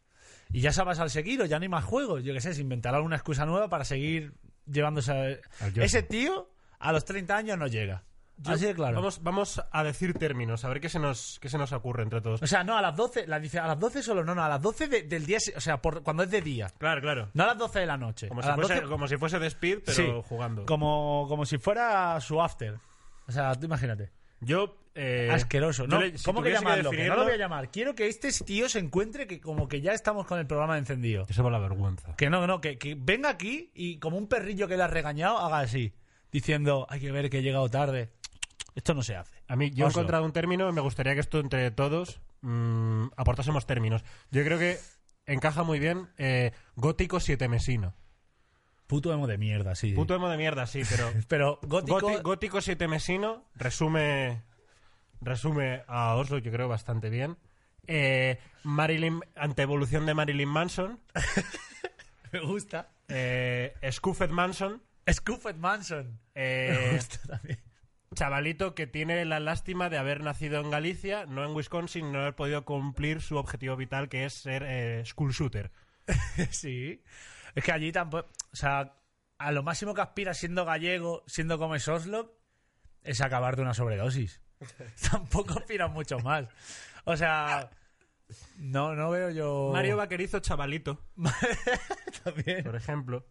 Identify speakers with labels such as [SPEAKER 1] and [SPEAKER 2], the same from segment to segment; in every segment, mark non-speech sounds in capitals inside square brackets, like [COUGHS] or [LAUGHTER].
[SPEAKER 1] y ya se ha pasado el Sekiro, ya no hay más juegos. Yo qué sé, se inventará una excusa nueva para seguir llevándose a...
[SPEAKER 2] Al Yoshi.
[SPEAKER 1] Ese tío a los 30 años no llega. Así de claro.
[SPEAKER 2] Vamos, vamos a decir términos, a ver qué se nos, qué se nos ocurre entre todos.
[SPEAKER 1] O sea, no, a las 12, la dice, a las 12 solo, no, no, a las 12 de- del día, se- o sea, por, cuando es de día.
[SPEAKER 2] Claro, claro.
[SPEAKER 1] No a las 12 de la noche.
[SPEAKER 2] Como
[SPEAKER 1] a
[SPEAKER 2] si,
[SPEAKER 1] las
[SPEAKER 2] fuese,
[SPEAKER 1] 12
[SPEAKER 2] como si fuese de Speed, pero
[SPEAKER 1] Ah, Sí.
[SPEAKER 2] jugando.
[SPEAKER 1] Como, como si fuera su after. O sea, tú imagínate.
[SPEAKER 2] Yo. eh,
[SPEAKER 1] Asqueroso, ¿no?
[SPEAKER 2] yo le- si
[SPEAKER 1] ¿Cómo que
[SPEAKER 2] tuviese
[SPEAKER 1] llamarlo? Que no
[SPEAKER 2] definirlo-
[SPEAKER 1] lo voy a llamar. Quiero que este tío se encuentre que como que ya estamos con el programa encendido.
[SPEAKER 2] Eso va la vergüenza.
[SPEAKER 1] Que no, no, que, que venga aquí y como un perrillo que le ha regañado, haga así. Diciendo, hay que ver que he llegado tarde. Esto no se hace.
[SPEAKER 2] A mí,
[SPEAKER 1] Oslo.
[SPEAKER 2] yo he encontrado un término y me gustaría que esto entre todos mm, aportásemos términos. Yo creo que encaja muy bien eh, gótico sietemesino.
[SPEAKER 1] Puto emo de mierda, sí.
[SPEAKER 2] Puto emo de mierda, sí,
[SPEAKER 1] [LAUGHS]
[SPEAKER 2] pero.
[SPEAKER 1] Pero gótico...
[SPEAKER 2] Góti- gótico sietemesino resume resume a Oslo yo creo bastante bien eh, Marilyn anteevolución de Marilyn Manson
[SPEAKER 1] [LAUGHS] me gusta.
[SPEAKER 2] eh, Scoofed Manson
[SPEAKER 1] Scooped Manson. [LAUGHS] Me
[SPEAKER 2] eh,
[SPEAKER 1] gusta también.
[SPEAKER 2] chavalito que tiene la lástima de haber nacido en Galicia no en Wisconsin no haber podido cumplir su objetivo vital que es ser eh, school shooter
[SPEAKER 1] Sí. Es que allí tampoco. O sea, a lo máximo que aspira siendo gallego, siendo como es Oslo, es acabar de una sobredosis. tampoco aspiras mucho más. O sea. No, no veo yo. [LAUGHS]
[SPEAKER 2] Mario Vaquerizo chavalito
[SPEAKER 1] también.
[SPEAKER 2] por ejemplo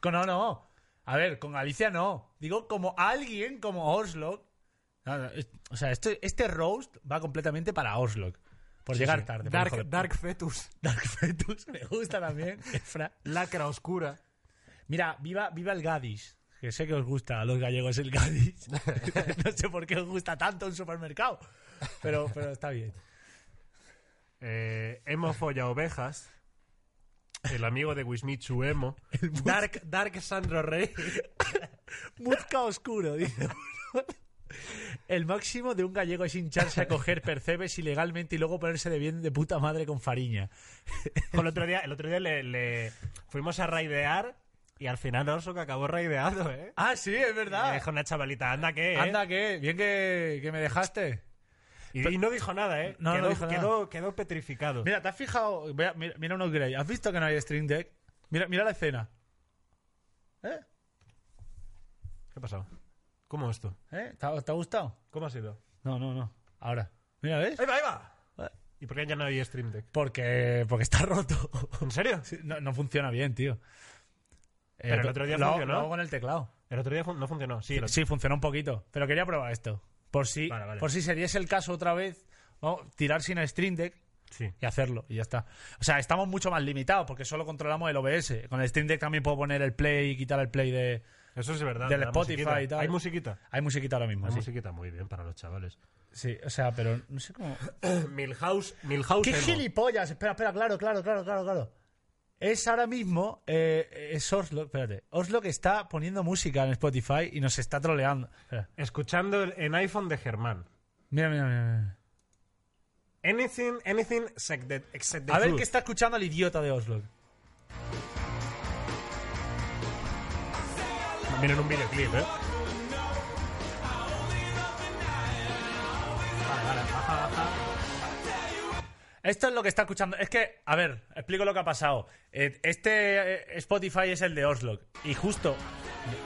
[SPEAKER 1] Con- No, no. A ver, con Galicia no. Digo, como alguien como Oslo. No, no, es- O sea, este, este roast va completamente para Oslo. Por llegar tarde. por hijo de
[SPEAKER 2] Dark,
[SPEAKER 1] puta.
[SPEAKER 2] Dark Fetus
[SPEAKER 1] Dark Fetus, me gusta también. Efra.
[SPEAKER 2] Lacra Oscura
[SPEAKER 1] Mira, viva, viva el Gadis. Que sé que os gusta a los gallegos el
[SPEAKER 2] [LAUGHS]
[SPEAKER 1] Gadis. [LAUGHS] no sé por qué os gusta tanto un supermercado. Pero, pero está bien.
[SPEAKER 2] Eh, emo folla ovejas. El amigo de Wismichu Emo. Dark, Dark Sandro
[SPEAKER 1] [LAUGHS]
[SPEAKER 2] Rey.
[SPEAKER 1] Muzca oscuro, dice. uno. El máximo de un gallego es hincharse a coger percebes ilegalmente y luego ponerse de bien de puta madre con fariña.
[SPEAKER 2] Pues El otro día, el otro día le, le- fuimos a raidear y al final Orso que acabó raideado, ¿eh?
[SPEAKER 1] Ah, sí, es
[SPEAKER 2] Me
[SPEAKER 1] verdad.
[SPEAKER 2] dijo una chavalita, anda que. ¿eh?"
[SPEAKER 1] Anda, que bien que, que me dejaste.
[SPEAKER 2] y, y no dijo nada, ¿eh?
[SPEAKER 1] No, no
[SPEAKER 2] quedó,
[SPEAKER 1] dijo nada.
[SPEAKER 2] quedó- quedó petrificado.
[SPEAKER 1] Mira, ¿te has fijado? Voy a- mira, mira unos Grey. ¿Has visto que no hay string deck? Mira, mira la escena. ¿Eh?
[SPEAKER 2] ¿Qué ha pasado? ¿Cómo esto?
[SPEAKER 1] ¿Eh? ¿Te ha- te ha gustado?
[SPEAKER 2] ¿Cómo ha sido?
[SPEAKER 1] No, no, no. Ahora. Mira, ¿ves?
[SPEAKER 2] ¡Ahí va, ahí va! ¿Y por qué ya no hay Stream Deck?
[SPEAKER 1] Porque, porque está roto. [LAUGHS]
[SPEAKER 2] ¿En serio?
[SPEAKER 1] Sí, no, no funciona bien, tío. Eh,
[SPEAKER 2] Pero el otro día
[SPEAKER 1] lo hago-
[SPEAKER 2] funcionó.
[SPEAKER 1] lo hago con el teclado.
[SPEAKER 2] El otro día fun- no funcionó. Sí, el otro-
[SPEAKER 1] Sí, funcionó un poquito. Pero quería probar esto. Por si,
[SPEAKER 2] Vale, vale.
[SPEAKER 1] por si sería ese el caso otra vez, vamos, tirar sin Stream Deck
[SPEAKER 2] sí.
[SPEAKER 1] y hacerlo. Y ya está. O sea, estamos mucho más limitados porque solo controlamos el OBS. Con el Stream Deck también puedo poner el play y quitar el play de,
[SPEAKER 2] Eso es verdad.
[SPEAKER 1] Del
[SPEAKER 2] la
[SPEAKER 1] Spotify
[SPEAKER 2] musiquita.
[SPEAKER 1] y tal.
[SPEAKER 2] Hay musiquita.
[SPEAKER 1] Hay musiquita ahora mismo,
[SPEAKER 2] Hay
[SPEAKER 1] sí.
[SPEAKER 2] musiquita muy bien para los chavales. [CLEARS THROAT]
[SPEAKER 1] Sí, o sea, pero no sé cómo.
[SPEAKER 2] Milhouse, Milhouse.
[SPEAKER 1] ¡Qué
[SPEAKER 2] emo.
[SPEAKER 1] gilipollas! Espera, espera, claro, claro, claro, claro, claro. Es ahora mismo, eh, es Oslo, espérate. Oslo que está poniendo música en Spotify y nos está troleando. Espera.
[SPEAKER 2] Escuchando el- en iPhone de Germán.
[SPEAKER 1] Mira, mira, mira. mira.
[SPEAKER 2] Anything, anything except the, except the
[SPEAKER 1] A ver
[SPEAKER 2] truth.
[SPEAKER 1] qué está escuchando el idiota de Oslo.
[SPEAKER 2] También en un videoclip, ¿eh? Vale, vale, baja, baja.
[SPEAKER 1] Esto es lo que está escuchando. Es que, a ver, explico lo que ha pasado. Eh, Este eh, Spotify es el de Oslo. Y justo.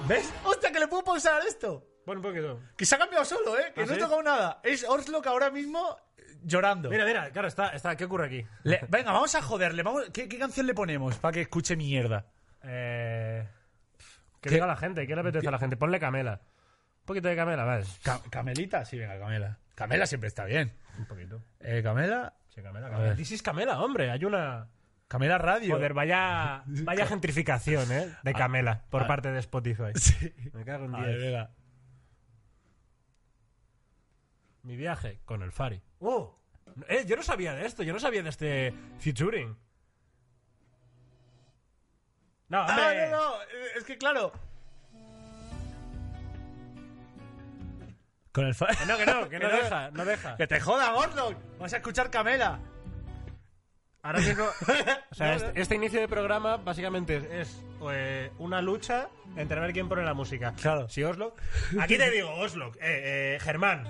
[SPEAKER 1] ¿Ves? ¡Hostia, que le puedo pausar esto!
[SPEAKER 2] Pon un poquito.
[SPEAKER 1] Que se ha cambiado solo, ¿eh? Que
[SPEAKER 2] ¿Ah,
[SPEAKER 1] no he
[SPEAKER 2] sí?
[SPEAKER 1] tocado nada. Es Oslo que ahora mismo eh, llorando.
[SPEAKER 2] Mira, mira, claro, está, está. ¿Qué ocurre aquí?
[SPEAKER 1] Le- venga, vamos a joderle. Vamos, ¿qué, qué canción le ponemos para que escuche mierda?
[SPEAKER 2] Eh, que
[SPEAKER 1] ¿Qué?
[SPEAKER 2] diga la gente, ¿qué le apetece a la gente? Ponle Camela. Un poquito de Camela, vale.
[SPEAKER 1] Ca- ¿Camelita? Sí, venga, Camela. Camela siempre está bien.
[SPEAKER 2] Un poquito.
[SPEAKER 1] Eh, ¿Camela?
[SPEAKER 2] Sí, Camela, Camela.
[SPEAKER 1] ver.
[SPEAKER 2] This is Camela, hombre. Hay una.
[SPEAKER 1] ¿Camela Radio?
[SPEAKER 2] Joder, [LAUGHS] vaya, vaya gentrificación, ¿eh? De Camela por
[SPEAKER 1] ah.
[SPEAKER 2] parte de Spotify.
[SPEAKER 1] Sí.
[SPEAKER 2] Me cago en
[SPEAKER 1] A ver,
[SPEAKER 2] 10.
[SPEAKER 1] Eh, venga.
[SPEAKER 2] Mi viaje con el Fari. ¡Oh! Eh, yo no sabía de esto, yo no sabía de este featuring. No, hombre.
[SPEAKER 1] Ah, no, no, eh, es que claro. Con el fa-
[SPEAKER 2] [LAUGHS] Que no, que no, que no deja, no deja.
[SPEAKER 1] ¡Que te joda, Gordon! Vamos a escuchar Camela.
[SPEAKER 2] Ahora mismo.
[SPEAKER 1] [LAUGHS]
[SPEAKER 2] O sea, este, este inicio de programa básicamente es, es, eh, una lucha entre ver quién pone la música.
[SPEAKER 1] Claro.
[SPEAKER 2] Si Oslo.
[SPEAKER 1] [LAUGHS]
[SPEAKER 2] Aquí te digo, Oslo, eh, eh, Germán.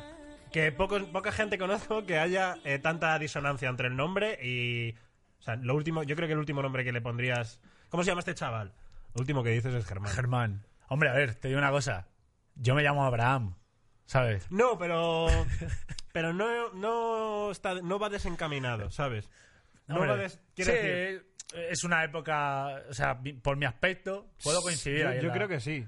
[SPEAKER 2] Que pocos- poca gente conozco que haya eh, tanta disonancia entre el nombre y. O sea, lo último. Yo creo que el último nombre que le pondrías. ¿Cómo se llama este chaval? Lo último que dices es Germán.
[SPEAKER 1] Germán. Hombre, a ver, te digo una cosa. Yo me llamo Abraham, ¿sabes? [LAUGHS]
[SPEAKER 2] no, pero. Pero no, no, está, no va desencaminado, ¿sabes? No
[SPEAKER 1] Hombre,
[SPEAKER 2] va des, quiero
[SPEAKER 1] sí,
[SPEAKER 2] decir,
[SPEAKER 1] es una época... O sea, mi- por mi aspecto, puedo coincidir.
[SPEAKER 2] Yo,
[SPEAKER 1] ahí en
[SPEAKER 2] yo
[SPEAKER 1] la-
[SPEAKER 2] creo que sí.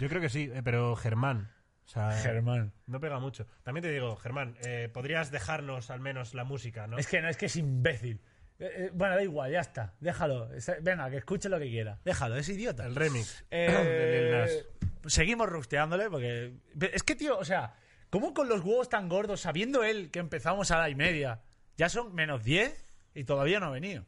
[SPEAKER 2] Yo creo que sí, eh, pero Germán. O sea,
[SPEAKER 1] Germán.
[SPEAKER 2] no pega mucho. También te digo, Germán, eh, podrías dejarnos al menos la música, ¿no?
[SPEAKER 1] Es que no, es que es imbécil. Eh, eh, bueno, da igual, ya está. Déjalo. Es- eh, Venga, que escuche lo que quiera. Déjalo, es idiota.
[SPEAKER 2] El remix.
[SPEAKER 1] [SNIFFS]
[SPEAKER 2] [SNIFFS] [COUGHS] de Lil
[SPEAKER 1] Eh,
[SPEAKER 2] Nas.
[SPEAKER 1] seguimos rusteándole porque. Pe- Es que, tío, o sea, ¿cómo con los huevos tan gordos, sabiendo él que empezamos a la y media, ya son menos 10 y todavía no ha venido?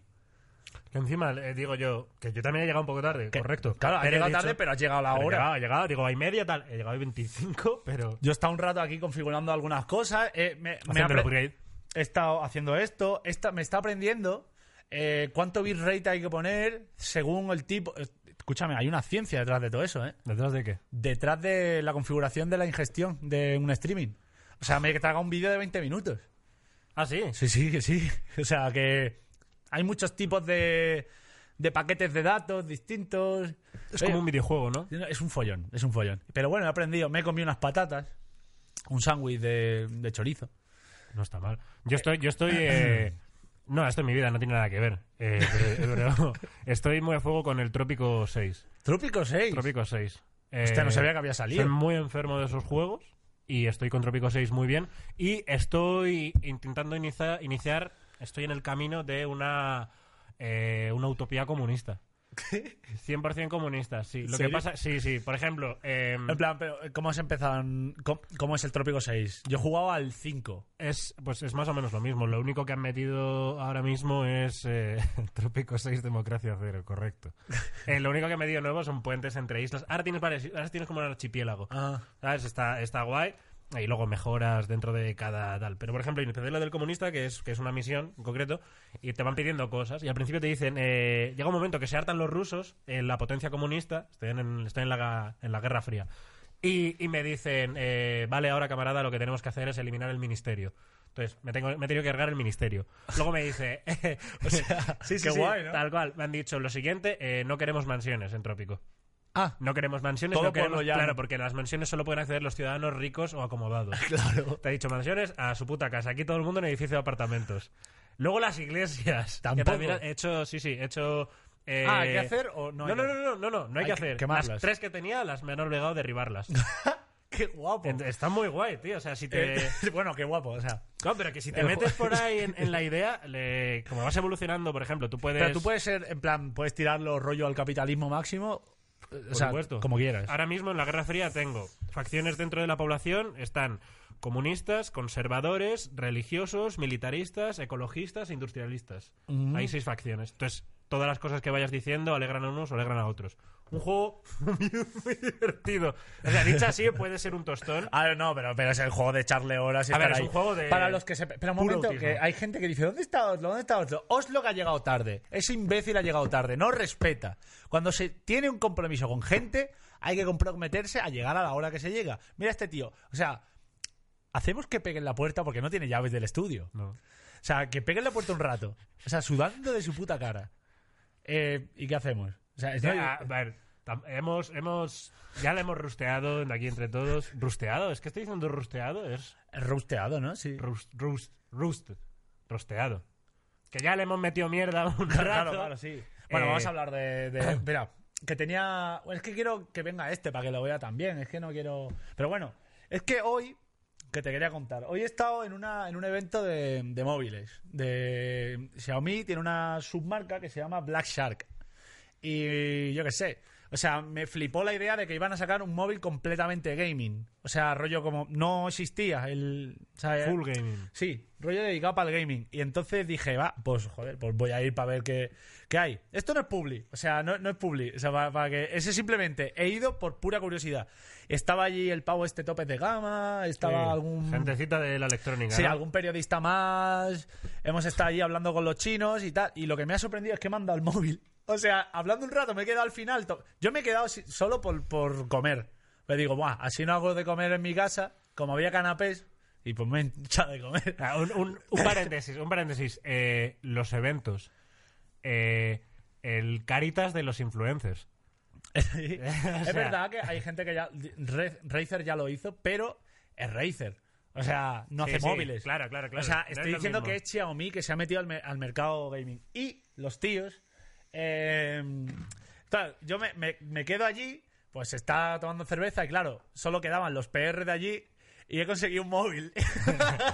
[SPEAKER 2] Que encima eh, digo yo, que yo también he llegado un poco tarde,
[SPEAKER 1] Que-
[SPEAKER 2] correcto.
[SPEAKER 1] Claro, ha
[SPEAKER 2] Pero he
[SPEAKER 1] llegado
[SPEAKER 2] dicho-
[SPEAKER 1] tarde, pero ha llegado la
[SPEAKER 2] pero he
[SPEAKER 1] hora.
[SPEAKER 2] llegado, he llegado, digo, hay media tal. He llegado a 25, [LAUGHS] pero.
[SPEAKER 1] Yo he estado un rato aquí configurando algunas cosas. eh, me, me
[SPEAKER 2] Haciendo
[SPEAKER 1] apre-
[SPEAKER 2] el upgrade.
[SPEAKER 1] he estado haciendo esto. esta- me está aprendiendo eh, cuánto bitrate hay que poner según el tipo. Eh, Escúchame, hay una ciencia detrás de todo eso, ¿eh?
[SPEAKER 2] ¿Detrás de qué?
[SPEAKER 1] detrás de la configuración de la ingestión de un streaming. O sea, me traga un vídeo de 20 minutos.
[SPEAKER 2] Ah, sí.
[SPEAKER 1] Sí, sí, que sí. [LAUGHS] O sea, que hay muchos tipos de, de paquetes de datos distintos.
[SPEAKER 2] Es
[SPEAKER 1] Eh,
[SPEAKER 2] como un videojuego, ¿no?
[SPEAKER 1] Es un follón, es un follón. Pero bueno, he aprendido. Me he comido unas patatas, un sándwich de, de chorizo.
[SPEAKER 2] No está mal. Yo estoy, yo estoy.
[SPEAKER 1] [SNIFFS]
[SPEAKER 2] eh, no, esto en mi vida no tiene nada que ver. Eh, pero-
[SPEAKER 1] [LAUGHS]
[SPEAKER 2] pero [LAUGHS] estoy muy a fuego con el Trópico 6.
[SPEAKER 1] Trópico 6.
[SPEAKER 2] Trópico 6.
[SPEAKER 1] Hostia, no
[SPEAKER 2] Eh,
[SPEAKER 1] sabía que había salido.
[SPEAKER 2] Soy muy enfermo de esos juegos y estoy con Trópico 6 muy bien. Y estoy intentando inicia- iniciar, estoy en el camino de una, eh, una utopía
[SPEAKER 1] [LAUGHS]
[SPEAKER 2] comunista. 100% comunista, sí. Lo que
[SPEAKER 1] serio?
[SPEAKER 2] pasa, sí, sí. Por ejemplo, em,
[SPEAKER 1] En plan, pero eh, ¿cómo has empezado? en- ¿Cómo, cómo es el Trópico 6? Yo jugaba al 5.
[SPEAKER 2] es, pues es más o menos lo mismo. Lo único que han metido ahora mismo es eh, [LAUGHS] Trópico 6 Democracia Cero, correcto. Eh, lo único que han metido nuevo son puentes entre islas. Ahora tienes, varias- ahora tienes como un archipiélago.
[SPEAKER 1] Ah.
[SPEAKER 2] ¿Sabes? Está, está guay. Y luego mejoras dentro de cada tal. Pero, por ejemplo, empecé lo del comunista, que es, que es una misión en concreto, y te van pidiendo cosas. Y al principio te dicen, eh, llega un momento que se hartan los rusos, en la potencia comunista, estoy en, estoy en, la, ga- en la Guerra Fría, y, y me dicen, eh, vale, ahora camarada, lo que tenemos que hacer es eliminar el ministerio. Entonces, me, tengo, me he tenido que cargar el ministerio. Luego me dice, [LAUGHS] eh, o [LAUGHS] sea,
[SPEAKER 1] sí, sí, sí,
[SPEAKER 2] Tal cual, me han dicho lo siguiente, eh, no queremos mansiones en Trópico.
[SPEAKER 1] Ah,
[SPEAKER 2] No queremos mansiones,
[SPEAKER 1] Todo
[SPEAKER 2] no queremos.
[SPEAKER 1] pueblo llano.
[SPEAKER 2] Claro, porque a las mansiones solo pueden acceder los ciudadanos ricos o [LAUGHS] acomodados.
[SPEAKER 1] claro.
[SPEAKER 2] Te ha dicho mansiones a su puta casa. Aquí todo el mundo en edificio de apartamentos. Luego las iglesias. que
[SPEAKER 1] Tampoco.
[SPEAKER 2] también han hecho, sí, sí, he hecho. eh,
[SPEAKER 1] Ah, ¿hay que hacer o no hay
[SPEAKER 2] No, no,
[SPEAKER 1] que
[SPEAKER 2] no,
[SPEAKER 1] hacer?
[SPEAKER 2] no, no, no, no hay, que hacer.
[SPEAKER 1] quemarlas.
[SPEAKER 2] Las tres que tenía las me han obligado
[SPEAKER 1] [LAUGHS]
[SPEAKER 2] a derribarlas.
[SPEAKER 1] Qué guapo.
[SPEAKER 2] Ent- Está muy guay, tío. O sea, si te.
[SPEAKER 1] Eh, [LAUGHS] bueno, qué guapo, o sea.
[SPEAKER 2] No, pero que si te
[SPEAKER 1] el
[SPEAKER 2] metes
[SPEAKER 1] juego-
[SPEAKER 2] por ahí en, en la idea, le- como vas evolucionando, por ejemplo, tú puedes.
[SPEAKER 1] Pero tú puedes ser, en plan, puedes tirarlo rollo al capitalismo máximo eh, o sea,
[SPEAKER 2] supuesto.
[SPEAKER 1] como quieras.
[SPEAKER 2] Ahora mismo en la Guerra Fría tengo facciones dentro de la población, están comunistas, conservadores, religiosos, militaristas, ecologistas e industrialistas. Hay seis facciones. Entonces, todas las cosas que vayas diciendo alegran a unos o alegran a otros. Un juego [LAUGHS] muy, muy divertido. O sea, dicho así, puede ser un tostón.
[SPEAKER 1] Ah, no, pero, pero es el juego de echarle horas y
[SPEAKER 2] A ver,
[SPEAKER 1] estar
[SPEAKER 2] es
[SPEAKER 1] ahí.
[SPEAKER 2] un juego de
[SPEAKER 1] Para los que se... Pero un
[SPEAKER 2] puro
[SPEAKER 1] momento,
[SPEAKER 2] autismo.
[SPEAKER 1] que hay gente que dice, ¿dónde está Oslo? ¿Dónde está Oslo? Oslo que ha llegado tarde. Ese imbécil ha llegado tarde. No respeta. Cuando se tiene un compromiso con gente, hay que comprometerse a llegar a la hora que se llega. Mira este tío. O sea, hacemos que peguen la puerta porque no tiene llaves del estudio.
[SPEAKER 2] No.
[SPEAKER 1] O sea, que peguen la puerta un rato. O sea, sudando de su puta cara. Eh, ¿Y qué hacemos? O sea, es-
[SPEAKER 2] Ya, a ver, tam- hemos, hemos, ya la hemos rusteado de aquí entre todos. ¿Rusteado? ¿Es que estoy diciendo rusteado? Es
[SPEAKER 1] rusteado, ¿no? Sí.
[SPEAKER 2] rust, rust, rust, rusteado. Que ya le hemos metido mierda un rato.
[SPEAKER 1] Claro, claro, claro, sí. Bueno,
[SPEAKER 2] Eh,
[SPEAKER 1] vamos a hablar de. de- [CLEARS THROAT] Espera, que tenía. Es que quiero que venga este para que lo vea también. Es que no quiero. Pero bueno, es que hoy. Que te quería contar. Hoy he estado en, una, en un evento de, de móviles. De Xiaomi tiene una submarca que se llama Black Shark. Y yo qué sé. O sea, me flipó la idea de que iban a sacar un móvil completamente gaming. O sea, rollo como. No existía el. ¿sabes?
[SPEAKER 2] Full gaming.
[SPEAKER 1] Sí, rollo dedicado para el gaming. Y entonces dije, va, pues joder, pues voy a ir para ver qué, qué hay. Esto no es publi, o sea, no, no es publi. O sea, para, para que. Ese simplemente he ido por pura curiosidad. Estaba allí el pavo este tope de gama, estaba
[SPEAKER 2] Sí,
[SPEAKER 1] algún.
[SPEAKER 2] Gentecita de la electrónica.
[SPEAKER 1] Sí,
[SPEAKER 2] ¿no?
[SPEAKER 1] algún periodista más. Hemos estado allí hablando con los chinos y tal. Y lo que me ha sorprendido es que me han dado el móvil. O sea, hablando un rato, me he quedado al final. to- Yo me he quedado si- solo por, por comer. Me digo, Buah, así no hago de comer en mi casa. Como había canapés, y pues me he hinchado de comer.
[SPEAKER 2] Ah, Un, un- un paréntesis, un paréntesis. Eh, los eventos. Eh, el Caritas de los influencers.
[SPEAKER 1] [LAUGHS]
[SPEAKER 2] [LAUGHS]
[SPEAKER 1] es
[SPEAKER 2] sea-
[SPEAKER 1] verdad que hay gente que ya. Re- Razer ya lo hizo, pero es Razer. O sea, no
[SPEAKER 2] Sí,
[SPEAKER 1] hace
[SPEAKER 2] sí,
[SPEAKER 1] móviles.
[SPEAKER 2] claro, claro, claro.
[SPEAKER 1] O sea,
[SPEAKER 2] No es
[SPEAKER 1] estoy
[SPEAKER 2] lo
[SPEAKER 1] diciendo
[SPEAKER 2] mismo.
[SPEAKER 1] que es Xiaomi que se ha metido al, mer- al mercado gaming. Y los tíos. eh, tal, yo me, me- me quedo allí, pues está tomando cerveza y claro, solo quedaban los PR de allí. Y he conseguido un
[SPEAKER 2] [LAUGHS]
[SPEAKER 1] móvil. [LAUGHS]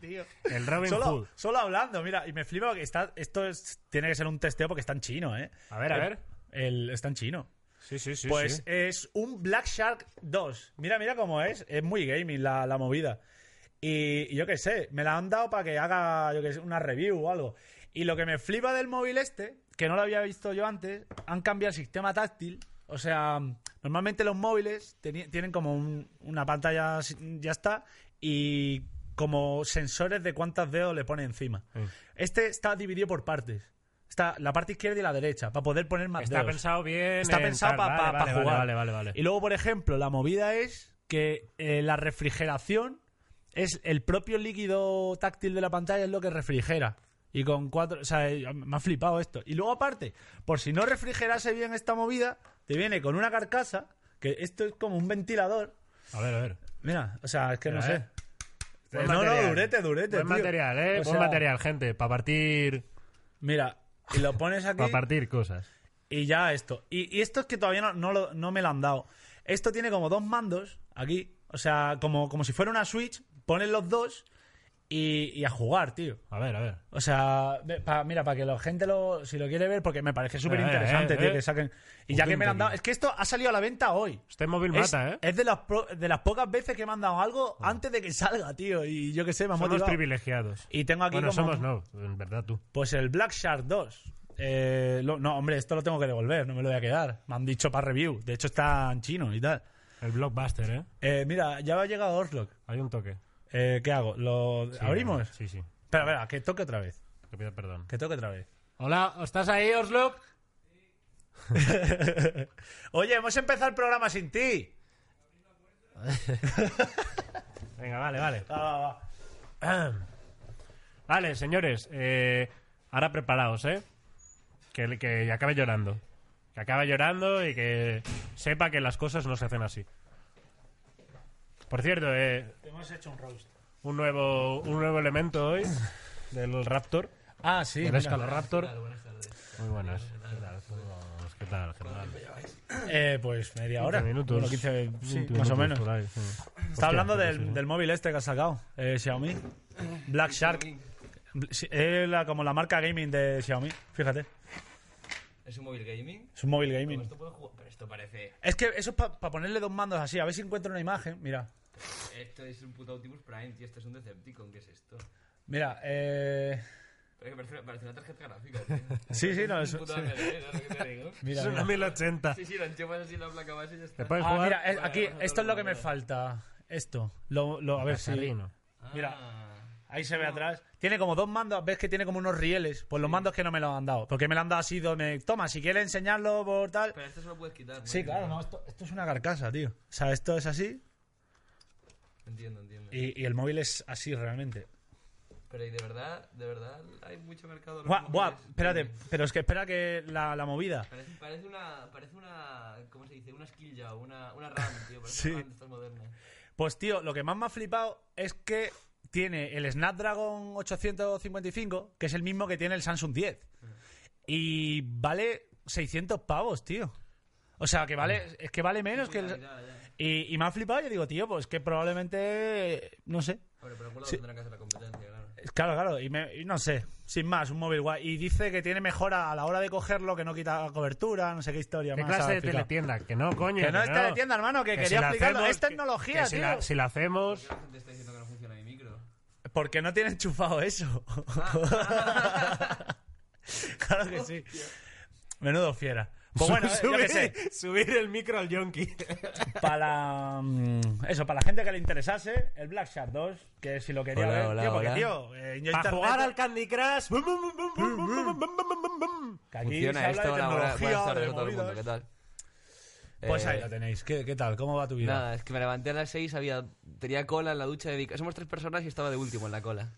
[SPEAKER 1] Tío.
[SPEAKER 2] El Robin
[SPEAKER 1] solo,
[SPEAKER 2] Hood.
[SPEAKER 1] Solo hablando, mira, y me flipa que está, esto es- tiene que ser un testeo porque está en chino, ¿eh?
[SPEAKER 2] A ver, a
[SPEAKER 1] El-
[SPEAKER 2] ver.
[SPEAKER 1] el- está en chino.
[SPEAKER 2] Sí, sí, sí.
[SPEAKER 1] Pues es un Black Shark 2. Mira, mira cómo es. Es muy gaming la, la movida. Y, y yo qué sé, me la han dado para que haga yo qué sé, una review o algo. Y lo que me flipa del móvil este, que no lo había visto yo antes, han cambiado el sistema táctil. O sea, normalmente los móviles teni- tienen como un- una pantalla, así, ya está, y como sensores de cuántas dedos le pone encima.
[SPEAKER 2] Mm.
[SPEAKER 1] Este está dividido por partes. Está la parte izquierda y la derecha, para poder poner más
[SPEAKER 2] Está
[SPEAKER 1] dedos.
[SPEAKER 2] pensado bien.
[SPEAKER 1] Está
[SPEAKER 2] en
[SPEAKER 1] pensado
[SPEAKER 2] tal.
[SPEAKER 1] para
[SPEAKER 2] Vale, vale, vale,
[SPEAKER 1] jugar.
[SPEAKER 2] Vale, vale, vale.
[SPEAKER 1] Y luego, por ejemplo, la movida es que eh, la refrigeración es el propio líquido táctil de la pantalla es lo que refrigera. Y con cuatro. O sea, eh, me ha flipado esto. Y luego, aparte, por si no refrigerase bien esta movida, te viene con una carcasa, que esto es como un ventilador.
[SPEAKER 2] A ver, a ver.
[SPEAKER 1] Mira, o sea, es que no
[SPEAKER 2] Mira,
[SPEAKER 1] sé.
[SPEAKER 2] eh. Buen
[SPEAKER 1] no,
[SPEAKER 2] material.
[SPEAKER 1] no, durete, durete.
[SPEAKER 2] Buen
[SPEAKER 1] tío.
[SPEAKER 2] material, eh.
[SPEAKER 1] O
[SPEAKER 2] Buen
[SPEAKER 1] sea,
[SPEAKER 2] material, gente. Para partir,
[SPEAKER 1] Mira, y lo
[SPEAKER 2] [LAUGHS]
[SPEAKER 1] pones aquí.
[SPEAKER 2] pa' partir cosas.
[SPEAKER 1] Y ya esto. Y, y esto es que todavía no, no, lo- no me lo han dado. Esto tiene como dos mandos aquí. O sea, como, como si fuera una Switch, ponen los dos y, y a jugar, tío.
[SPEAKER 2] A ver, a ver.
[SPEAKER 1] O sea, ve- pa- mira, para que la gente lo, si lo quiere ver, porque me parece súper interesante,
[SPEAKER 2] eh,
[SPEAKER 1] tío,
[SPEAKER 2] eh.
[SPEAKER 1] que saquen. Y ya que me lo han dado,
[SPEAKER 2] Poquito.
[SPEAKER 1] es que esto ha salido a la venta hoy.
[SPEAKER 2] Este móvil
[SPEAKER 1] Es,
[SPEAKER 2] mata, eh.
[SPEAKER 1] es de, las pro- de las pocas veces que me han dado algo antes de que salga, tío. Y yo qué sé, me ha
[SPEAKER 2] somos
[SPEAKER 1] motivado.
[SPEAKER 2] privilegiados.
[SPEAKER 1] Y tengo aquí
[SPEAKER 2] bueno,
[SPEAKER 1] como
[SPEAKER 2] somos
[SPEAKER 1] un-
[SPEAKER 2] no. En verdad tú.
[SPEAKER 1] Pues el Black Shark 2. Eh, lo- no, hombre, esto lo tengo que devolver, no me lo voy a quedar. Me han dicho para review. De hecho, está en chino y tal.
[SPEAKER 2] El blockbuster, eh.
[SPEAKER 1] Eh, mira, ya ha llegado Orlok.
[SPEAKER 2] Hay un toque.
[SPEAKER 1] Eh, ¿Qué hago? ¿Lo
[SPEAKER 2] Sí,
[SPEAKER 1] abrimos?
[SPEAKER 2] Sí, sí.
[SPEAKER 1] Espera, espera, que toque otra vez.
[SPEAKER 2] Te pido perdón.
[SPEAKER 1] Que toque otra vez.
[SPEAKER 2] Hola, ¿estás ahí, Oslo?
[SPEAKER 1] Oye, hemos empezado el programa sin ti.
[SPEAKER 2] Venga, vale, vale.
[SPEAKER 1] Va, va, va.
[SPEAKER 2] [CLEARS THROAT] Vale, señores, eh, ahora preparaos, ¿eh? Que, que acabe llorando. Que acabe llorando y que sepa que las cosas no se hacen así. Por cierto, eh,
[SPEAKER 1] Hemos hecho un roast.
[SPEAKER 2] un, nuevo, un nuevo elemento
[SPEAKER 1] [LAUGHS]
[SPEAKER 2] hoy del Raptor,
[SPEAKER 1] Ah, sí.
[SPEAKER 2] del
[SPEAKER 1] mira.
[SPEAKER 2] Escaloraptor. Muy buenas. ¿Qué tal? ¿Qué tal? ¿Qué tal?
[SPEAKER 1] Eh, pues media hora.
[SPEAKER 2] 15 minutos.
[SPEAKER 1] Bueno, 15, sí,
[SPEAKER 2] 20
[SPEAKER 1] más o
[SPEAKER 2] minutos
[SPEAKER 1] menos.
[SPEAKER 2] por ahí, sí.
[SPEAKER 1] Está
[SPEAKER 2] Hostia,
[SPEAKER 1] hablando
[SPEAKER 2] sí,
[SPEAKER 1] del,
[SPEAKER 2] sí, sí.
[SPEAKER 1] del móvil este que ha sacado, eh, Xiaomi. Black Shark. Sí, Es la- como la marca gaming de Xiaomi, fíjate.
[SPEAKER 3] Es un móvil gaming.
[SPEAKER 1] Es un móvil
[SPEAKER 3] Pero
[SPEAKER 1] gaming.
[SPEAKER 3] esto puedo jugar. Pero esto parece.
[SPEAKER 1] Es que eso es para ponerle dos mandos así. A ver si encuentro una imagen. Mira,
[SPEAKER 3] Esto es un puto Optimus Prime, tío. Esto es un Decepticon. ¿Qué es esto?
[SPEAKER 1] mira. Eh...
[SPEAKER 3] Pero que parece, parece una tarjeta gráfica, tío.
[SPEAKER 1] Sí, sí, no,
[SPEAKER 3] Un
[SPEAKER 1] eso-
[SPEAKER 3] puto
[SPEAKER 1] sí.
[SPEAKER 3] AMD, ¿eh? ¿sabes lo que te digo?
[SPEAKER 1] [LAUGHS] Mira,
[SPEAKER 2] es una
[SPEAKER 1] mira.
[SPEAKER 2] 1080.
[SPEAKER 3] Sí, sí, lo enchufas así en la placa base y ya está.
[SPEAKER 2] Te puedes
[SPEAKER 1] Ah,
[SPEAKER 2] jugar.
[SPEAKER 1] mira, es-
[SPEAKER 3] Vale,
[SPEAKER 1] aquí,
[SPEAKER 3] vamos a
[SPEAKER 1] esto es lo que me
[SPEAKER 3] darle.
[SPEAKER 1] falta. Esto. Lo, lo- a
[SPEAKER 2] pues,
[SPEAKER 1] ver si.
[SPEAKER 2] Casarino.
[SPEAKER 1] Mira.
[SPEAKER 3] Ah.
[SPEAKER 1] Ahí se ve atrás. Tiene como dos mandos, ves que tiene como unos rieles. Pues los mandos que no me los han dado. Porque me lo han dado así donde. Toma, si quieres enseñarlo por tal.
[SPEAKER 3] Pero esto se lo puedes quitar.
[SPEAKER 1] Sí, claro, no, esto, esto es una carcasa, tío. O sea, esto es así.
[SPEAKER 3] Entiendo, entiendo.
[SPEAKER 1] Y, y el móvil es así realmente.
[SPEAKER 3] Pero y de verdad, de verdad, hay mucho mercado. de los
[SPEAKER 1] Buah, buah,
[SPEAKER 3] móviles.
[SPEAKER 1] espérate, pero es que espera que la, la movida.
[SPEAKER 3] Parece, parece una, parece una, ¿cómo se dice? Una skill ya, una, una RAM, tío. Parece
[SPEAKER 1] Sí.
[SPEAKER 3] una RAM de estas modernas.
[SPEAKER 1] Pues tío, lo que más me ha flipado es que tiene el Snapdragon 855, que es el mismo que tiene el Samsung 10. Y vale 600 pavos, tío. O sea, que vale, es que vale menos que
[SPEAKER 3] Puta
[SPEAKER 1] el...
[SPEAKER 3] mirada, ya.
[SPEAKER 1] Y, y me ha flipado, yo digo, tío, pues que probablemente... No sé.
[SPEAKER 3] Hombre, pero por lo
[SPEAKER 1] Sí.
[SPEAKER 3] tendrán que hacer la competencia, claro.
[SPEAKER 1] Claro, claro, y, me- y no sé. Sin más, un móvil guay. Y dice que tiene mejora a la hora de cogerlo, que no quita cobertura, no sé qué historia.
[SPEAKER 2] ¿Qué
[SPEAKER 1] más ha
[SPEAKER 2] clase de
[SPEAKER 1] explicado.
[SPEAKER 2] teletienda? Que no, coño.
[SPEAKER 1] Que no es teletienda, hermano, que quería
[SPEAKER 2] la
[SPEAKER 1] explicarlo.
[SPEAKER 2] hacemos,
[SPEAKER 1] Es tecnología,
[SPEAKER 2] que si
[SPEAKER 1] tío.
[SPEAKER 2] la- si la
[SPEAKER 1] [LAUGHS]
[SPEAKER 2] hacemos.
[SPEAKER 3] La gente está diciendo que no funciona mi micro.
[SPEAKER 1] Porque no tiene enchufado [LAUGHS] eso. claro que sí. Menudo fiera. Pues bueno, eh, yo qué sé. [LAUGHS]
[SPEAKER 2] subir el micro al yonki.
[SPEAKER 1] Para mm, eso, para la gente que le interesase, el Black Shark 2, que si lo quería
[SPEAKER 3] Hola,
[SPEAKER 1] ver,
[SPEAKER 3] hola,
[SPEAKER 1] tío, porque
[SPEAKER 3] hola.
[SPEAKER 1] tío, eh, yo
[SPEAKER 2] Para
[SPEAKER 1] internet-
[SPEAKER 2] jugar al Candy Crush. Bum, bum, bum, bum, bum, bum, bum, bum, bum, bum, bum.
[SPEAKER 1] que aquí se habla de tecnología, de movidas.
[SPEAKER 3] tal? Eh,
[SPEAKER 1] Pues ahí lo tenéis. ¿Qué, qué tal? ¿Cómo va tu vida?
[SPEAKER 3] Nada, es que me levanté a las 6, había, tenía cola en la ducha. De... Somos tres personas y estaba de último en
[SPEAKER 1] [LAUGHS]
[SPEAKER 3] la cola.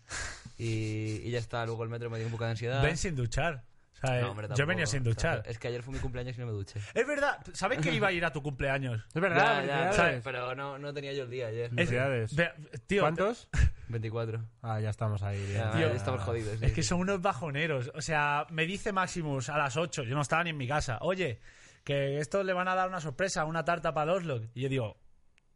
[SPEAKER 3] Y, y ya está, luego el metro me dio un poco de ansiedad.
[SPEAKER 1] Ven sin duchar. O sea, eh,
[SPEAKER 3] No, hombre,
[SPEAKER 1] yo
[SPEAKER 3] tampoco.
[SPEAKER 1] venía sin duchar.
[SPEAKER 3] Es que ayer fue mi cumpleaños y no me duché.
[SPEAKER 1] Es verdad, ¿sabes que iba a ir a tu
[SPEAKER 3] [LAUGHS]
[SPEAKER 1] cumpleaños?
[SPEAKER 2] Es verdad,
[SPEAKER 3] Ya, ya,
[SPEAKER 2] felicidades.
[SPEAKER 3] ¿sabes? pero no, no tenía yo el día ayer.
[SPEAKER 1] Es-
[SPEAKER 2] Felicidades.
[SPEAKER 1] Ve- tío,
[SPEAKER 2] ¿Cuántos?
[SPEAKER 3] 24.
[SPEAKER 2] Ah, ya estamos ahí. bien.
[SPEAKER 3] Ya,
[SPEAKER 1] Tío,
[SPEAKER 3] ya estamos jodidos. eh. sí,
[SPEAKER 1] Es que
[SPEAKER 3] sí.
[SPEAKER 1] son unos bajoneros. O sea, me dice Maximus a las 8, yo no estaba ni en mi casa, oye, que estos le van a dar una sorpresa, una tarta para los Oslo. Y yo digo,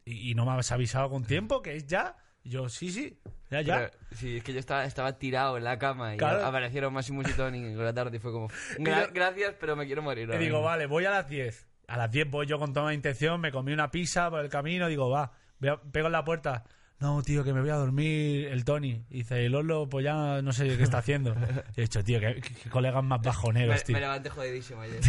[SPEAKER 1] ¿y, y no me habéis avisado con tiempo que es ya? Y yo, sí, sí, ya, ya.
[SPEAKER 3] Pero, sí, es que yo estaba, estaba tirado en la cama y
[SPEAKER 1] Claro.
[SPEAKER 3] aparecieron Maximus y Tony en la tarde y
[SPEAKER 1] [LAUGHS]
[SPEAKER 3] fue como, "Gra- gracias, pero eh. me quiero morir.
[SPEAKER 1] y
[SPEAKER 3] ahora
[SPEAKER 1] digo,
[SPEAKER 3] mismo".
[SPEAKER 1] vale, voy a las 10. A las 10 voy yo con toda mi intención, me comí una pizza por el camino, digo, va, voy a- pego en la puerta. No, tío, que me voy a dormir el Tony. Y dice, el Oslo, pues ya no sé qué está haciendo.
[SPEAKER 3] [LAUGHS]
[SPEAKER 1] Y he dicho, tío, qué, qué colegas más
[SPEAKER 3] Me,
[SPEAKER 1] bajoneros, tío.
[SPEAKER 3] me levanté
[SPEAKER 1] [LAUGHS]
[SPEAKER 3] jodidísimo ayer.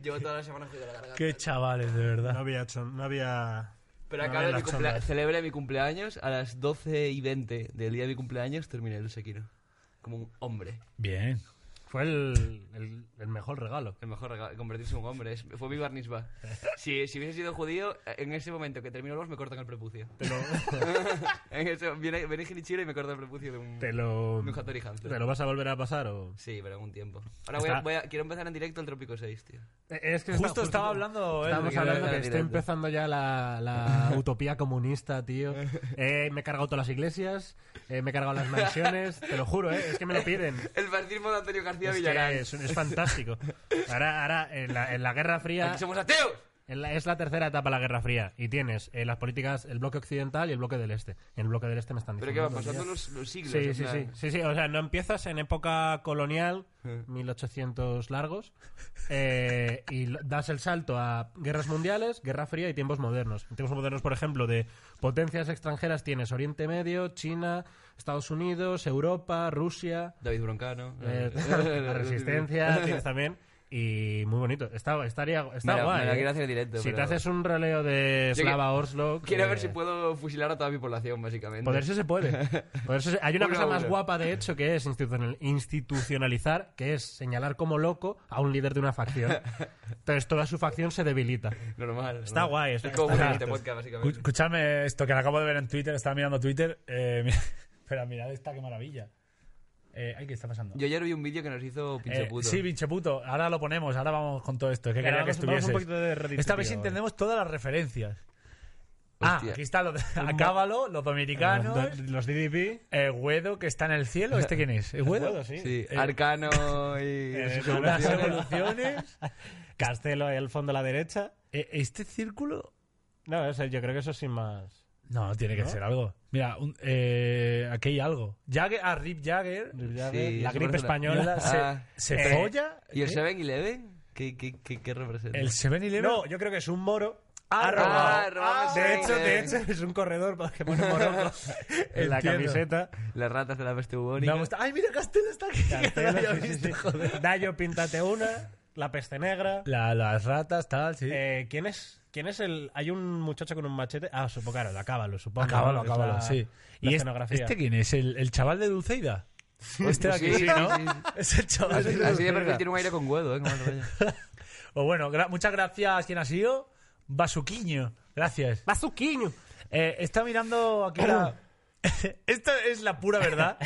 [SPEAKER 3] [LAUGHS] Llevo toda la semana jodida la garganta.
[SPEAKER 1] Qué chavales, de verdad.
[SPEAKER 2] No había hecho. No había.
[SPEAKER 3] Pero
[SPEAKER 2] no
[SPEAKER 3] acabé
[SPEAKER 2] había
[SPEAKER 3] mi
[SPEAKER 2] las
[SPEAKER 3] cumplea-
[SPEAKER 2] chondas.
[SPEAKER 3] celebré mi cumpleaños a las 12 y 20 del día de mi cumpleaños, terminé el Sekiro. Como un hombre.
[SPEAKER 1] Bien.
[SPEAKER 2] Fue el, el, el mejor regalo.
[SPEAKER 3] El mejor regalo, convertirse en un hombre. es- fue mi
[SPEAKER 1] [LAUGHS]
[SPEAKER 3] barnisba. Si, si hubiese sido judío, en ese momento que termino los me cortan el prepucio.
[SPEAKER 1] [LAUGHS]
[SPEAKER 3] [LAUGHS]
[SPEAKER 2] Te lo,
[SPEAKER 3] En ese, viene, viene Genichiro y me corta el prepucio de un,
[SPEAKER 2] te lo,
[SPEAKER 3] de un Hattori Hanzo.
[SPEAKER 2] te lo vas a volver a pasar o.
[SPEAKER 3] Sí, pero en un tiempo. Ahora voy a,
[SPEAKER 2] Está-
[SPEAKER 3] voy a- quiero empezar en directo el Trópico 6, tío.
[SPEAKER 2] Es que
[SPEAKER 1] Justo estaba hablando eh, él.
[SPEAKER 2] Estábamos
[SPEAKER 3] Porque
[SPEAKER 2] hablando
[SPEAKER 3] era
[SPEAKER 2] que
[SPEAKER 3] el
[SPEAKER 2] está
[SPEAKER 3] directo.
[SPEAKER 2] empezando ya la,
[SPEAKER 3] [LAUGHS]
[SPEAKER 2] la utopía comunista, tío. Eh, me he cargado todas las iglesias, eh, me he cargado las mansiones, te lo juro, eh, es que me lo piden.
[SPEAKER 3] [LAUGHS] El fascismo de Antonio García
[SPEAKER 2] Es, que
[SPEAKER 3] Villarán.
[SPEAKER 2] es- es fantástico. Ahora, ahora en, la, en la Guerra Fría
[SPEAKER 3] ¡Aquí somos ateos!
[SPEAKER 2] en la- es la tercera etapa de la Guerra Fría y tienes eh, las políticas, el bloque occidental y el bloque del este. En el bloque del este me están
[SPEAKER 3] Pero
[SPEAKER 2] diciendo.
[SPEAKER 3] que va
[SPEAKER 2] "Madre
[SPEAKER 3] pasando
[SPEAKER 2] mía".
[SPEAKER 3] los, los siglos.
[SPEAKER 2] Sí,
[SPEAKER 3] en
[SPEAKER 2] sí, sí,
[SPEAKER 3] plan.
[SPEAKER 2] sí, sí. O sea, no empiezas en época colonial,
[SPEAKER 3] Eh.
[SPEAKER 2] 1800 largos, eh, y lo- das el salto a guerras mundiales, guerra fría y tiempos modernos. En tiempos modernos, por ejemplo, de potencias extranjeras tienes Oriente Medio, China, Estados Unidos, Europa, Rusia,
[SPEAKER 3] David Broncano.
[SPEAKER 2] [LAUGHS] eh, la
[SPEAKER 3] [LAUGHS]
[SPEAKER 2] Resistencia, tienes también. Y muy bonito. Está, estaría, está
[SPEAKER 3] Me la-
[SPEAKER 2] guay.
[SPEAKER 3] me la
[SPEAKER 2] eh.
[SPEAKER 3] quiero hacer en directo,
[SPEAKER 2] Si
[SPEAKER 3] pero-
[SPEAKER 2] te haces un releo de
[SPEAKER 3] Yo que-
[SPEAKER 2] Slava Orslo.
[SPEAKER 3] Quiero
[SPEAKER 2] eh,
[SPEAKER 3] ver si puedo fusilar a toda mi población, básicamente.
[SPEAKER 2] Poderse se puede. Poderse se- Hay una
[SPEAKER 3] Uno a
[SPEAKER 2] cosa más
[SPEAKER 3] uno.
[SPEAKER 2] guapa, de hecho, que es institucional- institucionalizar, que es señalar como loco a un líder de una facción. Entonces toda su facción se debilita.
[SPEAKER 3] Normal.
[SPEAKER 2] Está
[SPEAKER 3] normal.
[SPEAKER 2] guay, está-
[SPEAKER 3] Es como
[SPEAKER 2] está
[SPEAKER 3] fusilar
[SPEAKER 2] bonito.
[SPEAKER 3] este podcast, básicamente.
[SPEAKER 1] Escu- Escuchadme esto que lo acabo de ver en Twitter, estaba mirando Twitter. Eh, [LAUGHS] mi- pero mirad esta, qué maravilla. Eh, ay, ¿qué está pasando?
[SPEAKER 3] Yo ayer vi un vídeo que nos hizo pinche
[SPEAKER 1] Eh,
[SPEAKER 3] puto.
[SPEAKER 1] Sí, pinche puto. Ahora lo ponemos, ahora vamos con todo esto. Que quería que estuviese. Esta vez entendemos todas las referencias. Ah,
[SPEAKER 3] Hostia.
[SPEAKER 1] aquí está lo de Acábalo, los
[SPEAKER 2] [LAUGHS]
[SPEAKER 1] dominicanos,
[SPEAKER 2] Los DDP.
[SPEAKER 1] eh, Guedo que está en el cielo. ¿Este quién es? ¿Es Guedo?
[SPEAKER 3] Sí,
[SPEAKER 2] eh,
[SPEAKER 3] Arcano y.
[SPEAKER 1] Eh,
[SPEAKER 3] sus
[SPEAKER 1] las
[SPEAKER 3] evoluciones.
[SPEAKER 1] evoluciones.
[SPEAKER 2] [LAUGHS] Castelo, el fondo a la derecha.
[SPEAKER 1] Eh, ¿Este círculo?
[SPEAKER 2] No, o sea, yo creo que eso sin más.
[SPEAKER 1] No, tiene que
[SPEAKER 2] ¿No?
[SPEAKER 1] ser algo. Mira, un- eh, aquí hay algo. Jagger, a Rip Jagger.
[SPEAKER 2] La
[SPEAKER 3] eso
[SPEAKER 2] gripe
[SPEAKER 3] parece una-
[SPEAKER 2] española.
[SPEAKER 1] se,
[SPEAKER 3] Ah.
[SPEAKER 1] se
[SPEAKER 2] Eh,
[SPEAKER 1] folla.
[SPEAKER 3] ¿Y el
[SPEAKER 1] ¿eh?
[SPEAKER 3] 7-Eleven? ¿Qué, qué, qué, qué representa?
[SPEAKER 1] El 7-Eleven.
[SPEAKER 2] No, yo creo que es un moro. Ha
[SPEAKER 3] Ah,
[SPEAKER 2] robado.
[SPEAKER 3] robado
[SPEAKER 2] de
[SPEAKER 3] el
[SPEAKER 2] hecho, de
[SPEAKER 3] 7-Eleven.
[SPEAKER 2] hecho, es un corredor pues, que pone
[SPEAKER 1] [LAUGHS]
[SPEAKER 2] morocco en la
[SPEAKER 1] Entiendo.
[SPEAKER 2] camiseta.
[SPEAKER 3] Las ratas de la peste
[SPEAKER 1] Me
[SPEAKER 3] bubónica.
[SPEAKER 1] ha gustado. Ay, mira, Castelo está aquí. que
[SPEAKER 2] [LAUGHS]
[SPEAKER 1] no lo había visto, joder.
[SPEAKER 2] Dayo, píntate una. La peste negra.
[SPEAKER 1] La- las ratas, tal, sí.
[SPEAKER 2] Eh, ¿Quién es? ¿Quién es el.? Hay un muchacho con un machete. Ah, supongo, claro, lo acábalo, supongo.
[SPEAKER 1] acábalo,
[SPEAKER 2] ¿no? Es
[SPEAKER 1] acábalo,
[SPEAKER 2] la-
[SPEAKER 1] sí.
[SPEAKER 2] La
[SPEAKER 1] es-
[SPEAKER 2] escenografía. [LAUGHS]
[SPEAKER 1] este quién es? ¿El, el chaval de Dulceida? Este de aquí,
[SPEAKER 3] Sí,
[SPEAKER 1] sí, ¿no?
[SPEAKER 3] sí, sí.
[SPEAKER 1] Es el chaval de
[SPEAKER 3] Así, así de
[SPEAKER 1] Dulceida.
[SPEAKER 3] perfil tiene un aire con huevo, ¿eh? Como el rollo.
[SPEAKER 2] Pues
[SPEAKER 1] O bueno, gra- muchas gracias. ¿Quién ha sido? Basuquiño. Gracias.
[SPEAKER 2] Bazuquiño.
[SPEAKER 1] Eh, está mirando aquí [COUGHS] la... Esta es la pura
[SPEAKER 2] [LAUGHS]
[SPEAKER 1] verdad.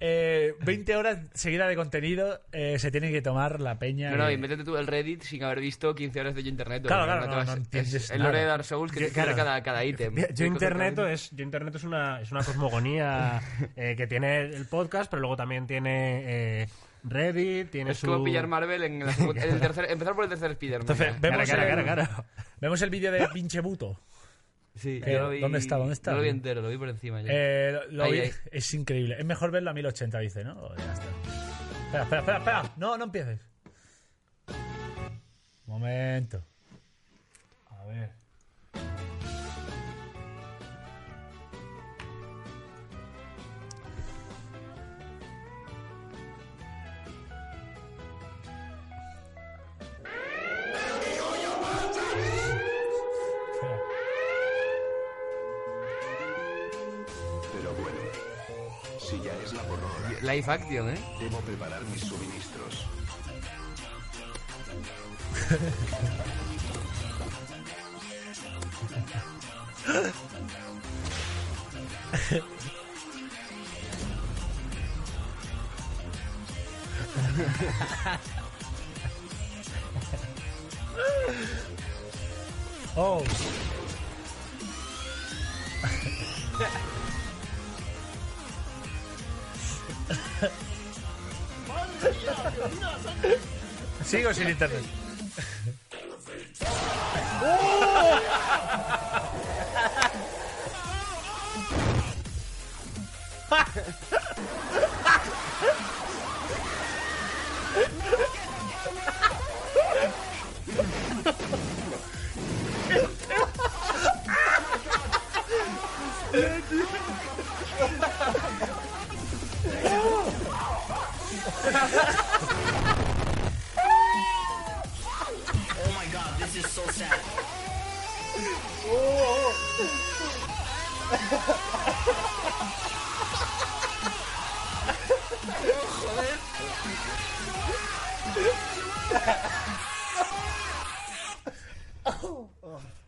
[SPEAKER 1] Eh, 20 horas seguidas de contenido eh, se tiene que tomar la peña.
[SPEAKER 3] [LAUGHS] No, no,
[SPEAKER 1] y-
[SPEAKER 3] y métete tú el Reddit sin haber visto 15 horas de yo internet.
[SPEAKER 1] Claro,
[SPEAKER 3] porque
[SPEAKER 1] claro,
[SPEAKER 3] te
[SPEAKER 1] no,
[SPEAKER 3] vas-
[SPEAKER 1] no entiendes
[SPEAKER 3] es el lore
[SPEAKER 1] nada.
[SPEAKER 3] de Dark Souls que
[SPEAKER 2] Yo-
[SPEAKER 3] te explica
[SPEAKER 2] claro.
[SPEAKER 3] cada, cada ítem.
[SPEAKER 2] Yo internet es, yo internet es una, es una
[SPEAKER 1] [LAUGHS]
[SPEAKER 2] cosmogonía eh, que tiene el podcast, pero luego también tiene eh, Reddit, tiene
[SPEAKER 3] Es
[SPEAKER 2] su...
[SPEAKER 3] como pillar Marvel en,
[SPEAKER 1] [LAUGHS]
[SPEAKER 3] la segun- en el tercer... Empezar por el tercer Spider-Man.
[SPEAKER 1] Entonces, eh,
[SPEAKER 3] ya.
[SPEAKER 1] vemos,
[SPEAKER 2] Cara, cara,
[SPEAKER 1] el,
[SPEAKER 2] cara, cara.
[SPEAKER 1] vemos el vídeo de pinche buto.
[SPEAKER 3] Sí,
[SPEAKER 1] eh,
[SPEAKER 3] yo lo vi-
[SPEAKER 1] ¿dónde está? ¿Dónde está?
[SPEAKER 3] No lo vi entero, lo vi por encima. ya.
[SPEAKER 1] Eh, lo- lo
[SPEAKER 3] Ahí,
[SPEAKER 1] vi-
[SPEAKER 3] ahí.
[SPEAKER 1] Es increíble. Es mejor verlo a 1080, dice, ¿no? Oh, Ya está. Espera, espera, espera, espera. No, no empieces. Momento. A ver. Espera.
[SPEAKER 4] Pero bueno, si ya es la borrada,
[SPEAKER 3] Live Action, ¿eh?
[SPEAKER 4] debo preparar mis suministros.
[SPEAKER 1] Oh. Sigo sin internet.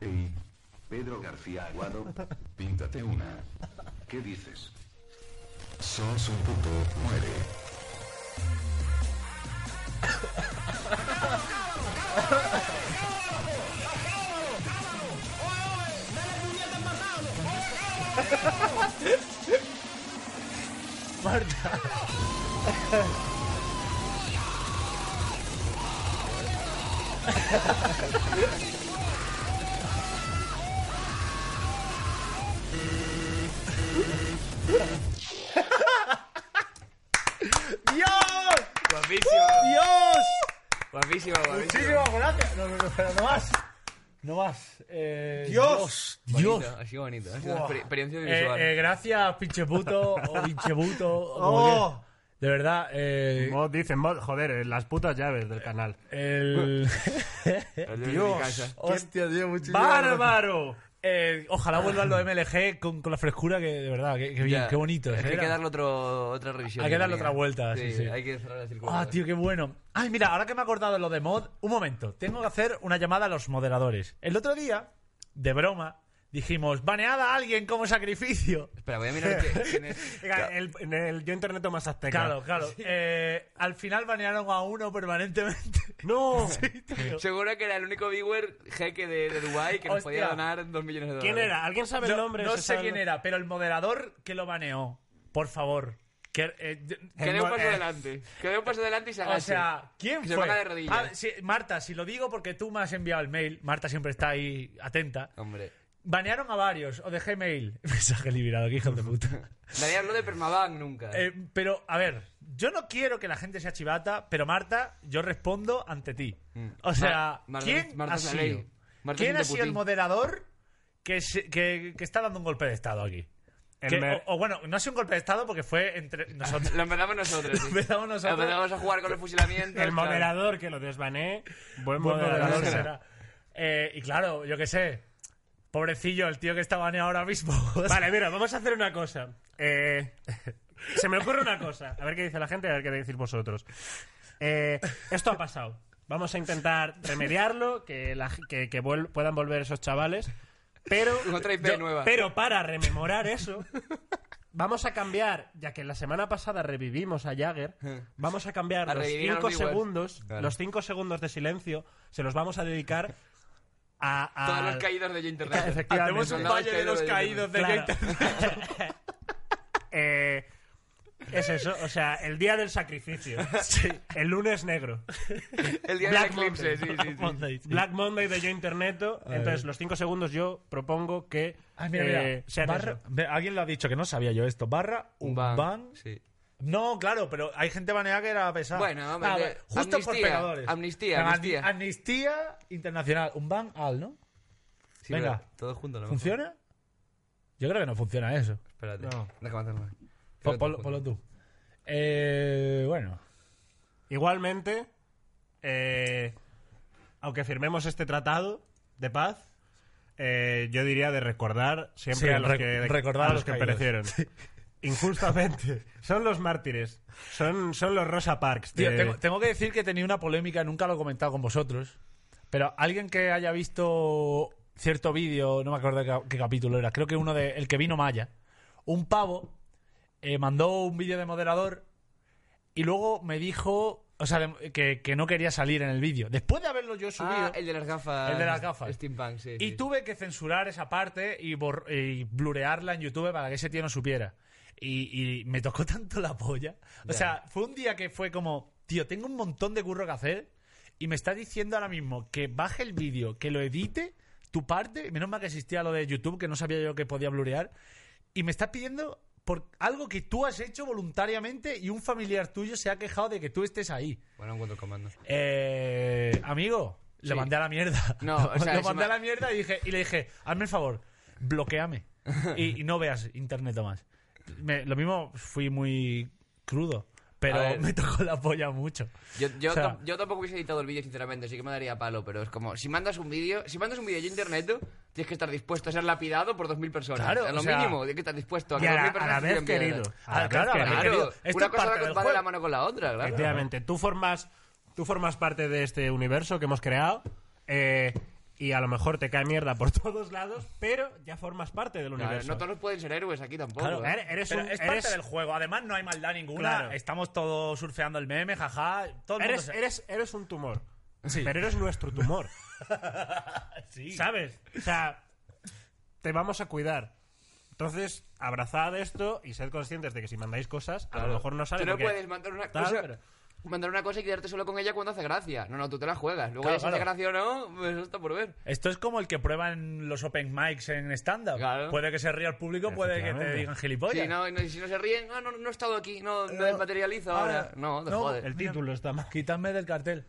[SPEAKER 4] Ey, Pedro García Aguado, píntate una. ¿Qué dices? Sos un puto, muere.
[SPEAKER 1] ¡Dios!
[SPEAKER 3] Guapísimo,
[SPEAKER 1] ¡Dios!
[SPEAKER 3] guapísimo, guapísimo.
[SPEAKER 1] Muchísimas gracias. No, no, no, espera, no más. No más. Eh,
[SPEAKER 2] Dios.
[SPEAKER 1] ¡Dios!
[SPEAKER 3] Bonito, ha sido bonito. Ha sido una exper- experiencia audiovisual.
[SPEAKER 1] Eh, eh, gracias, pinche
[SPEAKER 3] [LAUGHS]
[SPEAKER 1] puto o pinche buto. o
[SPEAKER 2] Oh.
[SPEAKER 1] como que- De verdad, eh,
[SPEAKER 2] Mod dice, mod, joder, eh, las putas llaves del canal.
[SPEAKER 3] [LAUGHS]
[SPEAKER 1] el...
[SPEAKER 3] El de mi casa.
[SPEAKER 1] Hostia, tío, muchísimas
[SPEAKER 2] ¡Bárbaro!
[SPEAKER 1] Eh, ojalá vuelvan
[SPEAKER 3] [LAUGHS]
[SPEAKER 1] los MLG con, con la frescura que, de verdad, que, que bien,
[SPEAKER 3] Ya.
[SPEAKER 1] qué bonito.
[SPEAKER 3] Es que hay
[SPEAKER 1] Era-
[SPEAKER 3] que darle otro, otra revisión.
[SPEAKER 1] Hay que darle
[SPEAKER 3] Mira.
[SPEAKER 1] otra vuelta, sí, sí.
[SPEAKER 3] Hay que cerrar el círculo.
[SPEAKER 1] Ah, tío, qué bueno. Ay, mira, ahora que me he acordado de lo de mod, un momento, tengo que hacer una llamada a los moderadores. El otro día, de broma, dijimos, baneada a alguien como sacrificio.
[SPEAKER 3] Espera, voy a mirar qué- quién es.
[SPEAKER 2] Venga, el, en el yo internet más azteca.
[SPEAKER 1] Claro, claro. Eh, al final banearon a uno permanentemente.
[SPEAKER 2] [LAUGHS] ¡No!
[SPEAKER 1] [LAUGHS]
[SPEAKER 3] Seguro que era el único viewer jeque de, de Dubái que nos podía
[SPEAKER 1] Hostia.
[SPEAKER 3] donar dos millones de dólares.
[SPEAKER 2] ¿Quién era? ¿Alguien sabe el
[SPEAKER 1] No,
[SPEAKER 2] nombre?
[SPEAKER 1] no
[SPEAKER 2] ¿Se
[SPEAKER 1] sé
[SPEAKER 2] sabe?
[SPEAKER 1] quién era, pero el moderador que lo baneó, por favor. Que, eh,
[SPEAKER 3] Que dé
[SPEAKER 1] mo-
[SPEAKER 3] un paso
[SPEAKER 1] eh,
[SPEAKER 3] adelante. Que dé un paso adelante y se agache.
[SPEAKER 1] O sea, ¿quién
[SPEAKER 3] Que se
[SPEAKER 1] fue?
[SPEAKER 3] ponga de rodillas.
[SPEAKER 1] Ah, sí, Marta, si lo digo porque tú me has enviado el mail, Marta siempre está ahí atenta.
[SPEAKER 3] Hombre.
[SPEAKER 1] Banearon a varios, o dejé [LAUGHS] mail. Mensaje liberado, que hijos de puta.
[SPEAKER 3] Nadie habló de Permaban nunca.
[SPEAKER 1] Eh, pero, a ver, yo no quiero que la gente sea chivata, pero Marta, yo respondo ante ti. O sea,
[SPEAKER 3] Mar- Marta-
[SPEAKER 1] ¿quién
[SPEAKER 3] Marta
[SPEAKER 1] ha
[SPEAKER 3] es la
[SPEAKER 1] sido?
[SPEAKER 3] ley. Marta
[SPEAKER 1] ¿Quién
[SPEAKER 3] es un
[SPEAKER 1] ha sido el
[SPEAKER 3] deputí.
[SPEAKER 1] moderador que, se- que- que está dando un golpe de estado aquí?
[SPEAKER 2] El
[SPEAKER 1] Que-
[SPEAKER 2] mer-
[SPEAKER 1] o, o bueno, no ha sido un golpe de estado porque fue entre nosotros.
[SPEAKER 3] [LAUGHS]
[SPEAKER 1] [LAUGHS]
[SPEAKER 3] Lo empezamos nosotros. sí.
[SPEAKER 1] Lo empezamos nosotros.
[SPEAKER 3] empezamos a jugar con los fusilamientos.
[SPEAKER 2] El
[SPEAKER 3] claro.
[SPEAKER 2] moderador que lo desvané, buen
[SPEAKER 1] Buen moderador
[SPEAKER 2] moderador
[SPEAKER 1] será.
[SPEAKER 2] será.
[SPEAKER 1] Eh, y claro, yo qué sé. Pobrecillo, el tío que está baneado ahora mismo. [LAUGHS]
[SPEAKER 2] Vale, mira, vamos a hacer una cosa. Eh, [LAUGHS] se me ocurre una cosa. A ver qué dice la gente, a ver qué decís vosotros. Eh, esto ha pasado. Vamos a intentar remediarlo, que, la- que- que vuel- puedan volver esos chavales. Pero,
[SPEAKER 3] [LAUGHS] Otra IP nueva.
[SPEAKER 2] pero para rememorar eso, vamos a cambiar, ya que la semana pasada revivimos a Jagger, vamos a cambiar
[SPEAKER 3] Eh. A
[SPEAKER 2] los
[SPEAKER 3] revivir a
[SPEAKER 2] 5
[SPEAKER 3] los viewers.
[SPEAKER 2] segundos,
[SPEAKER 3] Claro.
[SPEAKER 2] los cinco segundos de silencio, se los vamos a dedicar a... a-
[SPEAKER 3] Todos los caídos de
[SPEAKER 1] [LAUGHS]
[SPEAKER 3] Yo Internet.
[SPEAKER 2] Efectivamente.
[SPEAKER 1] Hacemos un
[SPEAKER 3] Soldados
[SPEAKER 1] valle de los caídos de
[SPEAKER 2] Claro.
[SPEAKER 1] Gator.
[SPEAKER 2] [LAUGHS] Eh, es eso, o sea, el día del
[SPEAKER 1] [LAUGHS]
[SPEAKER 2] sacrificio. El lunes negro.
[SPEAKER 3] El día del
[SPEAKER 2] Black
[SPEAKER 3] eclipse, sí, sí, sí.
[SPEAKER 2] Black Monday de Yo Interneto. Entonces, los cinco segundos yo propongo que
[SPEAKER 1] Ay, Ah, mira, mira.
[SPEAKER 2] eh, sean
[SPEAKER 1] Barra-
[SPEAKER 2] eso.
[SPEAKER 1] ve, Alguien lo ha dicho, que no sabía yo esto. Barra, un ban.
[SPEAKER 3] Sí.
[SPEAKER 1] No, claro, pero hay gente baneada que era pesada.
[SPEAKER 3] Bueno, hombre,
[SPEAKER 1] Ah,
[SPEAKER 3] de-
[SPEAKER 1] vale, justo por
[SPEAKER 3] amnistía,
[SPEAKER 1] pecadores.
[SPEAKER 3] amnistía,
[SPEAKER 1] Venga,
[SPEAKER 3] amnistía.
[SPEAKER 1] amni- amnistía internacional. Un ban al, ¿no?
[SPEAKER 3] Sí,
[SPEAKER 1] Venga.
[SPEAKER 3] pero Todo junto, a lo mejor.
[SPEAKER 1] ¿Funciona? Yo creo que no funciona eso.
[SPEAKER 3] Espérate.
[SPEAKER 2] No.
[SPEAKER 3] Déjame hacerlo.
[SPEAKER 1] Pon-
[SPEAKER 3] Creo que
[SPEAKER 1] ponlo,
[SPEAKER 3] todo
[SPEAKER 1] ponlo
[SPEAKER 3] junto.
[SPEAKER 1] tú. Eh, bueno.
[SPEAKER 2] Igualmente, eh, aunque firmemos este tratado de paz, eh, yo diría de recordar siempre
[SPEAKER 1] Sí,
[SPEAKER 2] a los
[SPEAKER 1] rec-
[SPEAKER 2] que,
[SPEAKER 1] recordar
[SPEAKER 2] a
[SPEAKER 1] a
[SPEAKER 2] los
[SPEAKER 1] los
[SPEAKER 2] que
[SPEAKER 1] caídos.
[SPEAKER 2] perecieron. Injustamente. Son los mártires. Son, son los Rosa Parks. de-
[SPEAKER 1] Tío, tengo, tengo que decir que tenía una polémica, nunca lo he comentado con vosotros. Pero alguien que haya visto cierto vídeo, no me acuerdo qué, qué capítulo era, creo que uno de El que vino Maya, un pavo eh, mandó un vídeo de moderador y luego me dijo, o sea, de- que, que no quería salir en el vídeo. Después de haberlo yo subido.
[SPEAKER 3] Ah, el de las gafas.
[SPEAKER 1] El de las gafas.
[SPEAKER 3] Steampunk, sí.
[SPEAKER 1] Y
[SPEAKER 3] sí.
[SPEAKER 1] tuve que censurar esa parte y, bor- y blurearla en YouTube para que ese tío no supiera. Y, y me tocó [LAUGHS] tanto la polla. O sea, fue un día que fue como, tío, tengo un montón de curro que hacer y me está diciendo ahora mismo que baje el vídeo, que lo edite, tu parte, menos mal que existía lo de YouTube, que no sabía yo que podía blurear, y me estás pidiendo por algo que tú has hecho voluntariamente y un familiar tuyo se ha quejado de que tú estés ahí.
[SPEAKER 3] Bueno, encuentro el comando.
[SPEAKER 1] Eh, amigo, le
[SPEAKER 3] Sí.
[SPEAKER 1] mandé a la mierda. [LAUGHS]
[SPEAKER 3] No, o sea,
[SPEAKER 1] lo
[SPEAKER 3] si
[SPEAKER 1] mandé a
[SPEAKER 3] ma-
[SPEAKER 1] la mierda y, dije, y le dije, hazme el favor, bloqueame. Y, y no veas internet o más. Me- lo mismo fui muy crudo,
[SPEAKER 3] A
[SPEAKER 1] pero
[SPEAKER 3] ver.
[SPEAKER 1] me tocó la polla mucho.
[SPEAKER 3] Yo, yo,
[SPEAKER 1] O sea-
[SPEAKER 3] tam- yo tampoco hubiese editado el vídeo, sinceramente, así que me daría palo, pero es como, si mandas un vídeo, si mandas un vídeo yo internet, tienes que estar dispuesto a ser lapidado por 2.000 personas.
[SPEAKER 1] Claro,
[SPEAKER 3] a lo
[SPEAKER 1] o sea-
[SPEAKER 3] mínimo, tienes que estar dispuesto a
[SPEAKER 2] Y
[SPEAKER 3] que
[SPEAKER 2] a la,
[SPEAKER 3] 2.000
[SPEAKER 2] a
[SPEAKER 3] personas
[SPEAKER 2] la
[SPEAKER 3] te
[SPEAKER 2] vez
[SPEAKER 3] tiren piedras.
[SPEAKER 2] querido. A la
[SPEAKER 1] Ah, claro,
[SPEAKER 2] vez querido.
[SPEAKER 1] a la
[SPEAKER 3] Claro,
[SPEAKER 1] querido. Esto
[SPEAKER 3] una
[SPEAKER 1] es
[SPEAKER 3] cosa
[SPEAKER 1] parte
[SPEAKER 3] va
[SPEAKER 1] del
[SPEAKER 3] de la
[SPEAKER 1] juego.
[SPEAKER 3] mano con la otra, claro.
[SPEAKER 2] Efectivamente, tú formas, tú formas parte de este universo que hemos creado eh, y a lo mejor te cae mierda por [LAUGHS] todos lados, pero ya formas parte del
[SPEAKER 3] Claro,
[SPEAKER 2] universo.
[SPEAKER 3] no todos pueden ser héroes aquí tampoco.
[SPEAKER 2] Claro,
[SPEAKER 3] ¿eh?
[SPEAKER 2] eres- eres
[SPEAKER 1] Pero
[SPEAKER 2] un-
[SPEAKER 1] es parte
[SPEAKER 2] eres-
[SPEAKER 1] del juego, además no hay maldad ninguna.
[SPEAKER 2] Claro.
[SPEAKER 1] Estamos todos surfeando el meme, jaja. Todo el mundo
[SPEAKER 2] eres,
[SPEAKER 1] se-
[SPEAKER 2] eres, eres un tumor,
[SPEAKER 1] Sí.
[SPEAKER 2] pero eres nuestro tumor,
[SPEAKER 1] [LAUGHS] Sí.
[SPEAKER 2] ¿sabes? O sea, te vamos a cuidar. Entonces, abrazad esto y sed conscientes de que si mandáis cosas, a lo mejor no sale
[SPEAKER 3] Tú no
[SPEAKER 2] porque-
[SPEAKER 3] puedes mandar una
[SPEAKER 2] Tal,
[SPEAKER 3] cosa...
[SPEAKER 2] pero-
[SPEAKER 3] Mandar una cosa y quedarte solo con ella cuando hace gracia. No, no, tú te la juegas. Luego
[SPEAKER 1] Claro,
[SPEAKER 3] ya si hace
[SPEAKER 1] claro.
[SPEAKER 3] gracia o no, pues eso está por ver.
[SPEAKER 1] Esto es como el que prueban los open mics en stand-up.
[SPEAKER 3] Claro.
[SPEAKER 1] Puede que se ría el público, puede que te
[SPEAKER 2] Efectivamente.
[SPEAKER 1] digan gilipollas.
[SPEAKER 3] Si no, y no- y si no se ríen, ah, no, no he estado aquí, no, no desmaterializo
[SPEAKER 2] Ah,
[SPEAKER 3] ahora. No, te jodes.
[SPEAKER 2] El título está mal.
[SPEAKER 1] Quitadme del cartel.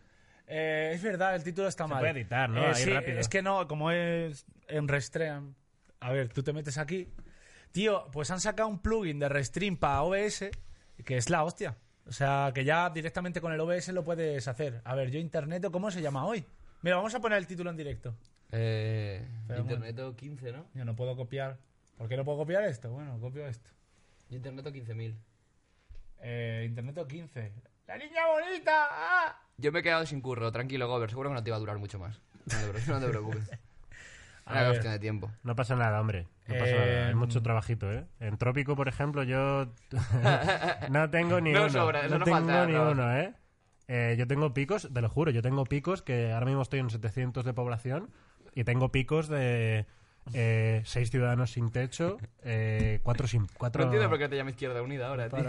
[SPEAKER 1] Eh, es verdad, el título está mal.
[SPEAKER 2] puede editar, ¿no?
[SPEAKER 1] Eh,
[SPEAKER 2] Ahí
[SPEAKER 1] sí,
[SPEAKER 2] rápido.
[SPEAKER 1] Es que no, como es en Restream. A ver, tú te metes aquí. Tío, pues han sacado un plugin de Restream para OBS que es la hostia. O sea, que ya directamente con el OBS lo puedes hacer. A ver, yo internet, ¿cómo se llama hoy? Mira, vamos a poner el título en directo.
[SPEAKER 3] Eh,
[SPEAKER 1] Pero
[SPEAKER 3] Interneto 15, ¿no?
[SPEAKER 1] Yo no puedo copiar. ¿Por qué no puedo copiar esto? Bueno, copio esto.
[SPEAKER 3] Yo Interneto 15.000.
[SPEAKER 1] Eh, internet 15. ¡La niña bonita! ¡Ah!
[SPEAKER 3] Yo me he quedado sin curro, tranquilo, Gober. Seguro que no te iba a durar mucho más. No te preocupes. No te preocupes.
[SPEAKER 1] A
[SPEAKER 3] Una
[SPEAKER 1] ver.
[SPEAKER 3] cuestión de tiempo.
[SPEAKER 2] No pasa nada, hombre. No pasa
[SPEAKER 1] Eh,
[SPEAKER 2] nada. Es
[SPEAKER 3] Em,
[SPEAKER 2] mucho trabajito, ¿eh? En Trópico, por ejemplo,
[SPEAKER 3] [LAUGHS]
[SPEAKER 2] yo no tengo ni
[SPEAKER 3] No
[SPEAKER 2] uno.
[SPEAKER 3] sobra, eso
[SPEAKER 2] no
[SPEAKER 3] no
[SPEAKER 2] tengo
[SPEAKER 3] falta,
[SPEAKER 2] ni
[SPEAKER 3] no.
[SPEAKER 2] uno, ¿eh? Eh, Yo tengo picos, te lo juro, yo tengo picos que ahora mismo estoy en 700 de población y tengo picos de... Eh, seis ciudadanos sin techo, eh, cuatro sin...
[SPEAKER 3] No
[SPEAKER 2] Cuatro...
[SPEAKER 3] entiendo por qué te llama Izquierda Unida ahora, tío.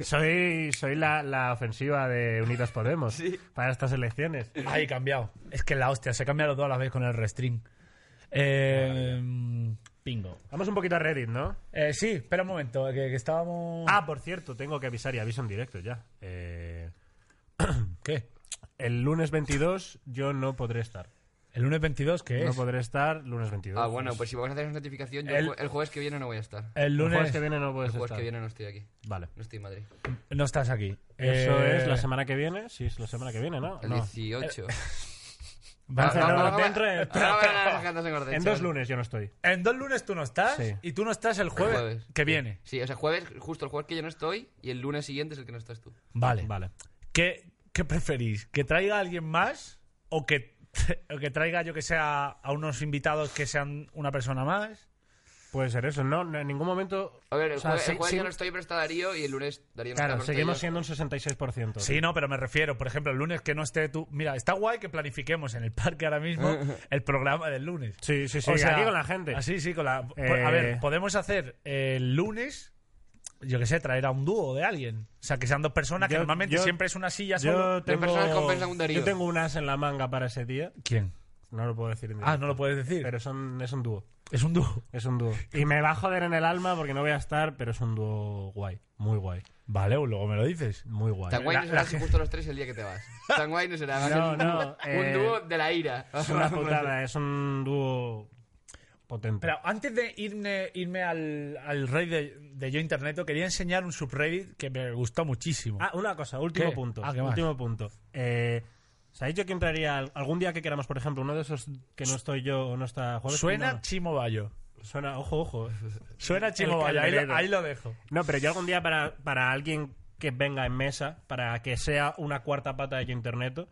[SPEAKER 2] Soy, soy la, la ofensiva de Unidas Podemos para estas elecciones.
[SPEAKER 1] Ahí cambiado. Es que la hostia, se cambia los dos a la vez con el restream. Eh, pingo.
[SPEAKER 2] Vamos un poquito a Reddit, ¿no?
[SPEAKER 1] Eh, sí, espera un momento, que, que estábamos...
[SPEAKER 2] Ah, por cierto, tengo que avisar y aviso en directo ya. Eh,
[SPEAKER 1] ¿Qué?
[SPEAKER 2] el lunes 22 yo no podré estar.
[SPEAKER 1] ¿El lunes 22 qué
[SPEAKER 2] No
[SPEAKER 1] es?
[SPEAKER 2] podré estar lunes 22.
[SPEAKER 3] Ah, bueno, pues si vamos a hacer una notificación, yo
[SPEAKER 1] El-
[SPEAKER 3] el, jue- el jueves que viene no voy a estar.
[SPEAKER 1] El
[SPEAKER 2] El
[SPEAKER 1] lunes
[SPEAKER 2] jueves que viene no
[SPEAKER 3] El
[SPEAKER 2] puedes
[SPEAKER 3] jueves
[SPEAKER 2] estar.
[SPEAKER 3] que viene no estoy aquí,
[SPEAKER 2] Vale.
[SPEAKER 3] no estoy en Madrid.
[SPEAKER 1] no estás aquí.
[SPEAKER 2] Eso
[SPEAKER 1] Eh,
[SPEAKER 2] es la semana que viene. Sí, es la semana que viene, ¿no?
[SPEAKER 3] El
[SPEAKER 2] No.
[SPEAKER 3] 18.
[SPEAKER 1] Van a
[SPEAKER 2] Ah, no,
[SPEAKER 1] cerrar-
[SPEAKER 2] no, no, dentro de-
[SPEAKER 1] [LAUGHS]
[SPEAKER 3] Ahora van a dejar dos en orden,
[SPEAKER 2] En dos
[SPEAKER 3] chaval.
[SPEAKER 2] lunes yo no estoy.
[SPEAKER 1] En dos lunes tú no estás
[SPEAKER 2] Sí.
[SPEAKER 1] y tú no estás el jueves,
[SPEAKER 3] jueves,
[SPEAKER 1] que viene.
[SPEAKER 3] Sí, o sea, jueves, justo el jueves que yo no estoy y el lunes siguiente es el que no estás tú.
[SPEAKER 1] Vale.
[SPEAKER 2] Vale.
[SPEAKER 1] ¿Qué, qué preferís? ¿Que traiga a alguien más o que, [LAUGHS] o que traiga, yo que sea, a unos invitados que sean una persona más?
[SPEAKER 2] Puede ser eso. No, no, en ningún momento.
[SPEAKER 3] A ver, el
[SPEAKER 2] o sea,
[SPEAKER 3] jueves,
[SPEAKER 2] se-
[SPEAKER 3] el jueves
[SPEAKER 2] se-
[SPEAKER 3] yo no estoy, pero está Darío y el lunes Darío no está.
[SPEAKER 2] Claro,
[SPEAKER 3] pero estoy
[SPEAKER 2] seguimos
[SPEAKER 3] yo.
[SPEAKER 2] siendo un 66%.
[SPEAKER 1] Sí, no, pero me refiero, por ejemplo, el lunes que no esté tú. Mira, está guay que planifiquemos en el parque ahora [LAUGHS] mismo el programa del lunes.
[SPEAKER 2] Sí, sí, sí.
[SPEAKER 1] O sea,
[SPEAKER 2] aquí con la gente.
[SPEAKER 1] Así, sí, con la.
[SPEAKER 2] Eh.
[SPEAKER 1] A ver, podemos hacer el lunes, yo que sé, traer a un dúo de alguien. O sea, que sean dos personas, que
[SPEAKER 2] Yo-
[SPEAKER 1] normalmente
[SPEAKER 2] yo-
[SPEAKER 1] siempre es una silla solo.
[SPEAKER 2] Yo
[SPEAKER 3] Tres
[SPEAKER 2] tengo,
[SPEAKER 3] personas compensan un Darío.
[SPEAKER 2] yo tengo un as en la manga para ese día.
[SPEAKER 1] ¿Quién?
[SPEAKER 2] No lo puedo decir en
[SPEAKER 1] Ah,
[SPEAKER 2] directo.
[SPEAKER 1] no lo puedes decir.
[SPEAKER 2] Pero son, es un dúo.
[SPEAKER 1] Es un dúo.
[SPEAKER 2] Es un dúo. Y me va a joder en el alma porque no voy a estar, pero es un dúo guay. Muy guay.
[SPEAKER 1] Vale, pues luego me lo dices.
[SPEAKER 2] Muy guay.
[SPEAKER 3] Tan guay
[SPEAKER 1] La-
[SPEAKER 3] no será
[SPEAKER 1] la
[SPEAKER 2] [LAUGHS]
[SPEAKER 3] si justo los tres el día que te vas. Tan guay no será. va a
[SPEAKER 2] No,
[SPEAKER 3] ser un-
[SPEAKER 2] no,
[SPEAKER 3] [LAUGHS] Un
[SPEAKER 2] eh,
[SPEAKER 3] dúo de la ira.
[SPEAKER 2] Es [LAUGHS] una putada. Es un dúo potente.
[SPEAKER 1] Pero antes de irme, irme al, al rey de, de Yo Interneto, quería enseñar un subreddit que me gustó muchísimo.
[SPEAKER 2] Ah, una cosa, último
[SPEAKER 1] ¿Qué?
[SPEAKER 2] punto.
[SPEAKER 1] Ah, ¿qué más?
[SPEAKER 2] último punto. Eh, ¿Sabéis yo que entraría al- algún día que queramos, por ejemplo, uno de esos que no estoy yo o no está jueves?
[SPEAKER 1] Suena
[SPEAKER 2] no,
[SPEAKER 1] Chimo Bayo.
[SPEAKER 2] suena, ojo, ojo.
[SPEAKER 1] Suena
[SPEAKER 2] El
[SPEAKER 1] Chimo Bayo. Ahí lo,
[SPEAKER 2] calderero.
[SPEAKER 1] ahí lo dejo.
[SPEAKER 2] No, pero yo algún día para, para alguien que venga en mesa, para que sea una cuarta pata de yo internet,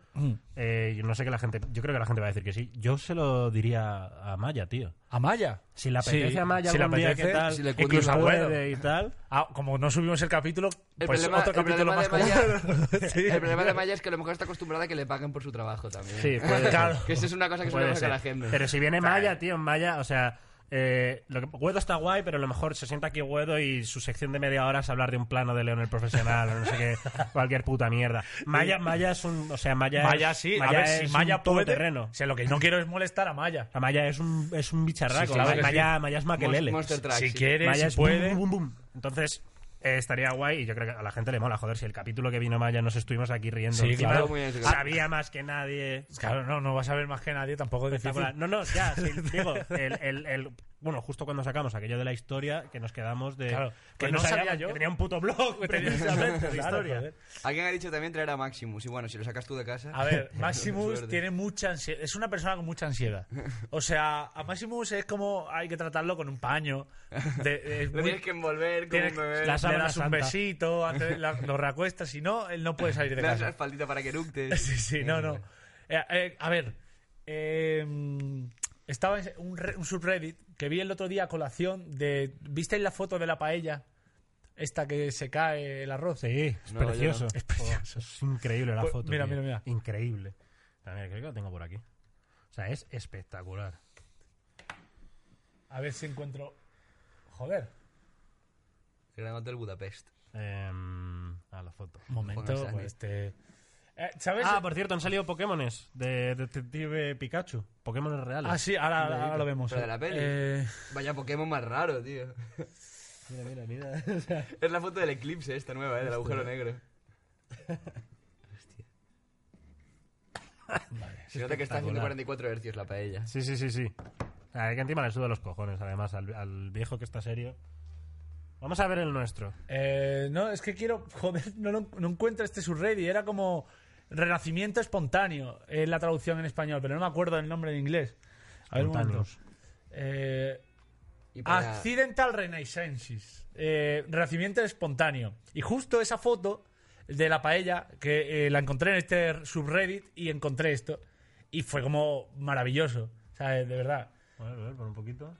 [SPEAKER 2] eh, yo no sé que la gente, yo creo que la gente va a decir que sí. Yo se lo diría a Maya, tío.
[SPEAKER 1] Amaya.
[SPEAKER 2] Si le apetece
[SPEAKER 1] Sí,
[SPEAKER 2] a Maya
[SPEAKER 1] si le
[SPEAKER 2] algún día
[SPEAKER 1] apetece,
[SPEAKER 2] que tal,
[SPEAKER 3] si le
[SPEAKER 2] que
[SPEAKER 3] cunde
[SPEAKER 1] un
[SPEAKER 2] puede
[SPEAKER 1] acuerdo.
[SPEAKER 2] y tal,
[SPEAKER 1] Ah, como no subimos el capítulo,
[SPEAKER 3] El
[SPEAKER 1] pues
[SPEAKER 3] problema-
[SPEAKER 1] otro
[SPEAKER 3] el
[SPEAKER 1] capítulo
[SPEAKER 3] problema
[SPEAKER 1] más
[SPEAKER 3] de Maya-
[SPEAKER 1] como-
[SPEAKER 3] [LAUGHS]
[SPEAKER 1] [LAUGHS] Sí.
[SPEAKER 3] El problema de Maya es que a lo mejor está acostumbrada a que le paguen por su trabajo también.
[SPEAKER 2] [LAUGHS] Sí,
[SPEAKER 3] [LAUGHS]
[SPEAKER 2] puede ser.
[SPEAKER 1] Claro.
[SPEAKER 3] Que eso es una cosa que
[SPEAKER 2] Puede
[SPEAKER 3] suele pasar a
[SPEAKER 2] ser.
[SPEAKER 3] la gente.
[SPEAKER 2] Pero si viene Maya, tío, en Maya, o sea, eh, lo que, Guedo está guay, pero a lo mejor se sienta aquí Guedo y su sección de media hora es hablar de un plano de León el profesional o no
[SPEAKER 1] [LAUGHS]
[SPEAKER 2] sé qué, cualquier puta mierda. Maya, Maya es un, o sea,
[SPEAKER 1] [LAUGHS]
[SPEAKER 2] Maya,
[SPEAKER 1] Maya
[SPEAKER 2] es,
[SPEAKER 1] sí,
[SPEAKER 2] Maya
[SPEAKER 1] a ver
[SPEAKER 2] es
[SPEAKER 1] si
[SPEAKER 2] un
[SPEAKER 1] Maya puede.
[SPEAKER 2] todoterreno.
[SPEAKER 1] O sea, lo que no quiero es molestar a Maya.
[SPEAKER 2] La Maya es un es un bicharraco,
[SPEAKER 1] Sí, claro
[SPEAKER 2] Ma-
[SPEAKER 1] que sí.
[SPEAKER 2] Maya, Maya es
[SPEAKER 3] Mon-
[SPEAKER 2] maquelele.
[SPEAKER 3] Monster Truck,
[SPEAKER 1] si
[SPEAKER 3] sí.
[SPEAKER 1] quiere,
[SPEAKER 2] Maya
[SPEAKER 1] si
[SPEAKER 2] es
[SPEAKER 1] puede.
[SPEAKER 2] bum, bum, bum. Entonces eh, estaría guay y yo creo que a la gente le mola, joder, si el capítulo que vino Maya nos estuvimos aquí riendo.
[SPEAKER 1] Sí,
[SPEAKER 2] encima.
[SPEAKER 1] claro.
[SPEAKER 3] Muy bien, sí, claro.
[SPEAKER 2] Sabía más que nadie.
[SPEAKER 1] Claro, no, no vas a ver más que nadie, tampoco es difícil.
[SPEAKER 2] Espectacular. No, no, ya,
[SPEAKER 1] [LAUGHS]
[SPEAKER 2] sí, digo, el, el- el- bueno, justo cuando sacamos aquello de la historia, que nos quedamos de...
[SPEAKER 1] Claro, que
[SPEAKER 2] pues
[SPEAKER 1] no sabía
[SPEAKER 2] sabíamos
[SPEAKER 1] yo.
[SPEAKER 2] Que tenía un puto
[SPEAKER 1] [LAUGHS]
[SPEAKER 2] blog, precisamente, de
[SPEAKER 1] Claro,
[SPEAKER 2] historia.
[SPEAKER 1] joder.
[SPEAKER 3] Alguien ha dicho también traer a Maximus. Y bueno, si lo sacas tú de casa.
[SPEAKER 1] A
[SPEAKER 3] [LAUGHS]
[SPEAKER 1] ver,
[SPEAKER 3] Con
[SPEAKER 1] Maximus
[SPEAKER 3] suerte.
[SPEAKER 1] tiene mucha ansiedad. Es una persona con mucha ansiedad. O sea, a Maximus es como hay que tratarlo con un paño. De-
[SPEAKER 3] [LAUGHS]
[SPEAKER 1] es
[SPEAKER 3] Lo
[SPEAKER 1] muy-
[SPEAKER 3] tienes que envolver como
[SPEAKER 1] tienes-
[SPEAKER 3] un bebé.
[SPEAKER 2] La
[SPEAKER 1] le
[SPEAKER 2] sábana
[SPEAKER 1] das un
[SPEAKER 2] santa.
[SPEAKER 1] besito, antes la- lo recuestas. Si no, él no puede salir de
[SPEAKER 3] Le das la
[SPEAKER 1] casa.
[SPEAKER 3] espaldita para que
[SPEAKER 1] [LAUGHS]
[SPEAKER 3] eructes.
[SPEAKER 1] Sí, sí, no, no. Eh, eh, a ver, eh, estaba en un, re- un subreddit que vi el otro día a colación de... ¿Visteis la foto de la paella? Esta que se cae el arroz.
[SPEAKER 2] Sí, es
[SPEAKER 3] No, yo
[SPEAKER 2] precioso.
[SPEAKER 3] no.
[SPEAKER 2] Es precioso. es increíble la
[SPEAKER 1] Pues,
[SPEAKER 2] foto.
[SPEAKER 1] mira,
[SPEAKER 2] tío.
[SPEAKER 1] mira, mira.
[SPEAKER 2] Increíble. Ah, mira, creo que la tengo por aquí. O sea, es espectacular.
[SPEAKER 1] A ver si encuentro... Joder.
[SPEAKER 3] Gran Hotel Budapest.
[SPEAKER 2] Em, ah, la foto.
[SPEAKER 1] Un momento,
[SPEAKER 3] Póngase
[SPEAKER 1] pues,
[SPEAKER 3] ahí.
[SPEAKER 1] este... Eh, ¿Sabes?
[SPEAKER 2] Ah, por cierto, han salido Pokémones de Detective Pikachu. Pokémones reales.
[SPEAKER 1] Ah, sí, ahora, ahora- ahora lo vemos.
[SPEAKER 3] Pero de la peli.
[SPEAKER 1] Eh,
[SPEAKER 3] Vaya Pokémon más raro, tío.
[SPEAKER 2] Mira, mira, mira. O sea,
[SPEAKER 3] Es la foto del eclipse esta nueva, ¿eh? Del agujero negro. Se nota que está a 144 hercios la paella.
[SPEAKER 2] Sí, sí, sí, sí. Ah, que encima le suda los cojones, además, al, al viejo que está serio. Vamos a ver el nuestro.
[SPEAKER 1] eh, no, es que quiero... [LAUGHS] Joder, no, lo- no encuentro este subreddit. Era como... Renacimiento espontáneo es la traducción en español, pero no me acuerdo el nombre en inglés. A ver, un momento.
[SPEAKER 2] Espontáneos.
[SPEAKER 1] Eh,
[SPEAKER 3] Y para-
[SPEAKER 1] Ah, Accidental Renaissance. Eh, renacimiento espontáneo. Y justo esa foto de la paella, que eh, la encontré en este subreddit y encontré esto. Y fue como maravilloso. O sea, eh, de verdad.
[SPEAKER 2] A ver, a ver, por un poquito.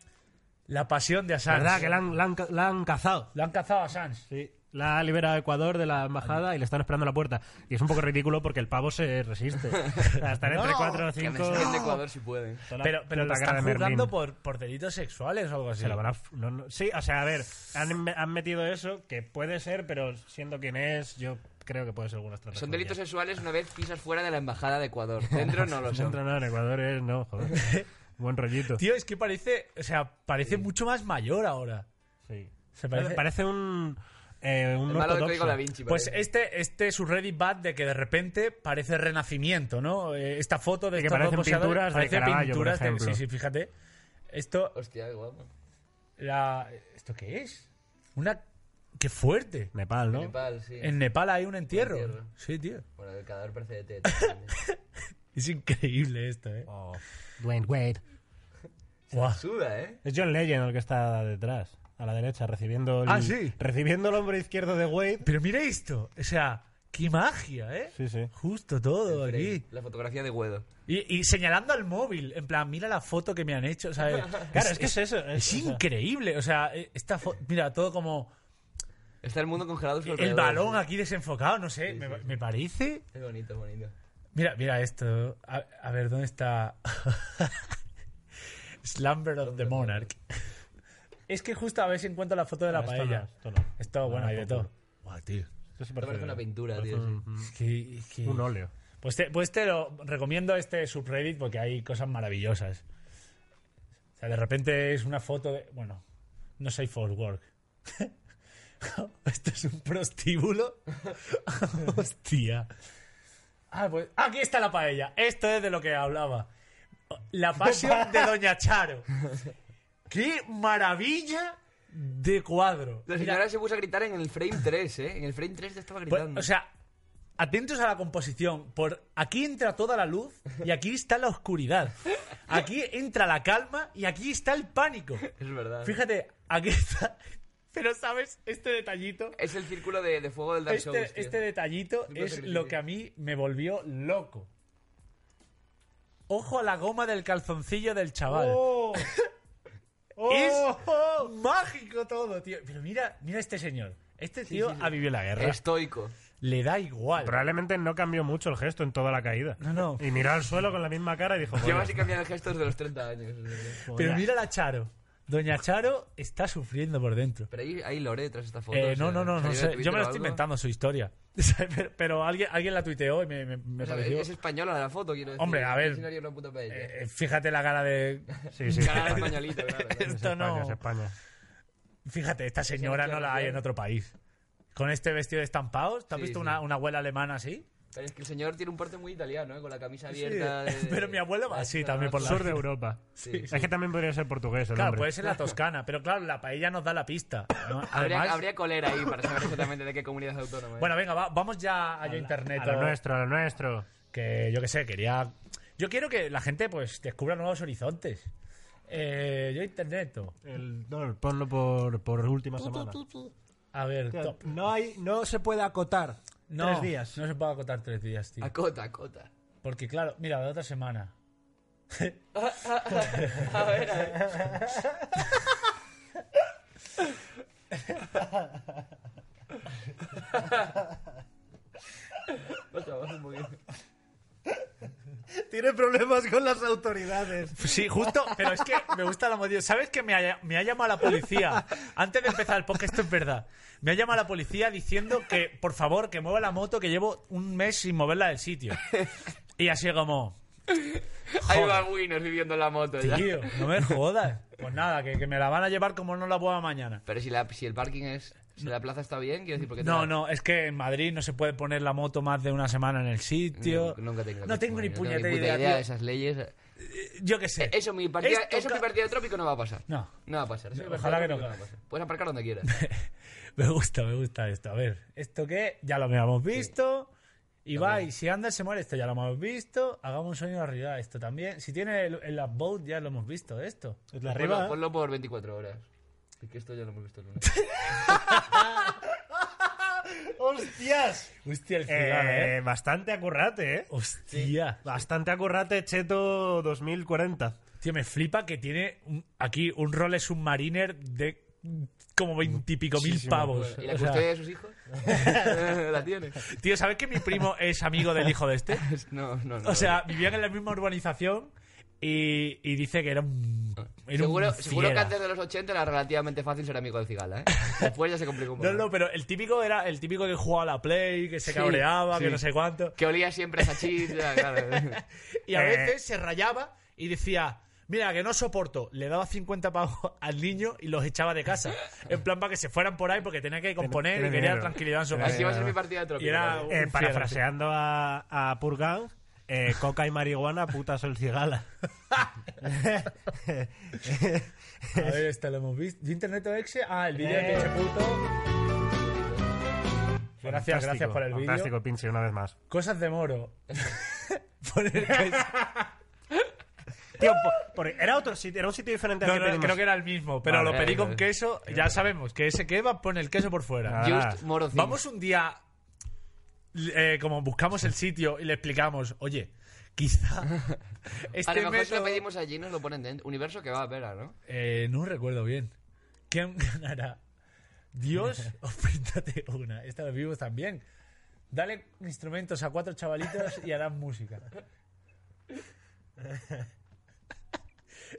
[SPEAKER 1] La pasión de
[SPEAKER 2] La
[SPEAKER 1] Assange.
[SPEAKER 2] verdad que la han, la han ca- la han cazado.
[SPEAKER 1] Lo han cazado a Assange.
[SPEAKER 2] Sí. La ha liberado Ecuador de la embajada y le están esperando a la puerta. Y es un poco ridículo porque el pavo se resiste. [LAUGHS] Hasta entre
[SPEAKER 1] No,
[SPEAKER 2] 4 o
[SPEAKER 3] Que me
[SPEAKER 2] 5.
[SPEAKER 3] saquen de Ecuador si pueden.
[SPEAKER 2] Pues
[SPEAKER 1] Pero, pero lo están juzgando por, por delitos sexuales o algo así.
[SPEAKER 2] Se lo van a f- no, no- Sí, o sea, a ver, han, han metido eso, que puede ser, pero siendo quien es, yo creo que puede ser alguna estrategia.
[SPEAKER 3] Son delitos sexuales una vez pisas fuera de la embajada de Ecuador. Dentro no lo
[SPEAKER 2] No
[SPEAKER 3] son. [LAUGHS]
[SPEAKER 2] entra nada en Ecuador, es- ¿eh? no, joder. Buen rollito.
[SPEAKER 1] Tío, es que parece, o sea, parece mucho más mayor ahora.
[SPEAKER 2] Sí.
[SPEAKER 1] Se
[SPEAKER 2] Parece,
[SPEAKER 1] parece-
[SPEAKER 2] un. eh, un
[SPEAKER 3] El malo de Código
[SPEAKER 2] ortodoxo.
[SPEAKER 3] Da Vinci.
[SPEAKER 1] Pues
[SPEAKER 3] parece.
[SPEAKER 1] este, este es su Reddit bad de que de repente parece renacimiento, ¿no? Eh, Esta foto de
[SPEAKER 2] Que
[SPEAKER 1] estos dos
[SPEAKER 2] parecen
[SPEAKER 1] poseadores
[SPEAKER 2] pinturas de
[SPEAKER 1] parece
[SPEAKER 2] Caravaggio, por
[SPEAKER 1] pinturas de-
[SPEAKER 2] ejemplo.
[SPEAKER 1] Sí, sí, fíjate. Esto,
[SPEAKER 3] Hostia, qué guapo.
[SPEAKER 1] la, ¿esto qué es? Una, qué fuerte.
[SPEAKER 2] Nepal, ¿no?
[SPEAKER 3] Nepal, sí.
[SPEAKER 1] En Nepal hay un entierro.
[SPEAKER 3] Un entierro.
[SPEAKER 1] Sí, tío.
[SPEAKER 3] Bueno, el cadáver parece de teta. también.
[SPEAKER 1] Es increíble esto, ¿eh?
[SPEAKER 2] O Dwayne Wade.
[SPEAKER 1] Guau.
[SPEAKER 3] Suda, ¿eh?
[SPEAKER 2] Es John Legend el que está detrás, a la derecha, recibiendo el,
[SPEAKER 1] Ah, sí.
[SPEAKER 2] recibiendo el hombro izquierdo de Wade.
[SPEAKER 1] Pero mira esto, o sea, qué magia, ¿eh?
[SPEAKER 2] Sí, sí.
[SPEAKER 1] Justo todo
[SPEAKER 3] El
[SPEAKER 1] aquí.
[SPEAKER 3] frame, La fotografía de Guedo.
[SPEAKER 1] Y, y señalando al móvil, en plan, mira la foto que me han hecho, [LAUGHS] ¿sabes?
[SPEAKER 2] Claro, es, que es eso. Es,
[SPEAKER 1] Es
[SPEAKER 2] o sea,
[SPEAKER 1] increíble, o sea, eh, esta fo- mira, todo como
[SPEAKER 3] Está el mundo congelado. a su
[SPEAKER 1] el
[SPEAKER 3] alrededor,
[SPEAKER 1] balón
[SPEAKER 3] sí.
[SPEAKER 1] aquí desenfocado, no sé, me, me parece.
[SPEAKER 3] Es bonito, es bonito.
[SPEAKER 1] Mira, mira esto, a, a ver, ¿dónde está? [LAUGHS] Slumber of the Monarch. Es que justo a ver si encuentro la foto de la
[SPEAKER 2] esto no,
[SPEAKER 1] paella.
[SPEAKER 2] esto no.
[SPEAKER 1] Esto, bueno,
[SPEAKER 2] no,
[SPEAKER 1] hay de todo.
[SPEAKER 2] tampoco.
[SPEAKER 1] Guau, tío.
[SPEAKER 2] Esto sí
[SPEAKER 3] Esto parece una pintura, tío. sí.
[SPEAKER 2] un,
[SPEAKER 1] Es que- es que-
[SPEAKER 2] un óleo.
[SPEAKER 1] Pues te, pues te lo recomiendo este subreddit porque hay cosas maravillosas. O sea, de repente es una foto de. Bueno, no soy for work. [LAUGHS] Esto es un prostíbulo. [LAUGHS] Hostia. Ah, pues aquí está la paella. Esto es de lo que hablaba. La pasión de Doña Charo. ¡Qué maravilla de cuadro!
[SPEAKER 3] La
[SPEAKER 1] Mira,
[SPEAKER 3] señora se puso a gritar en el frame 3, ¿eh? En el frame 3 ya estaba
[SPEAKER 1] Pues,
[SPEAKER 3] gritando.
[SPEAKER 1] o sea, atentos a la composición. Por aquí entra toda la luz y aquí está la oscuridad. Aquí entra la calma y aquí está el pánico.
[SPEAKER 3] es verdad.
[SPEAKER 1] Fíjate, aquí está. [LAUGHS] Pero sabes, este detallito,
[SPEAKER 3] Es el círculo de, de fuego del Dark Souls,
[SPEAKER 1] este,
[SPEAKER 3] tío.
[SPEAKER 1] este detallito
[SPEAKER 3] Siempre
[SPEAKER 1] es
[SPEAKER 3] sacrificio.
[SPEAKER 1] lo que a mí me volvió loco. Ojo a la goma del calzoncillo del chaval. [LAUGHS] Es mágico todo, tío. Pero mira, mira este señor. Este tío ha vivido la guerra.
[SPEAKER 3] Estoico.
[SPEAKER 1] Le da igual.
[SPEAKER 2] Probablemente no cambió mucho el gesto en toda la caída.
[SPEAKER 1] No, no.
[SPEAKER 2] Y miró al suelo con la misma cara y dijo:
[SPEAKER 3] Lleva
[SPEAKER 2] "Joder,
[SPEAKER 3] así cambiando gestos de los 30 años.
[SPEAKER 1] Pero mira la Charo. Doña Charo está sufriendo por dentro.
[SPEAKER 3] Pero ahí, ahí lore detrás de esta foto.
[SPEAKER 1] Eh,
[SPEAKER 3] o sea,
[SPEAKER 1] no, no, no, no
[SPEAKER 3] salió de
[SPEAKER 1] sé. Yo
[SPEAKER 3] Twitter
[SPEAKER 1] me lo
[SPEAKER 3] o
[SPEAKER 1] estoy
[SPEAKER 3] algo.
[SPEAKER 1] inventando su historia. [LAUGHS] ¿Sabes? pero pero alguien, alguien la tuiteó y me, me- me
[SPEAKER 3] O sea,
[SPEAKER 1] pareció.
[SPEAKER 3] es española la foto, quiero decir.
[SPEAKER 1] Hombre, a ver.
[SPEAKER 3] Si no haría una puta paella.
[SPEAKER 1] Eh, eh, fíjate la cara de.
[SPEAKER 2] Sí, sí.
[SPEAKER 3] [LAUGHS] Cara de españolito,
[SPEAKER 1] [LAUGHS]
[SPEAKER 3] claro. claro.
[SPEAKER 2] Es
[SPEAKER 1] Esto
[SPEAKER 2] España,
[SPEAKER 1] no.
[SPEAKER 2] es España.
[SPEAKER 1] Fíjate, esta señora no la hay en otro país. Con este vestido de estampados, ¿te has
[SPEAKER 3] Sí,
[SPEAKER 1] visto
[SPEAKER 3] sí.
[SPEAKER 1] Una, una abuela alemana así?
[SPEAKER 3] Pero es que el señor tiene un porte muy italiano, ¿eh? Con la camisa
[SPEAKER 1] [LAUGHS]
[SPEAKER 3] abierta. de-
[SPEAKER 1] Pero mi abuelo va así
[SPEAKER 3] Esta-
[SPEAKER 1] también por la. [LAUGHS]
[SPEAKER 2] Sur de Europa.
[SPEAKER 3] Sí,
[SPEAKER 2] Es que también podría ser portugués el
[SPEAKER 1] Claro,
[SPEAKER 2] hombre.
[SPEAKER 1] puede ser la toscana, pero claro, la paella nos da la pista. ¿no?
[SPEAKER 3] Habría,
[SPEAKER 1] Además-
[SPEAKER 3] habría colera ahí para saber exactamente de qué comunidad autónoma. ¿eh?
[SPEAKER 1] Bueno, venga, va- vamos ya a yo internet.
[SPEAKER 2] A lo
[SPEAKER 1] o-
[SPEAKER 2] nuestro, a lo nuestro.
[SPEAKER 1] que yo qué sé, quería... Yo quiero que la gente pues descubra nuevos horizontes. Eh, yo internet.
[SPEAKER 2] El, no, ponlo por, por última semana.
[SPEAKER 1] A ver, top.
[SPEAKER 2] No, hay, no se puede acotar
[SPEAKER 1] No,
[SPEAKER 2] tres días.
[SPEAKER 1] no se puede acotar tres días, tío.
[SPEAKER 3] Acota, acota.
[SPEAKER 1] Porque claro, mira, la otra semana.
[SPEAKER 3] A ver, a ver. Baja, baja un poquito.
[SPEAKER 2] Tiene problemas con las [LAUGHS] autoridades.
[SPEAKER 1] Sí, justo, [LAUGHS] pero es que me gusta la motivación. ¿Sabes que me ha, me ha llamado la policía? Antes de empezar el podcast, esto es verdad. Me ha llamado la policía diciendo que, por favor, que mueva la moto, que llevo un mes sin moverla del sitio. Y así como...
[SPEAKER 3] Ahí
[SPEAKER 1] Joder.
[SPEAKER 3] va Winners viviendo en la moto ya.
[SPEAKER 1] Tío, no me jodas. Pues nada, que, que me la van a llevar como no la pueda mañana.
[SPEAKER 3] Pero si, la, si el parking es. Si la plaza está bien, quiero decir, porque.
[SPEAKER 1] No, no, es que en Madrid no se puede poner la moto más de una semana en el sitio.
[SPEAKER 3] Nunca tengo
[SPEAKER 1] no tengo ni
[SPEAKER 3] puñetera
[SPEAKER 1] puñetera
[SPEAKER 3] idea,
[SPEAKER 1] idea.
[SPEAKER 3] de
[SPEAKER 1] tío.
[SPEAKER 3] esas leyes.
[SPEAKER 1] Yo qué sé.
[SPEAKER 3] Eso, mi partida,
[SPEAKER 1] Esto
[SPEAKER 3] eso en mi
[SPEAKER 1] ca-
[SPEAKER 3] partida de trópico no va a pasar.
[SPEAKER 1] No. [LAUGHS]
[SPEAKER 3] No va a pasar. Eso en mi
[SPEAKER 1] Ojalá
[SPEAKER 3] partida
[SPEAKER 1] que no.
[SPEAKER 3] de trópico va a pasar. Puedes aparcar
[SPEAKER 1] [LAUGHS]
[SPEAKER 3] donde quieras.
[SPEAKER 1] Me gusta, me gusta esto. A ver, ¿esto qué? Ya lo habíamos visto. Y va, y si Anders se muere, esto ya lo hemos visto. Hagamos un sueño arriba, esto también. Si tiene el, el upvote, ya lo hemos visto, esto.
[SPEAKER 2] La
[SPEAKER 3] Ponlo,
[SPEAKER 2] arriba.
[SPEAKER 3] ponlo por 24 horas. Es que esto ya lo hemos visto el lunes.
[SPEAKER 2] ¡Hostias!
[SPEAKER 1] Hostia, el ciudad, ¿eh?
[SPEAKER 2] Eh, bastante acurrate, ¿eh?
[SPEAKER 1] Hostia.
[SPEAKER 2] Bastante acurrate, Cheto 2040.
[SPEAKER 1] Tío, me flipa que tiene un- aquí un role submariner de como veintipico mil pavos.
[SPEAKER 3] pues, ¿Y la
[SPEAKER 1] [LAUGHS] O sea,
[SPEAKER 3] custodia de sus hijos? [LAUGHS] ¿La tiene?
[SPEAKER 1] tío, ¿sabes que mi primo es amigo del hijo de este?
[SPEAKER 3] No, no, no.
[SPEAKER 1] O sea, vivían en la misma urbanización y, y dice que era un. Era un
[SPEAKER 3] seguro, seguro que
[SPEAKER 1] fiera.
[SPEAKER 3] antes de los 80 era relativamente fácil ser amigo de Cigala, ¿eh? Después ya se complicó un poco.
[SPEAKER 1] No, no, pero el típico era el típico que jugaba a la Play, que se cabreaba, que no sé cuánto. [LAUGHS]
[SPEAKER 3] Que olía siempre a sachis, ya, claro.
[SPEAKER 1] Y a
[SPEAKER 2] Eh.
[SPEAKER 1] veces se rayaba y decía, Mira, que no soporto. Le daba 50 pavos al niño y los echaba de casa. En plan para que se fueran por ahí porque tenía que componer
[SPEAKER 2] tiene
[SPEAKER 1] y quería
[SPEAKER 2] dinero.
[SPEAKER 1] tranquilidad en su
[SPEAKER 3] Así va a
[SPEAKER 1] casa.
[SPEAKER 3] ser mi partida de trópico.
[SPEAKER 1] Y era
[SPEAKER 3] ¿vale?
[SPEAKER 1] un
[SPEAKER 2] Eh,
[SPEAKER 1] fiel.
[SPEAKER 2] parafraseando a, a Purgang, eh, coca y marihuana, putas
[SPEAKER 1] [LAUGHS]
[SPEAKER 2] el cigala.
[SPEAKER 1] A ver, este lo hemos visto. ¿De Internet Exe? Ah, el vídeo de
[SPEAKER 2] Eh.
[SPEAKER 1] pinche puto. Gracias, gracias por el vídeo.
[SPEAKER 2] Fantástico, pinche, una vez más.
[SPEAKER 1] Cosas de moro. [LAUGHS] Por el que-
[SPEAKER 2] Tío, po- porque era otro sitio, era un sitio diferente al
[SPEAKER 1] No,
[SPEAKER 2] que
[SPEAKER 1] no,
[SPEAKER 2] pedimos.
[SPEAKER 1] creo que era el mismo, pero
[SPEAKER 2] Vale,
[SPEAKER 1] lo pedí
[SPEAKER 3] eh,
[SPEAKER 1] con
[SPEAKER 3] eh.
[SPEAKER 1] queso. Ya sabemos que ese kebab pone el queso por fuera.
[SPEAKER 2] Ah.
[SPEAKER 3] Just Moro Cine.
[SPEAKER 1] Vamos un día, eh, como buscamos el sitio y le explicamos, oye,
[SPEAKER 3] [LAUGHS]
[SPEAKER 1] quizá este
[SPEAKER 3] a lo mejor si lo
[SPEAKER 1] método-
[SPEAKER 3] pedimos allí y nos lo ponen dentro. Universo que va a vera, ¿no?
[SPEAKER 1] Eh, no recuerdo bien. ¿Quién [LAUGHS] ganará? ¿Dios o píntate una? Esta lo vimos también. Dale instrumentos a cuatro chavalitos y harán música.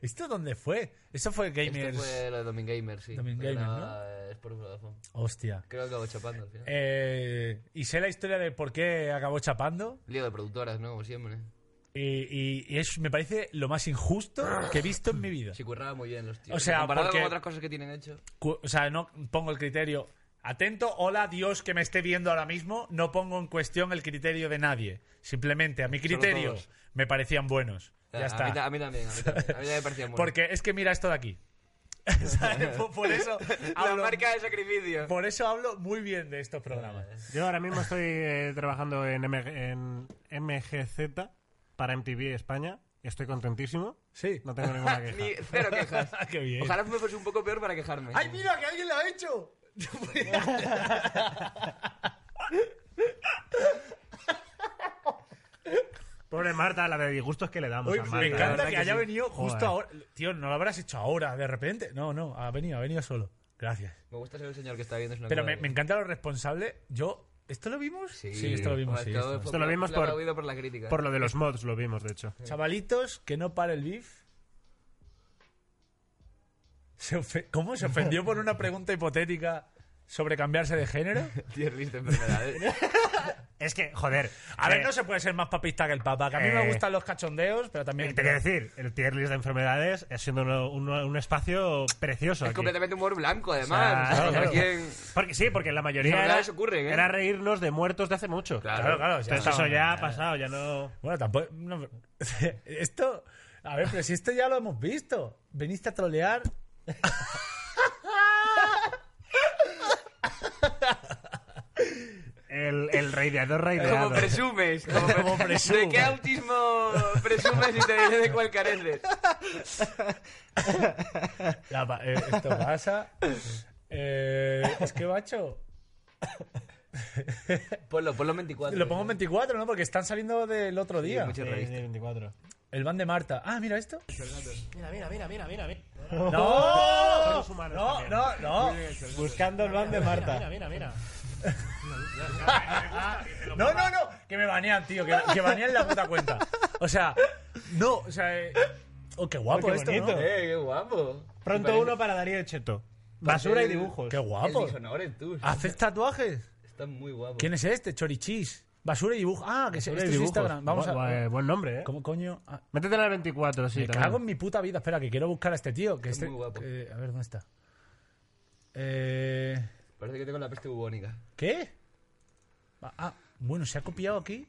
[SPEAKER 1] ¿Esto dónde fue? Eso fue Gamers.
[SPEAKER 3] Esto fue lo de Domingamers, sí.
[SPEAKER 1] Domingamers,
[SPEAKER 3] Era, eh,
[SPEAKER 1] ¿no?
[SPEAKER 3] Es por Vodafone.
[SPEAKER 1] Hostia.
[SPEAKER 3] Creo que acabo chapando al final.
[SPEAKER 1] Eh, y sé la historia de por qué acabó chapando.
[SPEAKER 3] Lío de productoras, ¿no? Como siempre. ¿eh?
[SPEAKER 1] Y, y- y es, me parece lo más injusto que he visto en mi vida.
[SPEAKER 3] Se curraba muy bien los tíos.
[SPEAKER 1] O sea,
[SPEAKER 3] Comparado
[SPEAKER 1] porque-
[SPEAKER 3] con otras cosas que tienen hecho.
[SPEAKER 1] Cu- O sea, no pongo el criterio. Atento, hola Dios que me esté viendo ahora mismo. No pongo en cuestión el criterio de nadie. Simplemente a mi criterio
[SPEAKER 3] todos.
[SPEAKER 1] me parecían buenos. Ya
[SPEAKER 3] A- a mí ta-
[SPEAKER 1] está.
[SPEAKER 3] A mí, también, a mí también. A mí también me parecía muy
[SPEAKER 1] Porque es que mira esto de
[SPEAKER 3] [LAUGHS]
[SPEAKER 1] aquí. [LAUGHS] ¿Sabes? Por- Por eso
[SPEAKER 3] La
[SPEAKER 1] hablo,
[SPEAKER 3] marca de sacrificio.
[SPEAKER 1] por eso hablo muy bien de estos programas.
[SPEAKER 2] Yo ahora mismo estoy eh, trabajando en, MG en MGZ para MTV España. Estoy contentísimo.
[SPEAKER 1] Sí.
[SPEAKER 2] No tengo
[SPEAKER 3] [LAUGHS]
[SPEAKER 2] ninguna queja.
[SPEAKER 3] Ah, Ni cero quejas.
[SPEAKER 1] [LAUGHS] Qué bien.
[SPEAKER 3] Ojalá me fuese un poco peor para quejarme.
[SPEAKER 1] ¡Ay, mira, que alguien lo ha hecho!
[SPEAKER 2] Pobre Marta, la de disgustos que le damos
[SPEAKER 1] Uy,
[SPEAKER 2] a Marta.
[SPEAKER 1] me
[SPEAKER 2] la verdad
[SPEAKER 1] encanta que,
[SPEAKER 2] que
[SPEAKER 1] haya
[SPEAKER 2] sí.
[SPEAKER 1] venido justo
[SPEAKER 2] Joder.
[SPEAKER 1] ahora. Tío, no lo habrás hecho ahora, de repente. No, no, ha venido, ha venido solo. Gracias.
[SPEAKER 3] Me gusta ser el señor que está viendo. Es una
[SPEAKER 1] Pero
[SPEAKER 3] cosa
[SPEAKER 1] me,
[SPEAKER 3] de-
[SPEAKER 1] me encanta lo responsable. Yo, ¿esto lo vimos?
[SPEAKER 3] Sí,
[SPEAKER 1] esto lo vimos.
[SPEAKER 3] Bueno,
[SPEAKER 1] sí,
[SPEAKER 3] es que
[SPEAKER 1] esto.
[SPEAKER 3] fue-
[SPEAKER 2] Esto lo vimos
[SPEAKER 3] fue
[SPEAKER 2] por-
[SPEAKER 3] aplaudido por la crítica.
[SPEAKER 2] Por lo de los mods lo vimos, de hecho.
[SPEAKER 1] Chavalitos, que no para el beef. Se ofe- ¿Cómo se ofendió por una pregunta hipotética sobre cambiarse de género?
[SPEAKER 3] Diez listas
[SPEAKER 1] [LAUGHS]
[SPEAKER 3] de enfermedades.
[SPEAKER 2] Es que, joder.
[SPEAKER 1] A ver,
[SPEAKER 2] eh,
[SPEAKER 1] no se puede ser más papista que el papa. Que a mí
[SPEAKER 2] Eh.
[SPEAKER 1] me gustan los cachondeos, pero también.
[SPEAKER 2] Te quiero decir, el tier list de enfermedades es siendo uno- uno- un espacio precioso.
[SPEAKER 3] es
[SPEAKER 2] aquí.
[SPEAKER 3] completamente humor blanco,
[SPEAKER 2] O sea,
[SPEAKER 3] [LAUGHS] además. O sea,
[SPEAKER 2] claro, claro.
[SPEAKER 3] ¿quién-
[SPEAKER 2] Porque sí, porque la
[SPEAKER 3] Las
[SPEAKER 2] mayoría era,
[SPEAKER 3] enfermedades ocurren, ¿eh?
[SPEAKER 2] era reírnos de muertos de hace mucho.
[SPEAKER 3] Claro.
[SPEAKER 1] Claro, claro.
[SPEAKER 2] Entonces
[SPEAKER 1] estamos-
[SPEAKER 2] pues eso ya ha pasado, ya no.
[SPEAKER 1] [LAUGHS] Bueno, tampoco. no, pero- esto. A ver, pero si esto ya lo hemos visto. Veniste a trolear.
[SPEAKER 2] El, el raideador raideado.
[SPEAKER 3] Como presumes. Como,
[SPEAKER 1] Como presumes.
[SPEAKER 3] ¿De qué autismo presumes y te diré de cuál careces?
[SPEAKER 1] La pa- eh, esto pasa. Eh, es que, macho.
[SPEAKER 3] Ponlo, ponlo 24.
[SPEAKER 1] Lo pongo en 24, ¿no? Porque están saliendo del otro día.
[SPEAKER 3] muchas
[SPEAKER 2] Eh,
[SPEAKER 3] revistas.
[SPEAKER 2] de 24.
[SPEAKER 1] El van de Marta. Ah, mira esto.
[SPEAKER 2] Mira, mira, mira, mira, mira.
[SPEAKER 1] ¡No!
[SPEAKER 2] Somos humanos
[SPEAKER 1] No,
[SPEAKER 2] también.
[SPEAKER 1] no, no.
[SPEAKER 2] Buscando el van de Marta. Mira, mira, mira.
[SPEAKER 1] No, no, no. Que me banean, tío. Que, que banean la puta cuenta. O sea, no. O sea, eh, oh, qué guapo
[SPEAKER 2] Qué
[SPEAKER 1] esto, ¿no?
[SPEAKER 2] bonito.
[SPEAKER 3] Eh, qué guapo.
[SPEAKER 2] Pronto uno para Darío Cheto. Basura y
[SPEAKER 3] el-
[SPEAKER 2] dibujos.
[SPEAKER 1] Qué
[SPEAKER 3] El
[SPEAKER 1] guapo.
[SPEAKER 3] Dishonored, tú.
[SPEAKER 1] ¿Haces tatuajes?
[SPEAKER 3] Está muy guapo.
[SPEAKER 1] ¿Quién es este? Chorichis. Basura y dibujo. Ah, que se este es Instagram. Vamos
[SPEAKER 2] Bu- bu- eh,
[SPEAKER 1] a.
[SPEAKER 2] Buen nombre, ¿eh?
[SPEAKER 1] ¿Cómo coño? Ah,
[SPEAKER 2] Métete en la 24, sí.
[SPEAKER 1] me
[SPEAKER 2] también.
[SPEAKER 1] cago en mi puta vida. Espera, que quiero buscar a este tío. Que
[SPEAKER 3] Es
[SPEAKER 1] este,
[SPEAKER 3] muy guapo.
[SPEAKER 1] que- a ver, ¿dónde está? Eh.
[SPEAKER 3] Parece que tengo la peste bubónica.
[SPEAKER 1] ¿Qué? Ah, ah, bueno, ¿se ha copiado aquí?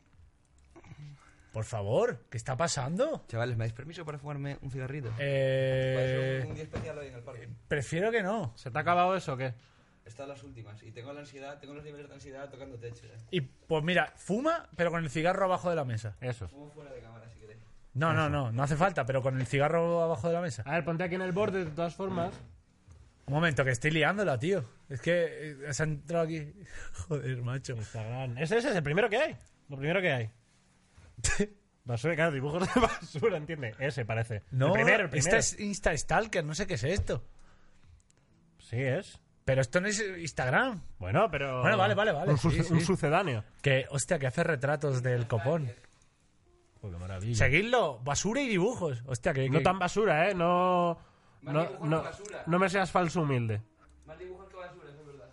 [SPEAKER 1] Por favor, ¿qué está pasando?
[SPEAKER 3] Chavales, ¿me dais permiso para fumarme un cigarrito?
[SPEAKER 1] Eh,
[SPEAKER 3] un día especial hoy en el parque.
[SPEAKER 1] prefiero que no.
[SPEAKER 2] ¿Se te ha acabado eso o qué?
[SPEAKER 3] Están las últimas y tengo la ansiedad, tengo los niveles de ansiedad tocando techo. ¿eh?
[SPEAKER 1] Y pues mira, fuma, pero con el cigarro abajo de la mesa.
[SPEAKER 2] Eso.
[SPEAKER 3] Como fuera de cámara si queréis.
[SPEAKER 1] No, no, no, no hace falta, pero con el cigarro abajo de la mesa.
[SPEAKER 2] A ver, ponte aquí en el borde, de todas formas.
[SPEAKER 1] Un momento, que estoy liándola, tío. Es que eh, se ha entrado aquí. [LAUGHS] Joder, macho.
[SPEAKER 2] Instagram. Ese, ese es el primero que hay. Lo primero que hay. [LAUGHS] Basura, claro, dibujos de basura, entiende. Ese parece.
[SPEAKER 1] No,
[SPEAKER 2] el primero, el
[SPEAKER 1] esta
[SPEAKER 2] primero.
[SPEAKER 1] es Insta Stalker, no sé qué es esto.
[SPEAKER 2] Sí, es.
[SPEAKER 1] Pero esto no es Instagram.
[SPEAKER 2] Bueno, pero.
[SPEAKER 1] Bueno, vale, vale, vale,
[SPEAKER 2] Un, suce-
[SPEAKER 1] sí, sí.
[SPEAKER 2] un sucedáneo.
[SPEAKER 1] Que, hostia, que hace retratos del copón.
[SPEAKER 2] Joder, qué maravilla.
[SPEAKER 1] Seguidlo, basura y dibujos. Hostia, que.
[SPEAKER 2] No
[SPEAKER 1] que-
[SPEAKER 2] tan basura, ¿eh? No.
[SPEAKER 3] Más
[SPEAKER 2] No,
[SPEAKER 3] dibujos
[SPEAKER 2] no,
[SPEAKER 3] que basura.
[SPEAKER 2] no me seas falso humilde.
[SPEAKER 3] Más dibujos que basura, eso es verdad.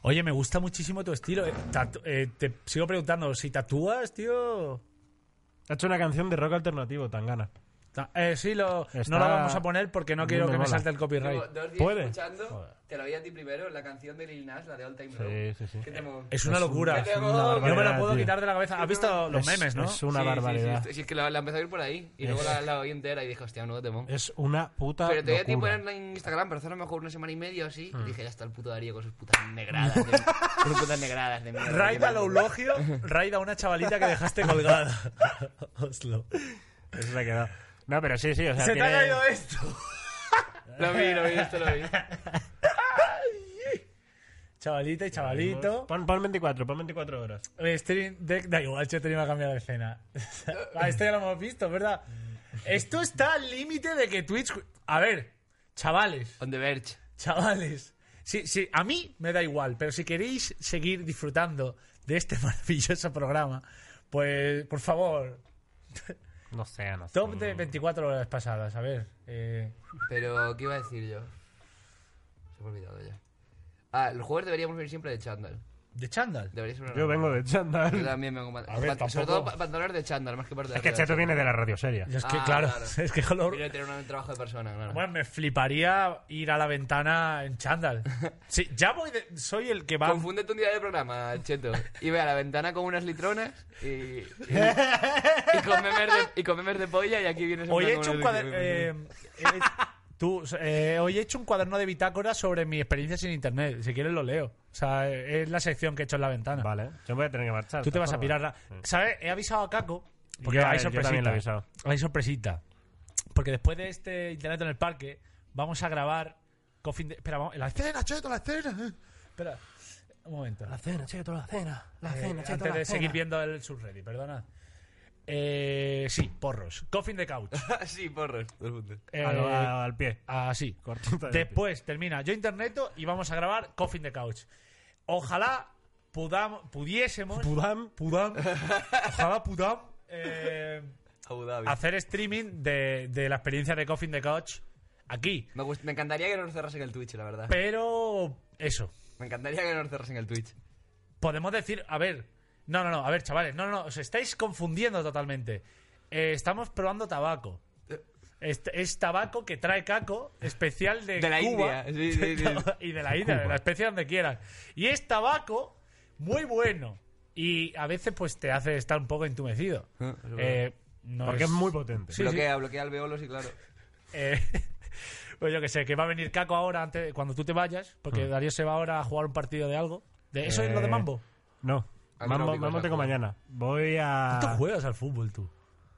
[SPEAKER 1] Oye, me gusta muchísimo tu estilo. eh. Tatu- eh, te sigo preguntando, si tatúas, tío.
[SPEAKER 2] Ha hecho una canción de rock alternativo, tan gana.
[SPEAKER 1] Ta- eh, sí, lo,
[SPEAKER 2] Está-
[SPEAKER 1] no lo vamos a poner porque no
[SPEAKER 2] No
[SPEAKER 1] quiero
[SPEAKER 2] me
[SPEAKER 1] que me
[SPEAKER 2] mola.
[SPEAKER 1] salte el copyright.
[SPEAKER 3] Llevo dos días
[SPEAKER 2] Puede.
[SPEAKER 3] escuchando,
[SPEAKER 2] Joder.
[SPEAKER 3] te lo oí a ti primero, la canción de Lil Nas, la de All Time Low.
[SPEAKER 2] Sí, sí, sí.
[SPEAKER 3] Qué temón.
[SPEAKER 1] Es una locura.
[SPEAKER 3] es una
[SPEAKER 1] no me la
[SPEAKER 2] barbaridad,
[SPEAKER 1] puedo
[SPEAKER 2] tío.
[SPEAKER 1] quitar de la cabeza. ¿Has visto los
[SPEAKER 2] Es-
[SPEAKER 1] memes, no?
[SPEAKER 2] Es una
[SPEAKER 3] Sí, sí,
[SPEAKER 2] barbaridad. Eh.
[SPEAKER 3] Sí, sí, es que la, la empecé a oír por ahí y luego la, la oí entera y dije, hostia, un nuevo temón.
[SPEAKER 2] Es una puta
[SPEAKER 3] Pero te voy a tiempo
[SPEAKER 2] locura. Ah.
[SPEAKER 3] en en Instagram, pero hace a lo mejor una semana y media o así. Y dije, ya está el puto Darío con sus putas negradas. de-
[SPEAKER 2] [LAUGHS]
[SPEAKER 3] con sus putas negradas de mierda.
[SPEAKER 1] Raida al eulogio, raida a una chavalita que dejaste colgada. [LAUGHS] Oslo.
[SPEAKER 2] Eso se ha quedado. No, pero sí, sí. O sea,
[SPEAKER 1] Se te ha
[SPEAKER 2] tiene-
[SPEAKER 1] caído eh. esto.
[SPEAKER 3] Lo vi, lo vi, esto lo vi.
[SPEAKER 1] Chavalita y chavalito.
[SPEAKER 2] Pon, pon 24, pon 24 horas.
[SPEAKER 1] Eh, Stream Deck, da igual, yo tenía que cambiar de escena. [LAUGHS] Ah, esto ya lo hemos visto, ¿verdad? Esto está al límite de que Twitch. A ver, chavales,
[SPEAKER 3] On the verge.
[SPEAKER 1] chavales. Sí, sí, a mí me da igual, pero si queréis seguir disfrutando de este [LAUGHS] maravilloso programa, pues por favor,
[SPEAKER 2] No sé, no sé.
[SPEAKER 1] top
[SPEAKER 3] Mm.
[SPEAKER 1] de 24 horas pasadas, a ver. eh,
[SPEAKER 3] Pero, ¿qué iba a decir yo? Se me ha olvidado ya. Ah, los juegos deberíamos venir siempre de chándal.
[SPEAKER 1] de chándal.
[SPEAKER 3] Debería ser una
[SPEAKER 2] Yo vengo de ¿eh? chándal.
[SPEAKER 3] Yo también vengo con
[SPEAKER 2] A ver,
[SPEAKER 3] pan- Sobre
[SPEAKER 2] tampoco-
[SPEAKER 3] todo pa- pantalones de chándal, más que parte de
[SPEAKER 2] Es que
[SPEAKER 3] arriba.
[SPEAKER 2] Cheto viene de la radio seria.
[SPEAKER 1] Y Es que,
[SPEAKER 3] Ah,
[SPEAKER 1] claro,
[SPEAKER 2] [LAUGHS]
[SPEAKER 3] claro.
[SPEAKER 1] [LAUGHS] es que color.
[SPEAKER 3] Quiero tener un trabajo de persona, claro.
[SPEAKER 1] Bueno, me fliparía ir a la ventana en
[SPEAKER 3] [LAUGHS]
[SPEAKER 1] chándal. Sí, ya voy de- soy el que va
[SPEAKER 3] Confúndete un día de programa, Cheto. Y ve a la ventana con unas litronas y, y, y con, memes de, y con memes de polla y aquí vienes... en
[SPEAKER 1] Hoy he
[SPEAKER 3] plan
[SPEAKER 1] hecho
[SPEAKER 3] con
[SPEAKER 1] un eh,
[SPEAKER 3] el-
[SPEAKER 1] cuaderno. tú, eh, hoy he hecho un cuaderno de bitácora sobre mi experiencia sin internet. Si quieres lo leo. O sea, eh, es la sección que he hecho en la ventana.
[SPEAKER 2] Vale. Yo voy a tener que marchar.
[SPEAKER 1] Tú te vas a
[SPEAKER 2] tampoco.
[SPEAKER 1] pirar. la- ¿Sabes? He avisado a Caco. Porque
[SPEAKER 2] Yo- eh,
[SPEAKER 1] hay
[SPEAKER 2] yo
[SPEAKER 1] sorpresita.
[SPEAKER 2] también lo he avisado.
[SPEAKER 1] Hay sorpresita. Porque después de este internet en el parque, vamos a grabar. Coffin de- Espera, vamos. La escena, cheto, la escena. eh. Espera. Un momento.
[SPEAKER 2] La cena, Cheto, la cena. La
[SPEAKER 1] Eh,
[SPEAKER 2] cena, Cheto,
[SPEAKER 1] antes
[SPEAKER 2] la
[SPEAKER 1] de seguir
[SPEAKER 2] cena.
[SPEAKER 1] viendo el subreddit, perdona. Eh, sí, porros. Coffin de couch.
[SPEAKER 3] [LAUGHS] sí, porros. Dos puntos.
[SPEAKER 1] Eh,
[SPEAKER 2] Al, al- al pie.
[SPEAKER 1] Así.
[SPEAKER 2] Cortita del
[SPEAKER 1] Después termina Yo Interneto y vamos a grabar Coffin the Couch. Ojalá pudam- pudiésemos.
[SPEAKER 2] Pudam.
[SPEAKER 1] [LAUGHS] pudam- Ojalá pudam. eh,
[SPEAKER 3] Abu Dhabi.
[SPEAKER 1] hacer streaming de, de la experiencia de Coffin the Couch aquí.
[SPEAKER 3] Me, gust- me encantaría que no nos cerrasen el Twitch, la verdad.
[SPEAKER 1] Pero. Eso.
[SPEAKER 3] Me encantaría que no nos cerrasen el Twitch.
[SPEAKER 1] Podemos decir. A ver. No, no, no. A ver, chavales. No, no, no. Os estáis confundiendo totalmente. Eh, estamos probando tabaco.
[SPEAKER 3] Eh.
[SPEAKER 1] Este- es tabaco que trae Caco, especial de,
[SPEAKER 3] De la
[SPEAKER 1] Cuba.
[SPEAKER 3] India. Sí, sí, sí.
[SPEAKER 1] y [LAUGHS] de la India, de la especie donde quieras. Y es tabaco muy bueno. Y a veces pues te hace estar un poco entumecido.
[SPEAKER 3] Ah, es verdad.
[SPEAKER 1] Eh, no
[SPEAKER 2] Porque es muy potente.
[SPEAKER 1] Sí, sí.
[SPEAKER 3] bloquea, bloquea alveolos y claro.
[SPEAKER 1] [LAUGHS] Eh, pues yo que sé, que va a venir Caco ahora antes, cuando tú te vayas, porque
[SPEAKER 3] Ah.
[SPEAKER 1] Darío se va ahora a jugar un partido de algo. De, ¿Eso es lo de
[SPEAKER 2] Eh,
[SPEAKER 1] Mambo?
[SPEAKER 2] No.
[SPEAKER 3] A mí no
[SPEAKER 2] Mambo,
[SPEAKER 3] me
[SPEAKER 2] mambo
[SPEAKER 3] picas,
[SPEAKER 2] tengo
[SPEAKER 3] joder.
[SPEAKER 2] mañana. Voy a.
[SPEAKER 1] ¿Tú juegas al fútbol tú?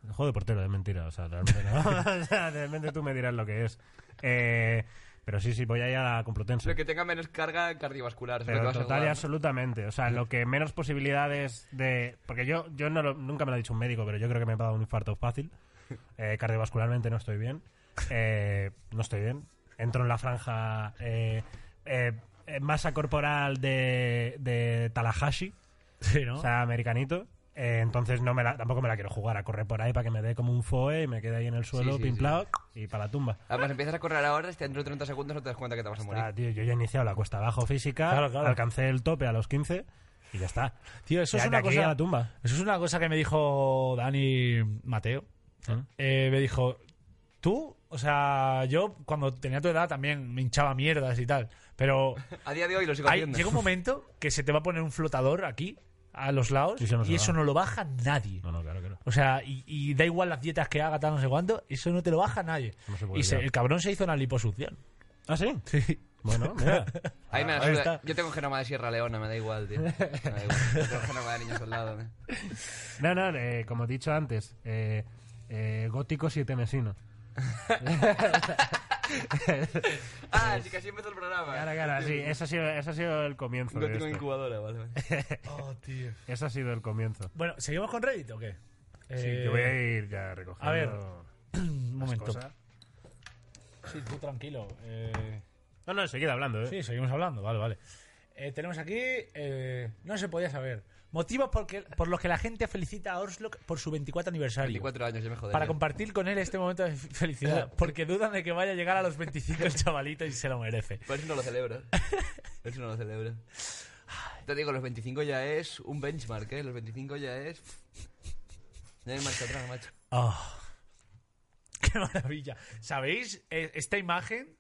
[SPEAKER 2] Juego de portero, es mentira. O sea, realmente no. [LAUGHS] O sea, realmente tú me dirás lo que es. Eh, pero sí, sí, voy a ir a la Complutense.
[SPEAKER 3] Lo que tenga menos carga cardiovascular. es lo que
[SPEAKER 2] Pero
[SPEAKER 3] vas a
[SPEAKER 2] total y
[SPEAKER 3] jugar.
[SPEAKER 2] absolutamente. O sea, lo que menos posibilidades de. Porque yo, yo no lo- nunca me lo ha dicho un médico, pero yo creo que me he dado un infarto
[SPEAKER 3] [LAUGHS]
[SPEAKER 2] fácil. Eh, cardiovascularmente no estoy bien. Eh, no estoy bien. Entro en la franja. eh, eh, eh, masa corporal de, de Tallahassee,
[SPEAKER 1] Sí, ¿no?
[SPEAKER 2] o sea, americanito. Eh, entonces no me la- tampoco me la quiero jugar a correr por ahí para que me dé como un foe y me quede ahí en el suelo
[SPEAKER 3] Sí, sí,
[SPEAKER 2] pimplado y para la tumba.
[SPEAKER 3] Además, empiezas a correr ahora y dentro de 30 segundos no te das cuenta que te vas a morir.
[SPEAKER 2] Ah, tío, yo ya he iniciado la cuesta abajo física,
[SPEAKER 1] Claro, claro.
[SPEAKER 2] alcancé el tope a los 15 y ya está.
[SPEAKER 1] Tío, eso
[SPEAKER 2] Ya
[SPEAKER 1] es
[SPEAKER 2] de
[SPEAKER 1] una
[SPEAKER 2] aquí
[SPEAKER 1] cosa...
[SPEAKER 2] a la tumba.
[SPEAKER 1] Eso es una cosa que me dijo Dani Mateo.
[SPEAKER 2] ¿Eh?
[SPEAKER 1] Eh, me dijo, tú, o sea, yo cuando tenía tu edad también me hinchaba mierdas y tal, pero
[SPEAKER 3] A día de hoy lo sigo
[SPEAKER 1] hay-
[SPEAKER 3] haciendo.
[SPEAKER 1] llega un momento que se te va a poner un flotador aquí, a los lados,
[SPEAKER 2] Sí, se nos
[SPEAKER 1] y
[SPEAKER 2] va.
[SPEAKER 1] eso no lo baja nadie.
[SPEAKER 2] No, no, claro que no.
[SPEAKER 1] O sea, y, y da igual las dietas que haga, tal, no sé cuánto, eso no te lo baja nadie.
[SPEAKER 2] No se puede
[SPEAKER 1] y se-
[SPEAKER 2] liar.
[SPEAKER 1] el cabrón se hizo una liposucción.
[SPEAKER 2] ¿Ah, sí? Sí. Bueno, mira.
[SPEAKER 3] Ahí me la
[SPEAKER 1] Ahí
[SPEAKER 3] suda.
[SPEAKER 1] está.
[SPEAKER 3] Yo tengo genoma de Sierra Leona, me da igual, tío. Me da igual. Yo tengo genoma de niño soldado. ¿no?
[SPEAKER 2] No, no, eh, como he dicho antes, eh, eh, gótico siete mesino.
[SPEAKER 3] Ah, sí, que así empezó el programa.
[SPEAKER 2] Claro, claro, sí, eso ha sido, eso ha sido el comienzo.
[SPEAKER 3] Yo
[SPEAKER 2] de
[SPEAKER 3] tengo
[SPEAKER 2] esto.
[SPEAKER 3] incubadora, vale. vale.
[SPEAKER 1] Oh,
[SPEAKER 2] Eso ha sido el comienzo.
[SPEAKER 1] Bueno, ¿seguimos con Reddit o qué?
[SPEAKER 2] Sí,
[SPEAKER 1] Eh,
[SPEAKER 2] yo voy a ir ya recogiendo.
[SPEAKER 1] a ver,
[SPEAKER 2] las
[SPEAKER 1] un momento.
[SPEAKER 2] cosas.
[SPEAKER 1] Sí, tú tranquilo. Eh...
[SPEAKER 2] No, no, seguid hablando, ¿eh?
[SPEAKER 1] Sí, seguimos hablando, vale, vale. Eh, tenemos aquí, eh, no se podía saber, motivos por, que- por los que la gente felicita a Orslock por su 24 aniversario.
[SPEAKER 3] 24 años, yo me jodería.
[SPEAKER 1] Para compartir con él este momento de felicidad, porque dudan de que vaya a llegar a los 25 el chavalito y se lo merece.
[SPEAKER 3] Por eso no
[SPEAKER 1] [LAUGHS]
[SPEAKER 3] lo celebro. Por eso no lo celebro. Te digo, los 25 ya es un benchmark, ¿eh? Los 25 ya es... Ya hay marcha atrás, macho.
[SPEAKER 1] Ah. [LAUGHS] Qué maravilla. ¿Sabéis? Eh, Esta imagen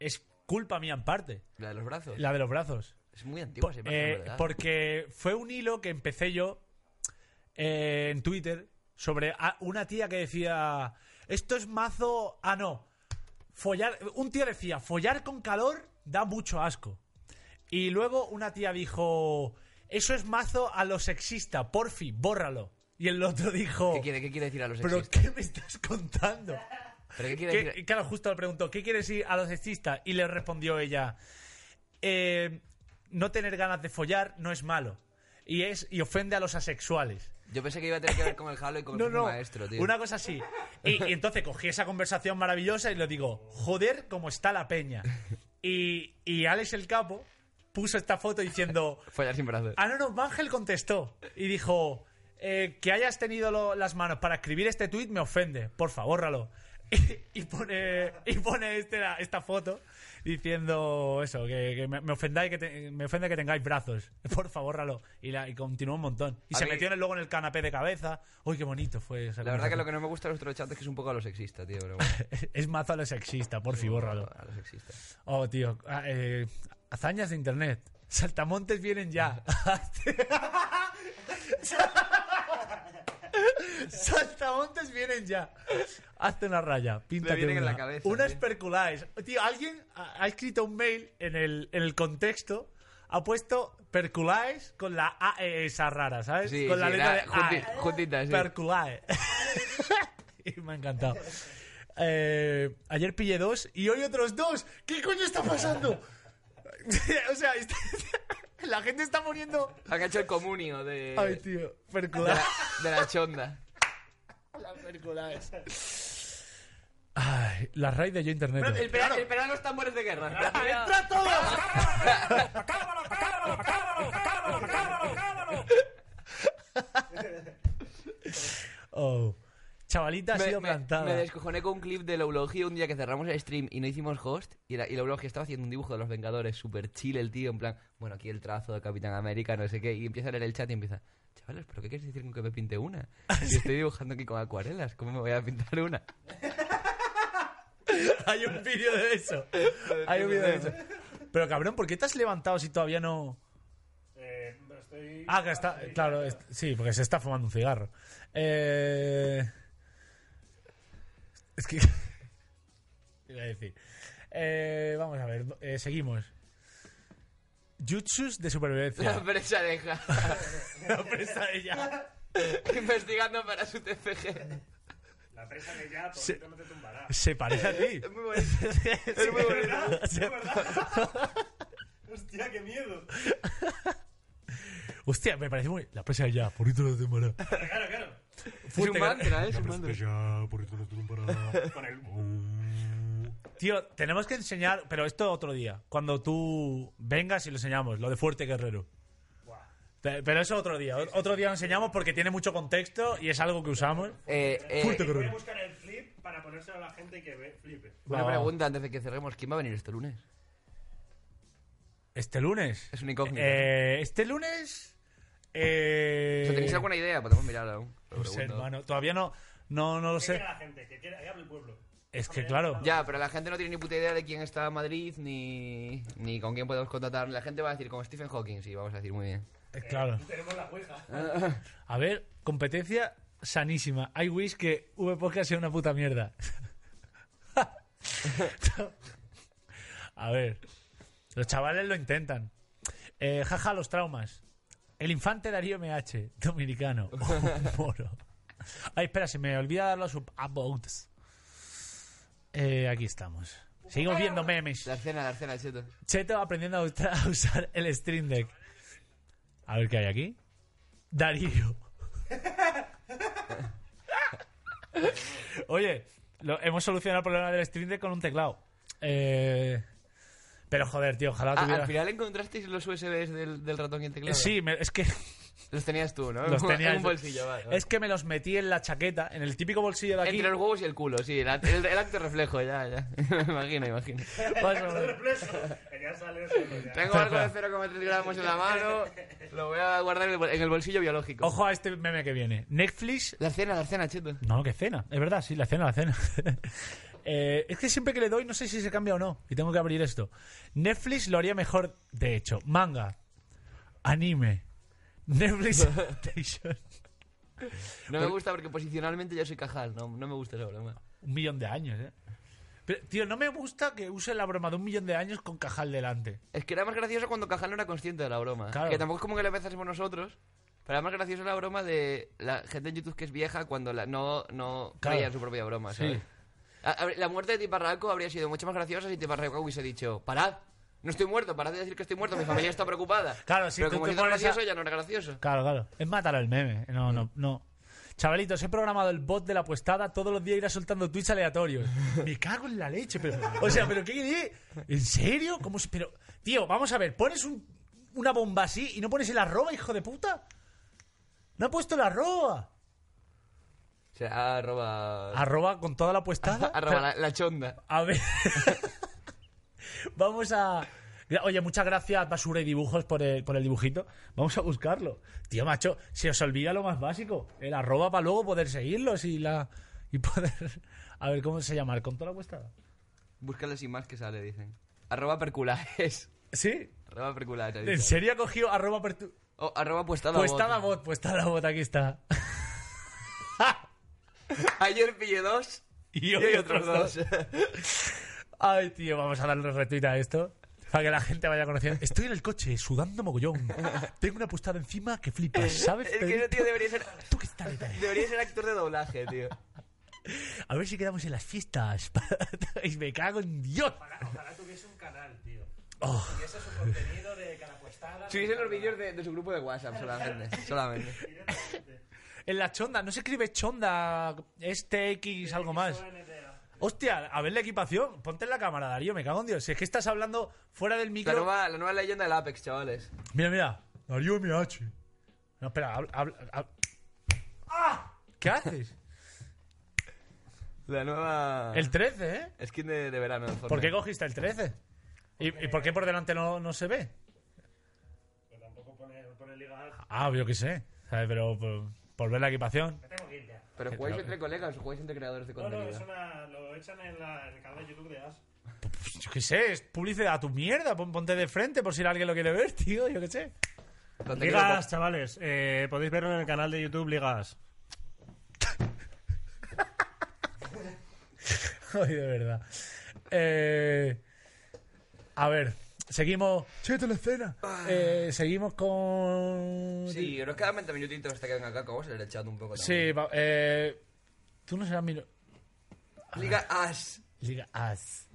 [SPEAKER 1] es culpa mía en parte.
[SPEAKER 3] La de los brazos.
[SPEAKER 1] La de los brazos.
[SPEAKER 3] Es muy antigua esa
[SPEAKER 1] Po-
[SPEAKER 3] imagen,
[SPEAKER 1] eh,
[SPEAKER 3] ¿verdad?
[SPEAKER 1] porque fue un hilo que empecé yo eh, en Twitter sobre a- una tía que decía, esto es mazo... Ah, no. Follar... Un tío decía, follar con calor da mucho asco. Y luego una tía dijo, eso es mazo a lo sexista, porfi, bórralo. Y el otro dijo,
[SPEAKER 3] ¿Qué, quiere, ¿Qué quiere decir a los
[SPEAKER 1] ¿pero
[SPEAKER 3] sexistas?
[SPEAKER 1] qué me estás contando?
[SPEAKER 3] ¿Pero qué quiere
[SPEAKER 1] ¿Qué-
[SPEAKER 3] decir?
[SPEAKER 1] claro, justo le preguntó, ¿qué quieres ir a los sexistas? Y le respondió ella, eh, no tener ganas de follar no es malo. Y, es, y ofende a los asexuales.
[SPEAKER 3] Yo pensé que iba a tener que ver con el Halo y con
[SPEAKER 1] No,
[SPEAKER 3] el
[SPEAKER 1] no,
[SPEAKER 3] maestro, tío.
[SPEAKER 1] una cosa así. Y, y entonces cogí esa conversación maravillosa y le digo, joder, cómo está la peña. Y, y Alex el Capo puso esta foto diciendo,
[SPEAKER 3] Follar sin brazos.
[SPEAKER 1] Ah, no, no, Vangel contestó y dijo: eh, Que hayas tenido lo- las manos para escribir este tuit me ofende, por favor, bórralo. [LAUGHS] Y, y pone, y pone este- la- esta foto diciendo eso, que, que me, me ofendáis que te- me ofende que tengáis brazos, [LAUGHS] por favor, bórralo. Y, la- y continuó un montón. Y
[SPEAKER 3] A
[SPEAKER 1] se
[SPEAKER 3] mí-
[SPEAKER 1] metió en el- luego en el canapé de cabeza. Uy, qué bonito fue esa
[SPEAKER 3] La verdad que lo que
[SPEAKER 1] conversación.
[SPEAKER 3] no me gusta de nuestro chat es que es un poco a lo sexista, tío. Pero
[SPEAKER 1] [LAUGHS]
[SPEAKER 3] bueno,
[SPEAKER 1] Es mazo a lo sexista, porfi, bórralo.
[SPEAKER 3] a lo sexista.
[SPEAKER 1] Oh, tío. ah, eh, hazañas de internet. Saltamontes vienen ya. [LAUGHS] Saltamontes vienen ya. Hazte una raya. Píntate
[SPEAKER 3] vienen en
[SPEAKER 1] una.
[SPEAKER 3] la cabeza,
[SPEAKER 1] Una
[SPEAKER 3] tío.
[SPEAKER 1] esperculáis. Tío, alguien ha ha escrito un mail en el, en el contexto. Ha puesto perculáis con la A eh, esa rara, ¿sabes?
[SPEAKER 3] Sí,
[SPEAKER 1] con la
[SPEAKER 3] sí,
[SPEAKER 1] letra
[SPEAKER 3] la-
[SPEAKER 1] de
[SPEAKER 3] junti-
[SPEAKER 1] A.
[SPEAKER 3] juntita, sí.
[SPEAKER 1] Perculae. [LAUGHS] y me ha encantado. Eh, ayer pillé dos y hoy otros dos. ¿Qué coño está pasando? [LAUGHS] o sea, está- [LAUGHS] la gente está poniendo.
[SPEAKER 3] Han hecho el comunio de,
[SPEAKER 1] Ay, tío,
[SPEAKER 3] de,
[SPEAKER 1] perculae.
[SPEAKER 3] la, de la chonda.
[SPEAKER 1] Ay, la raíz de yo internet.
[SPEAKER 3] Espera, espera los tambores de guerra. [LAUGHS]
[SPEAKER 1] ¡Entra todos! Oh. Chavalita ha sido plantada.
[SPEAKER 3] me descojoné con un clip de la Eulogia un día que cerramos el stream y no hicimos host. Y la, y la Eulogia estaba haciendo un dibujo de los Vengadores, súper chile el tío, en plan, bueno, aquí el trazo de Capitán América, no sé qué. Y empieza a leer el chat y empieza, chavales, ¿pero qué quieres decir con que me
[SPEAKER 1] [LAUGHS]
[SPEAKER 3] pinte una? Si estoy dibujando aquí con acuarelas, ¿cómo me voy a pintar una?
[SPEAKER 1] Hay un vídeo de eso. Hay un vídeo de eso. Pero cabrón, ¿por qué te has levantado si todavía no.? Ah, que está. Claro, es- sí, porque se está fumando un cigarro. Eh, Es que. [LAUGHS] ¿Qué iba a decir? Eh, vamos a ver, eh, seguimos. Jutsus de
[SPEAKER 3] La [LAUGHS]
[SPEAKER 1] supervivencia.
[SPEAKER 3] presa deja. [LAUGHS]
[SPEAKER 1] La presa de ya.
[SPEAKER 3] Investigando para su TFG.
[SPEAKER 2] La presa de ya,
[SPEAKER 1] Sí.
[SPEAKER 2] no te tumbará.
[SPEAKER 1] Se parece a ti.
[SPEAKER 3] Es
[SPEAKER 1] [LAUGHS]
[SPEAKER 3] muy bonito.
[SPEAKER 1] Es muy bonito.
[SPEAKER 2] Hostia, qué miedo.
[SPEAKER 1] [LAUGHS] Hostia, me parece muy. La presa de ya, por dentro de la semana.
[SPEAKER 2] Claro, claro.
[SPEAKER 3] Es un mantra, ¿eh? Es un mantra.
[SPEAKER 2] ya, por eso no te tumbará. [LAUGHS] Con el...
[SPEAKER 1] Tío, tenemos que enseñar, pero esto otro día, cuando tú vengas y lo enseñamos, lo de Fuerte Guerrero. Te- Pero eso otro día, o- otro día lo enseñamos porque tiene mucho contexto y es algo que usamos.
[SPEAKER 3] Eh, eh,
[SPEAKER 1] Fuerte Guerrero.
[SPEAKER 2] buscar el flip para ponérselo a la gente y que ve, flipe.
[SPEAKER 3] una
[SPEAKER 1] Va.
[SPEAKER 3] pregunta antes de que cerremos. ¿Quién va a venir este lunes?
[SPEAKER 1] Este lunes.
[SPEAKER 3] Es una incógnita.
[SPEAKER 1] Eh, este lunes. eh,
[SPEAKER 3] O sea, ¿Tenéis alguna idea? Podemos mirar aún. Lo
[SPEAKER 1] no sé,
[SPEAKER 3] pregunto.
[SPEAKER 1] hermano, todavía no, no, no lo sé.
[SPEAKER 2] la gente? Que quiera, que hable el pueblo.
[SPEAKER 1] Es que claro.
[SPEAKER 3] Ya, pero la gente no tiene ni puta idea de quién está en Madrid ni, ni con quién podemos contratar. La gente va a decir con Stephen Hawking, sí, vamos a decir muy bien.
[SPEAKER 1] Eh, Claro.
[SPEAKER 2] [LAUGHS] Tenemos la Ouija.
[SPEAKER 1] A ver, competencia sanísima. I wish que V-Podcast sea una puta mierda. [LAUGHS] A ver, los chavales lo intentan. Eh, jaja, los traumas. El infante Darío MH, dominicano.
[SPEAKER 2] [LAUGHS]
[SPEAKER 1] Un moro. Ay, espera, se me olvida darlo a sub abouts. Eh, aquí estamos. Seguimos viendo memes.
[SPEAKER 3] La cena, la cena, cheto.
[SPEAKER 1] Cheto aprendiendo a usar, [LAUGHS] a usar el Stream Deck. A ver qué hay aquí. Darío. Oye, lo- hemos solucionado el problema del Stream Deck con un teclado. Eh, pero joder, tío, ojalá
[SPEAKER 3] Ah,
[SPEAKER 1] tuviera...
[SPEAKER 3] al final encontrasteis los USBs del, del ratón y el teclado.
[SPEAKER 1] Sí, me- es que [LAUGHS]
[SPEAKER 3] Los tenías tú, ¿no?
[SPEAKER 1] Los
[SPEAKER 3] En un-
[SPEAKER 1] tenía
[SPEAKER 3] en
[SPEAKER 1] yo.
[SPEAKER 3] un bolsillo, vale. vale.
[SPEAKER 1] Es que me los metí en la chaqueta, en el típico bolsillo de aquí.
[SPEAKER 3] Entre los huevos y el culo, sí. El, act- el- el acto reflejo, ya, ya. [LAUGHS] Me imagino, imagino.
[SPEAKER 1] Más
[SPEAKER 3] [LAUGHS]
[SPEAKER 1] o menos.
[SPEAKER 5] Ya sale eso, ya.
[SPEAKER 3] Tengo algo de 0,3 gramos en la mano. Lo voy a guardar en el, bol- en el bolsillo biológico.
[SPEAKER 1] Ojo a este meme que viene. Netflix
[SPEAKER 3] La cena, la cena, cheto.
[SPEAKER 1] No, que cena. Es verdad, sí, la cena, la cena. [LAUGHS] Eh, es que siempre que le doy no sé si se cambia o no. Y tengo que abrir esto. Netflix lo haría mejor, de hecho. Manga. Anime. [LAUGHS] Netflix Adaptation.
[SPEAKER 3] No me gusta porque posicionalmente yo soy cajal. No, no me gusta esa broma.
[SPEAKER 1] Un millón de años, eh. Pero, tío, no me gusta que use la broma de un millón de años con Cajal delante.
[SPEAKER 3] Es que era más gracioso cuando Cajal no era consciente de la broma.
[SPEAKER 1] Claro.
[SPEAKER 3] Que tampoco es como que la empezásemos nosotros. Pero era más gracioso la broma de la gente en YouTube que es vieja cuando la- no, no
[SPEAKER 1] Claro.
[SPEAKER 3] creía en su propia broma,
[SPEAKER 1] Sí.
[SPEAKER 3] ¿sabes? A- a- La muerte de Tiparraco habría sido mucho más graciosa si Tiparraco hubiese dicho, parad, no estoy muerto, parad de decir que estoy muerto, mi familia está preocupada.
[SPEAKER 1] [LAUGHS] Claro, si
[SPEAKER 3] Pero
[SPEAKER 1] tú
[SPEAKER 3] como
[SPEAKER 1] te
[SPEAKER 3] si era
[SPEAKER 1] pones a-
[SPEAKER 3] gracioso, ya no era gracioso.
[SPEAKER 1] Claro, claro. Es matar al meme. No, no, no. Chavalitos, he programado el bot de la apuestada. Todos los días irá soltando tweets aleatorios. Me cago en la leche, pero. O sea, ¿pero qué idea? ¿En serio? ¿Cómo se- Pero. Tío, vamos a ver, pones un- una bomba así y no pones el arroba, hijo de puta. No ha puesto el arroba.
[SPEAKER 3] O sea, arroba...
[SPEAKER 1] Arroba con toda la apuestada.
[SPEAKER 3] [LAUGHS] arroba la, la chonda.
[SPEAKER 1] A ver. [LAUGHS] Vamos a. Oye, muchas gracias, Basura y Dibujos, por el, por el dibujito. Vamos a buscarlo. Tío, macho, se os olvida lo más básico. El arroba para luego poder seguirlos y la. Y poder. A ver, ¿cómo se llama? ¿El conto de la apuestada?
[SPEAKER 3] Búscale sin más que sale, dicen. Arroba perculares.
[SPEAKER 1] ¿Sí?
[SPEAKER 3] Arroba perculares.
[SPEAKER 1] ¿En serio ha cogido arroba pertu...
[SPEAKER 3] O arroba puestada bot.
[SPEAKER 1] Puestada bot, puestada bot, aquí está. [LAUGHS]
[SPEAKER 3] Ayer pillé dos
[SPEAKER 1] Y
[SPEAKER 3] y
[SPEAKER 1] hoy
[SPEAKER 3] hoy otros [LAUGHS] dos.
[SPEAKER 1] Ay, tío, vamos a darle retweet a esto. Para que la gente vaya conociendo. Estoy en el coche, sudando mogollón. Tengo una apuestada encima que flipas, ¿sabes?
[SPEAKER 3] Es que ese
[SPEAKER 1] Pedrito?
[SPEAKER 3] tío debería ser,
[SPEAKER 1] Tú qué tal y tal.
[SPEAKER 3] debería ser actor de doblaje, tío.
[SPEAKER 1] A ver si quedamos en las fiestas. [LAUGHS] y me cago en Dios.
[SPEAKER 5] Ojalá tuviese un canal, tío.
[SPEAKER 1] Oh.
[SPEAKER 5] Y ese es su contenido de cada puestada.
[SPEAKER 3] Subirse los vídeos de, de su grupo de WhatsApp solamente. solamente.
[SPEAKER 1] En la chonda, no se escribe chonda, este X, algo más.
[SPEAKER 5] E
[SPEAKER 1] Hostia, a ver la equipación. Ponte en la cámara, Darío, me cago en Dios. Si es que estás hablando fuera del
[SPEAKER 3] La
[SPEAKER 1] micro.
[SPEAKER 3] nueva, la nueva leyenda del Apex, chavales.
[SPEAKER 1] Mira, mira. Darío MH. No, espera, habla. habla- hab- ¿Qué haces?
[SPEAKER 3] La
[SPEAKER 1] [LAUGHS]
[SPEAKER 3] nueva
[SPEAKER 1] El 13, ¿eh?
[SPEAKER 3] skin de, de verano. del
[SPEAKER 1] ¿Por qué
[SPEAKER 3] Fortnite.
[SPEAKER 1] cogiste el 13? ¿Y, y por qué por delante no, no se ve?
[SPEAKER 5] Pero tampoco pone, pone liga alta.
[SPEAKER 1] Ah, yo qué sé. ¿Sabes? Pero por, por ver la equipación.
[SPEAKER 5] Tengo que ir ya.
[SPEAKER 3] ¿Pero jugáis entre colegas o jugáis entre creadores de
[SPEAKER 5] No, no,
[SPEAKER 3] contenido?
[SPEAKER 5] es una, lo echan en, la, en el canal de YouTube de As.
[SPEAKER 1] Pues Yo qué sé, es publicidad a tu mierda. pon- Ponte de frente por si alguien lo quiere ver, [LAUGHS] tío. Yo qué sé.
[SPEAKER 3] Contenido
[SPEAKER 2] Ligas, chavales. eh, podéis verlo en el canal de YouTube Ligas.
[SPEAKER 1] Ay, de verdad. Eh, a ver, seguimos. Cheto la escena. Eh, seguimos con.
[SPEAKER 3] pop. Sí, nos quedan 20 minutitos hasta que venga acá. Vamos a leer el chat un poco también.
[SPEAKER 1] Sí, va- eh, tú no serás mi. no-
[SPEAKER 3] Liga As.
[SPEAKER 1] Liga As.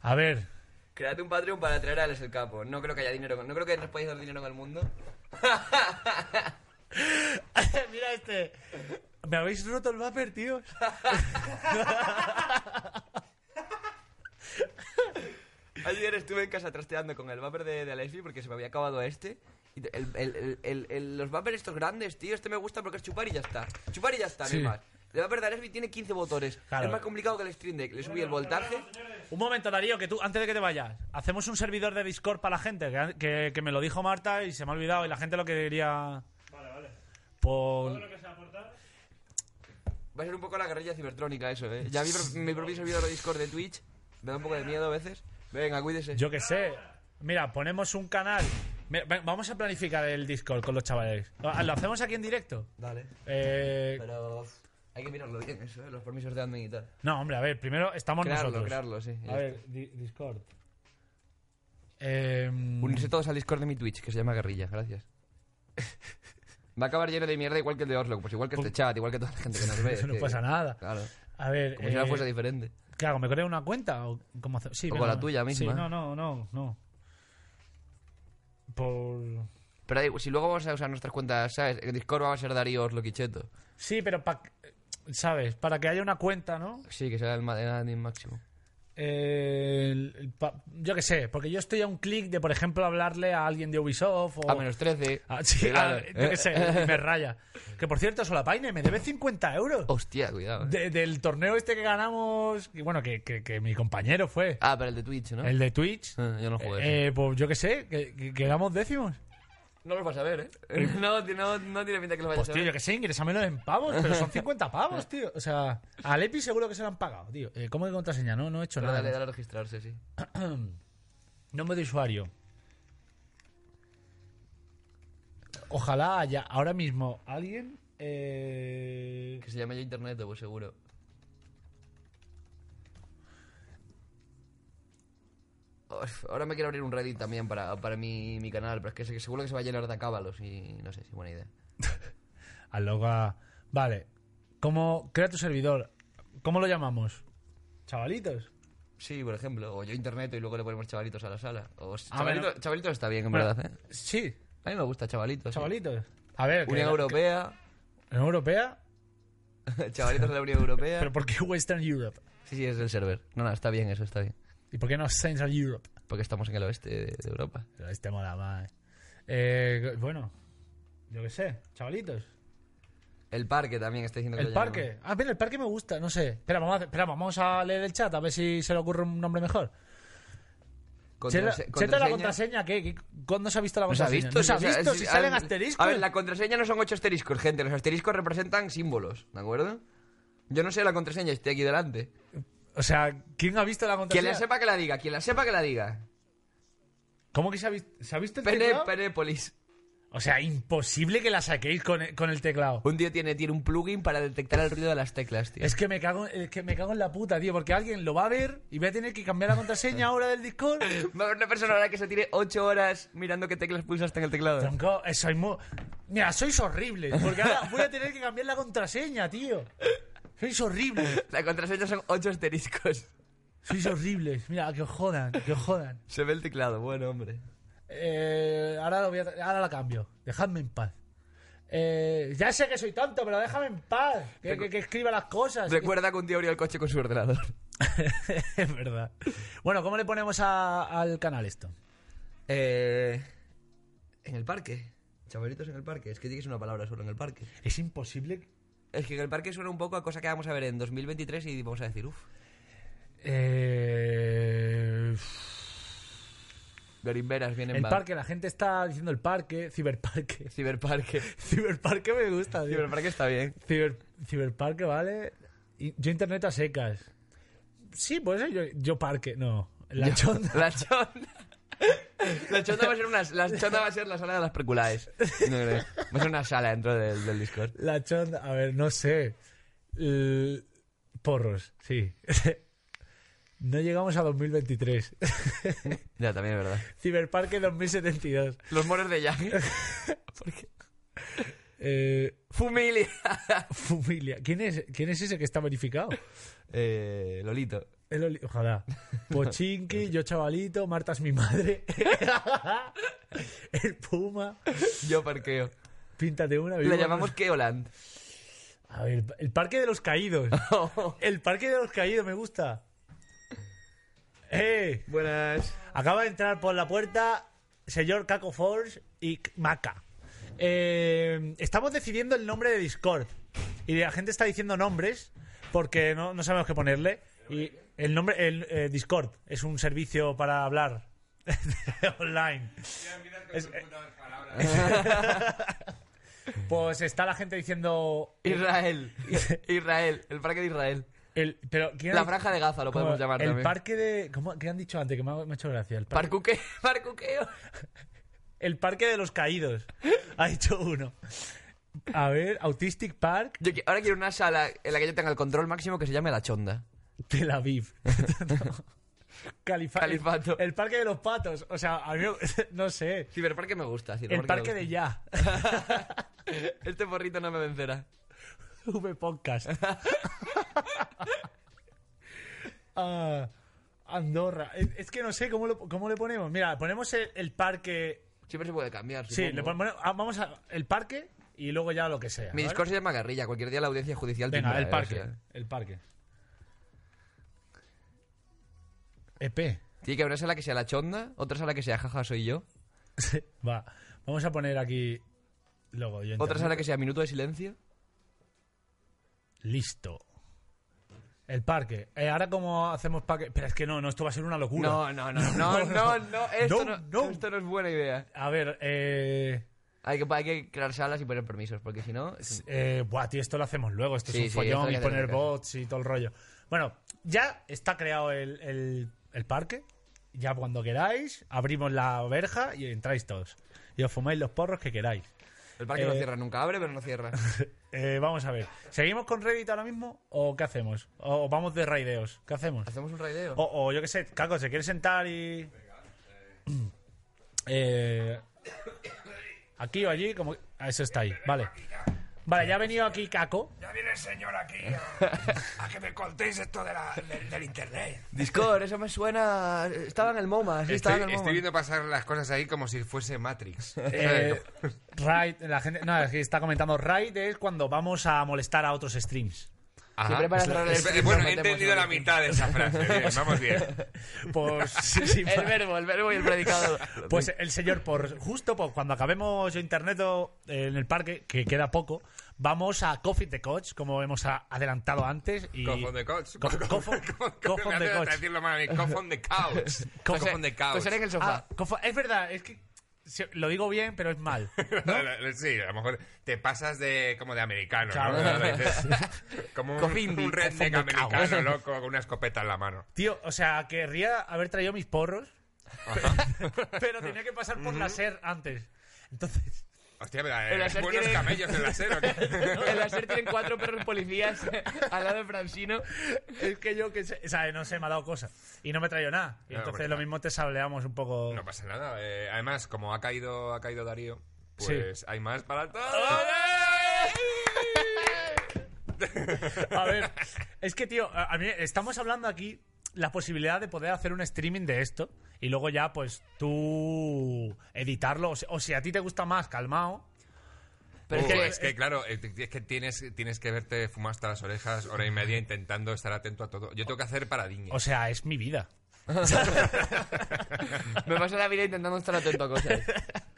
[SPEAKER 1] A ver,
[SPEAKER 3] Créate un Patreon para traer a Alex el Capo. No creo que haya dinero. No creo que nos podáis dar dinero en el mundo.
[SPEAKER 1] [LAUGHS] Mira este. ¿Me habéis roto el vapor, tío?
[SPEAKER 3] Ayer estuve en casa trasteando con el vapor de, de Alexi porque se me había acabado este. Y te- el- el- el- el- el- los vapers estos grandes, tío, este me gusta porque es chupar y ya está. Chupar y ya está,
[SPEAKER 1] Sí.
[SPEAKER 3] no hay más. El vapor de Alexi tiene 15 botones.
[SPEAKER 1] Claro.
[SPEAKER 3] Es más complicado que el Stream Deck. Le subí el voltaje.
[SPEAKER 1] Un momento, Darío, que tú, antes de que te vayas, hacemos un servidor de Discord para la gente, que, que- que me lo dijo Marta y se me ha olvidado y la gente lo quería.
[SPEAKER 5] Vale, vale.
[SPEAKER 1] Por...
[SPEAKER 5] ¿Todo lo que se aporta?
[SPEAKER 3] Va a ser un poco la guerrilla cibertrónica eso, eh. Ya mi, pro- mi propio servidor de Discord de Twitch me da un poco de miedo a veces. Venga, cuídese.
[SPEAKER 1] Yo qué sé. Mira, ponemos un canal. Me- ve- Vamos a planificar el Discord con los chavales. Ah, ¿Lo hacemos aquí en directo?
[SPEAKER 3] Dale.
[SPEAKER 1] Eh,
[SPEAKER 3] Pero uf, hay que mirarlo bien eso, eh, los permisos de admin y tal.
[SPEAKER 1] no, hombre, a ver, primero estamos
[SPEAKER 3] Crearlo,
[SPEAKER 1] nosotros.
[SPEAKER 3] crearlo, sí.
[SPEAKER 1] A
[SPEAKER 3] ya está.
[SPEAKER 1] ver, Di- Discord. Eh,
[SPEAKER 3] Unirse todos al Discord de mi Twitch, que se llama Guerrilla, gracias. [LAUGHS] Va a acabar lleno de mierda igual que el de Oslo, pues igual que este chat, igual que toda la gente
[SPEAKER 1] [LAUGHS]
[SPEAKER 3] que nos ve.
[SPEAKER 1] Eso no
[SPEAKER 3] que-
[SPEAKER 1] pasa nada.
[SPEAKER 3] Claro.
[SPEAKER 1] a ver,
[SPEAKER 3] Como si nada
[SPEAKER 1] eh,
[SPEAKER 3] fuese diferente.
[SPEAKER 1] ¿Qué hago? ¿Me creo una cuenta? ¿O, cómo hace- sí,
[SPEAKER 3] O con
[SPEAKER 1] venga,
[SPEAKER 3] la tuya
[SPEAKER 1] sí,
[SPEAKER 3] misma.
[SPEAKER 1] no, no, no, no. Por...
[SPEAKER 3] Pero da igual, si luego vamos a usar nuestras cuentas, ¿sabes? El Discord va a ser Darío Oslo Quicheto.
[SPEAKER 1] Sí, pero para... ¿Sabes? Para que haya una cuenta, ¿no?
[SPEAKER 3] Sí, que sea el ma- el admin máximo.
[SPEAKER 1] eh, el- el pa- yo qué sé, porque yo estoy a un clic de, por ejemplo, hablarle a alguien de Ubisoft o...
[SPEAKER 3] A menos 13.
[SPEAKER 1] Oh. Ah, sí,
[SPEAKER 3] Cuidado.
[SPEAKER 1] ah, yo qué sé,
[SPEAKER 3] [LAUGHS]
[SPEAKER 1] me raya. Que por cierto, Solapaine, me debe 50 euros
[SPEAKER 3] Hostia, cuidado. eh.
[SPEAKER 1] de- del torneo este que ganamos. Y bueno, que, que- que mi compañero fue,
[SPEAKER 3] Ah, pero el de Twitch, ¿no?
[SPEAKER 1] el de Twitch.
[SPEAKER 3] Ah, Yo no jugué.
[SPEAKER 1] Eh, pues yo qué sé, que, que quedamos décimos.
[SPEAKER 3] No lo vas a ver,
[SPEAKER 1] [LAUGHS]
[SPEAKER 3] ¿eh? No, no, no tiene pinta que lo vayas
[SPEAKER 1] Pues tío,
[SPEAKER 3] a
[SPEAKER 1] yo
[SPEAKER 3] ver.
[SPEAKER 1] que sé, ingresámelo en pavos, pero son 50 pavos, tío. O sea, a Lepi seguro que se lo han pagado, tío. Eh, ¿Cómo de contraseña? No, no he hecho
[SPEAKER 3] Pero
[SPEAKER 1] nada.
[SPEAKER 3] dale, dale a registrarse, sí.
[SPEAKER 1] Nombre de usuario. Ojalá haya ahora mismo alguien. eh,
[SPEAKER 3] Que se llame yo internet, pues seguro. Uf, Ahora me quiero abrir un Reddit también para, para mi, mi canal, pero es que se- seguro que se va a llenar de cábalos y no sé si buena idea.
[SPEAKER 1] Aloga. Vale. ¿Cómo crea tu servidor? ¿Cómo lo llamamos? Chavalitos.
[SPEAKER 3] Sí, por ejemplo, o yo internet y luego le ponemos chavalitos a la sala. O s-
[SPEAKER 1] Ah,
[SPEAKER 3] chavalito-
[SPEAKER 1] bueno.
[SPEAKER 3] Chavalitos está bien, en
[SPEAKER 1] Bueno,
[SPEAKER 3] verdad, ¿eh?
[SPEAKER 1] Sí,
[SPEAKER 3] A mí me gusta chavalitos. sí.
[SPEAKER 1] chavalitos. A ver, que-
[SPEAKER 3] Unión Europea, [LAUGHS]
[SPEAKER 1] ¿Unión Europea?
[SPEAKER 3] chavalitos de la Unión Europea.
[SPEAKER 1] ¿Pero por qué Western Europe?
[SPEAKER 3] Sí, sí, es el server. No, no, está bien eso, está bien.
[SPEAKER 1] ¿Y por qué no Central Europe?
[SPEAKER 3] Porque estamos en el oeste de, de Europa.
[SPEAKER 1] Pero este mola más. Eh, bueno, yo qué sé, chavalitos.
[SPEAKER 3] El parque también está diciendo que
[SPEAKER 1] El
[SPEAKER 3] lo llamemos.
[SPEAKER 1] parque. Ah, mira, el parque me gusta, no sé. Espera, vamos a, hacer- espera, vamos a leer el chat a ver si se le ocurre un nombre mejor. Cheta,
[SPEAKER 3] Contrase-
[SPEAKER 1] Cheta, la contraseña, ¿qué? ¿Qué- ¿Cuándo se ha visto la
[SPEAKER 3] ¿No se ha
[SPEAKER 1] contraseña?
[SPEAKER 3] visto?
[SPEAKER 1] No se ha
[SPEAKER 3] O sea,
[SPEAKER 1] visto,
[SPEAKER 3] es-
[SPEAKER 1] si
[SPEAKER 3] a
[SPEAKER 1] salen
[SPEAKER 3] ver,
[SPEAKER 1] asteriscos.
[SPEAKER 3] A ver, la contraseña no son ocho asteriscos, gente. Los asteriscos representan símbolos, ¿de acuerdo? Yo no sé la contraseña, estoy aquí delante.
[SPEAKER 1] O sea, ¿quién ha visto la
[SPEAKER 3] Quien
[SPEAKER 1] contraseña?
[SPEAKER 3] la sepa que la diga, quien la sepa que la diga.
[SPEAKER 1] ¿Cómo que se ha visto? ¿Se ha visto el
[SPEAKER 3] Pene,
[SPEAKER 1] teclado?
[SPEAKER 3] Penépolis.
[SPEAKER 1] O sea, imposible que la saquéis con, e- con el teclado.
[SPEAKER 3] Un tío tiene, tiene un plugin para detectar el ruido de las teclas, tío.
[SPEAKER 1] Es que me cago, es que me cago en la puta, tío, porque alguien lo va a ver y voy a tener que cambiar la contraseña ahora del [LAUGHS] Discord.
[SPEAKER 3] Va a haber una persona ahora que se tire ocho horas mirando qué teclas pulsaste en el teclado.
[SPEAKER 1] Tronco, eh, sois muy... Mira, sois horribles, porque ahora voy a tener que cambiar la contraseña, tío. Sois horribles,
[SPEAKER 3] La contraseña son ocho asteriscos.
[SPEAKER 1] sois horribles. Mira, que os jodan, que os jodan.
[SPEAKER 3] Se ve el teclado, bueno, hombre.
[SPEAKER 1] Eh, ahora, lo voy a tra- ahora la cambio, dejadme en paz. Eh, ya sé que soy tonto, pero déjame en paz. Que, que- que escriba las cosas.
[SPEAKER 3] Recuerda que un tío abrió el coche con su ordenador.
[SPEAKER 1] [LAUGHS] es verdad. Bueno, ¿cómo le ponemos a- al canal esto?
[SPEAKER 3] Eh, en el parque. Chavalitos en el parque. Es que tienes una palabra solo en el parque.
[SPEAKER 1] Es imposible.
[SPEAKER 3] Es que en el parque suena un poco a cosa que vamos a ver en 2023 y vamos a decir, uff,
[SPEAKER 1] Eh,
[SPEAKER 3] Gorimberas viene
[SPEAKER 1] el parque, la gente está diciendo el parque, ciberparque. [LAUGHS]
[SPEAKER 3] Ciberparque.
[SPEAKER 1] Ciberparque me gusta, tío.
[SPEAKER 3] Ciberparque está bien.
[SPEAKER 1] Ciber- ciberparque, ¿vale? Y- Yo internet a secas. Sí, pues yo, yo parque, no. La chonda.
[SPEAKER 3] La chonda. La chonda va a ser una, la chonda va a ser la sala de las perculaes. No creo. Va a ser una sala dentro del, del Discord.
[SPEAKER 1] La chonda, a ver, no sé. L- Porros, sí. [LAUGHS] No llegamos a 2023.
[SPEAKER 3] Ya, también es verdad.
[SPEAKER 1] [LAUGHS] Ciberparque 2072.
[SPEAKER 3] Los moros
[SPEAKER 1] [LAUGHS]
[SPEAKER 3] de Yang.
[SPEAKER 1] Eh,
[SPEAKER 3] Fumilia.
[SPEAKER 1] familia. ¿Quién es, ¿Quién es ese que está verificado?
[SPEAKER 3] Eh, Lolito.
[SPEAKER 1] El oli- Ojalá. Pochinki, yo chavalito, Marta es mi madre. [LAUGHS] El Puma.
[SPEAKER 3] Yo parqueo.
[SPEAKER 1] Píntate una.
[SPEAKER 3] Le
[SPEAKER 1] vivo-
[SPEAKER 3] llamamos Keoland.
[SPEAKER 1] A ver, el Parque de los
[SPEAKER 3] [LAUGHS]
[SPEAKER 1] Caídos. El Parque de los Caídos me gusta. ¡Eh!
[SPEAKER 3] Buenas.
[SPEAKER 1] Acaba de entrar por la puerta señor Caco Force y K- Maca. Eh, estamos decidiendo el nombre de Discord. Y la gente está diciendo nombres porque no, no sabemos qué ponerle. Y el nombre, el eh, Discord, es un servicio para hablar [LAUGHS] online. Es- eh, [LAUGHS] pues está la gente diciendo. [LAUGHS]
[SPEAKER 3] Israel. Israel. El parque de Israel.
[SPEAKER 1] El, pero, ¿quién ha
[SPEAKER 3] La
[SPEAKER 1] dicho-
[SPEAKER 3] franja de Gaza lo
[SPEAKER 1] ¿Cómo?
[SPEAKER 3] podemos llamar
[SPEAKER 1] el
[SPEAKER 3] también.
[SPEAKER 1] parque de. ¿cómo, ¿Qué han dicho antes? Que me ha, me ha hecho gracia. El parque,
[SPEAKER 3] Parcuqueo. [LAUGHS] Parcuqueo.
[SPEAKER 1] el parque de los caídos. [LAUGHS] Ha dicho uno. A ver, Autistic Park,
[SPEAKER 3] Yo qui- ahora quiero una sala en la que yo tenga el control máximo que se llame La Chonda.
[SPEAKER 1] Tel Aviv. [LAUGHS] Califa-
[SPEAKER 3] Califato.
[SPEAKER 1] El, el parque de los patos. O sea, a mí me- [LAUGHS] no sé.
[SPEAKER 3] Ciberparque me gusta.
[SPEAKER 1] El parque de ya. [LAUGHS]
[SPEAKER 3] [LAUGHS] Este porrito no me vencerá.
[SPEAKER 1] V
[SPEAKER 2] [LAUGHS]
[SPEAKER 1] Podcast. Ah, Andorra. Es, es que no sé cómo, lo- cómo le ponemos. Mira, ponemos el- el parque
[SPEAKER 3] Siempre se puede cambiar.
[SPEAKER 1] Sí,
[SPEAKER 3] supongo.
[SPEAKER 1] le pon- bueno, ah, vamos a el parque y luego ya lo que sea. ¿vale?
[SPEAKER 3] Mi Discord se llama Guerrilla. Cualquier eh, día la audiencia judicial
[SPEAKER 1] Venga,
[SPEAKER 3] timbra,
[SPEAKER 1] el
[SPEAKER 3] eh,
[SPEAKER 1] parque.
[SPEAKER 3] o sea.
[SPEAKER 1] El parque. EP.
[SPEAKER 3] Tiene que haber una sala que sea la chonda, otra sala que sea jaja soy yo,
[SPEAKER 1] Va, vamos a poner aquí. Luego, yo
[SPEAKER 3] otra
[SPEAKER 1] interno.
[SPEAKER 3] sala que sea minuto de silencio.
[SPEAKER 1] Listo. El parque. Eh, ahora, ¿cómo hacemos parque? Pero es que no, no, esto va a ser una locura.
[SPEAKER 3] No, no, no, no, no, no, esto
[SPEAKER 1] [LAUGHS] No,
[SPEAKER 3] no,
[SPEAKER 1] no.
[SPEAKER 3] esto no es buena idea.
[SPEAKER 1] A ver, eh,
[SPEAKER 3] Hay que, hay que crear salas y poner permisos, porque si no... es un-
[SPEAKER 1] eh, Buah, tío, esto lo hacemos luego. Esto
[SPEAKER 3] Sí,
[SPEAKER 1] es un
[SPEAKER 3] sí, esto
[SPEAKER 1] follón
[SPEAKER 3] hay
[SPEAKER 1] y
[SPEAKER 3] que
[SPEAKER 1] poner
[SPEAKER 3] hacerlo en casa.
[SPEAKER 1] bots y todo el rollo. Bueno, ya está creado el, el- el parque. Ya cuando queráis, abrimos la verja y entráis todos. Y os fumáis los porros que queráis.
[SPEAKER 3] El parque no
[SPEAKER 1] eh,
[SPEAKER 3] cierra, nunca abre, pero no cierra.
[SPEAKER 1] [LAUGHS] Eh, vamos a ver. ¿Seguimos con Reddit ahora mismo o qué hacemos? ¿O vamos de raideos? ¿Qué hacemos?
[SPEAKER 3] ¿Hacemos un raideo?
[SPEAKER 1] O, o yo qué sé, Caco, ¿se quiere sentar y...? Eh, aquí o allí, como... ah, Eso está ahí, vale. Vale, ya ha venido aquí Caco.
[SPEAKER 6] Ya viene el señor aquí a, a que me contéis esto de la- del- del internet.
[SPEAKER 3] Discord, eso me suena... Estaba en el MoMA, sí, estaba
[SPEAKER 7] Estoy,
[SPEAKER 3] en el MoMA.
[SPEAKER 7] estoy viendo pasar las cosas ahí como si fuese [LAUGHS] Matrix.
[SPEAKER 1] Eh, raid, la gente... No, es que está comentando, raid es cuando vamos a molestar a otros streams.
[SPEAKER 7] Ajá.
[SPEAKER 3] siempre para cerrar el
[SPEAKER 7] Es-
[SPEAKER 3] stream
[SPEAKER 7] bueno,
[SPEAKER 3] nos
[SPEAKER 7] he
[SPEAKER 3] metemos
[SPEAKER 7] entendido
[SPEAKER 3] en el
[SPEAKER 7] la
[SPEAKER 3] stream.
[SPEAKER 7] mitad de esa frase. Bien, [LAUGHS] vamos bien.
[SPEAKER 1] Pues... [LAUGHS] sí, sí,
[SPEAKER 3] El verbo, el verbo y el predicado.
[SPEAKER 1] Pues el señor, por justo por cuando acabemos yo internet o, eh, en el parque, que queda poco, vamos a Coffee the Coach, como hemos a- adelantado antes. Y...
[SPEAKER 7] Cough on the couch.
[SPEAKER 1] Co- [LAUGHS] cough on-
[SPEAKER 7] Cough-
[SPEAKER 1] cough on
[SPEAKER 7] me
[SPEAKER 1] the
[SPEAKER 7] hace
[SPEAKER 1] couch.
[SPEAKER 7] decirlo mal a mí. Cough on the couch. [LAUGHS]
[SPEAKER 3] Pues
[SPEAKER 7] Cough
[SPEAKER 3] era-
[SPEAKER 7] on the couch.
[SPEAKER 3] pues era en el
[SPEAKER 1] Ah,
[SPEAKER 3] sofá.
[SPEAKER 1] cofa- es verdad, es que se- lo digo bien, pero es mal.
[SPEAKER 7] [LAUGHS] Sí, a lo mejor te pasas de como de americano, ¿no?
[SPEAKER 1] Claro.
[SPEAKER 7] Cuando
[SPEAKER 3] [LAUGHS]
[SPEAKER 7] dices, como un,
[SPEAKER 3] Coffee
[SPEAKER 7] un
[SPEAKER 3] indie,
[SPEAKER 7] redneck
[SPEAKER 3] cough on the couch. [LAUGHS]
[SPEAKER 7] americano loco con una escopeta en la mano.
[SPEAKER 1] Tío, o sea, querría haber traído mis porros, [LAUGHS] pero tenía que pasar por la SER antes. Entonces,
[SPEAKER 7] Hostia,
[SPEAKER 3] El
[SPEAKER 7] pero eh,
[SPEAKER 3] láser
[SPEAKER 7] buenos
[SPEAKER 3] tiene-
[SPEAKER 7] camellos en
[SPEAKER 1] [LAUGHS]
[SPEAKER 3] [LAUGHS]
[SPEAKER 7] la sero.
[SPEAKER 3] En la SER tienen cuatro perros policías al lado de Francino.
[SPEAKER 1] es que yo que sé, o sea, no sé, me ha dado cosa. Y no me he traído nada. Y
[SPEAKER 7] No,
[SPEAKER 1] entonces
[SPEAKER 7] hombre,
[SPEAKER 1] lo
[SPEAKER 7] no.
[SPEAKER 1] mismo te sableamos un poco.
[SPEAKER 7] No pasa nada. eh, además, como ha caído, ha caído Darío, pues hay más para
[SPEAKER 3] ¡Ah!
[SPEAKER 7] todos.
[SPEAKER 1] A ver, es que, tío, a a mí estamos hablando aquí la posibilidad de poder hacer un streaming de esto y luego ya, pues, tú editarlo. O si, o si a ti te gusta más, calmao.
[SPEAKER 3] Pero
[SPEAKER 7] Uh,
[SPEAKER 3] es que-
[SPEAKER 7] claro, eh, t- es que tienes, tienes que verte fumado hasta las orejas hora y media intentando estar atento a todo. Yo tengo que hacer paradiñas.
[SPEAKER 1] O sea, es mi vida.
[SPEAKER 3] Me pasa la vida intentando estar atento a cosas.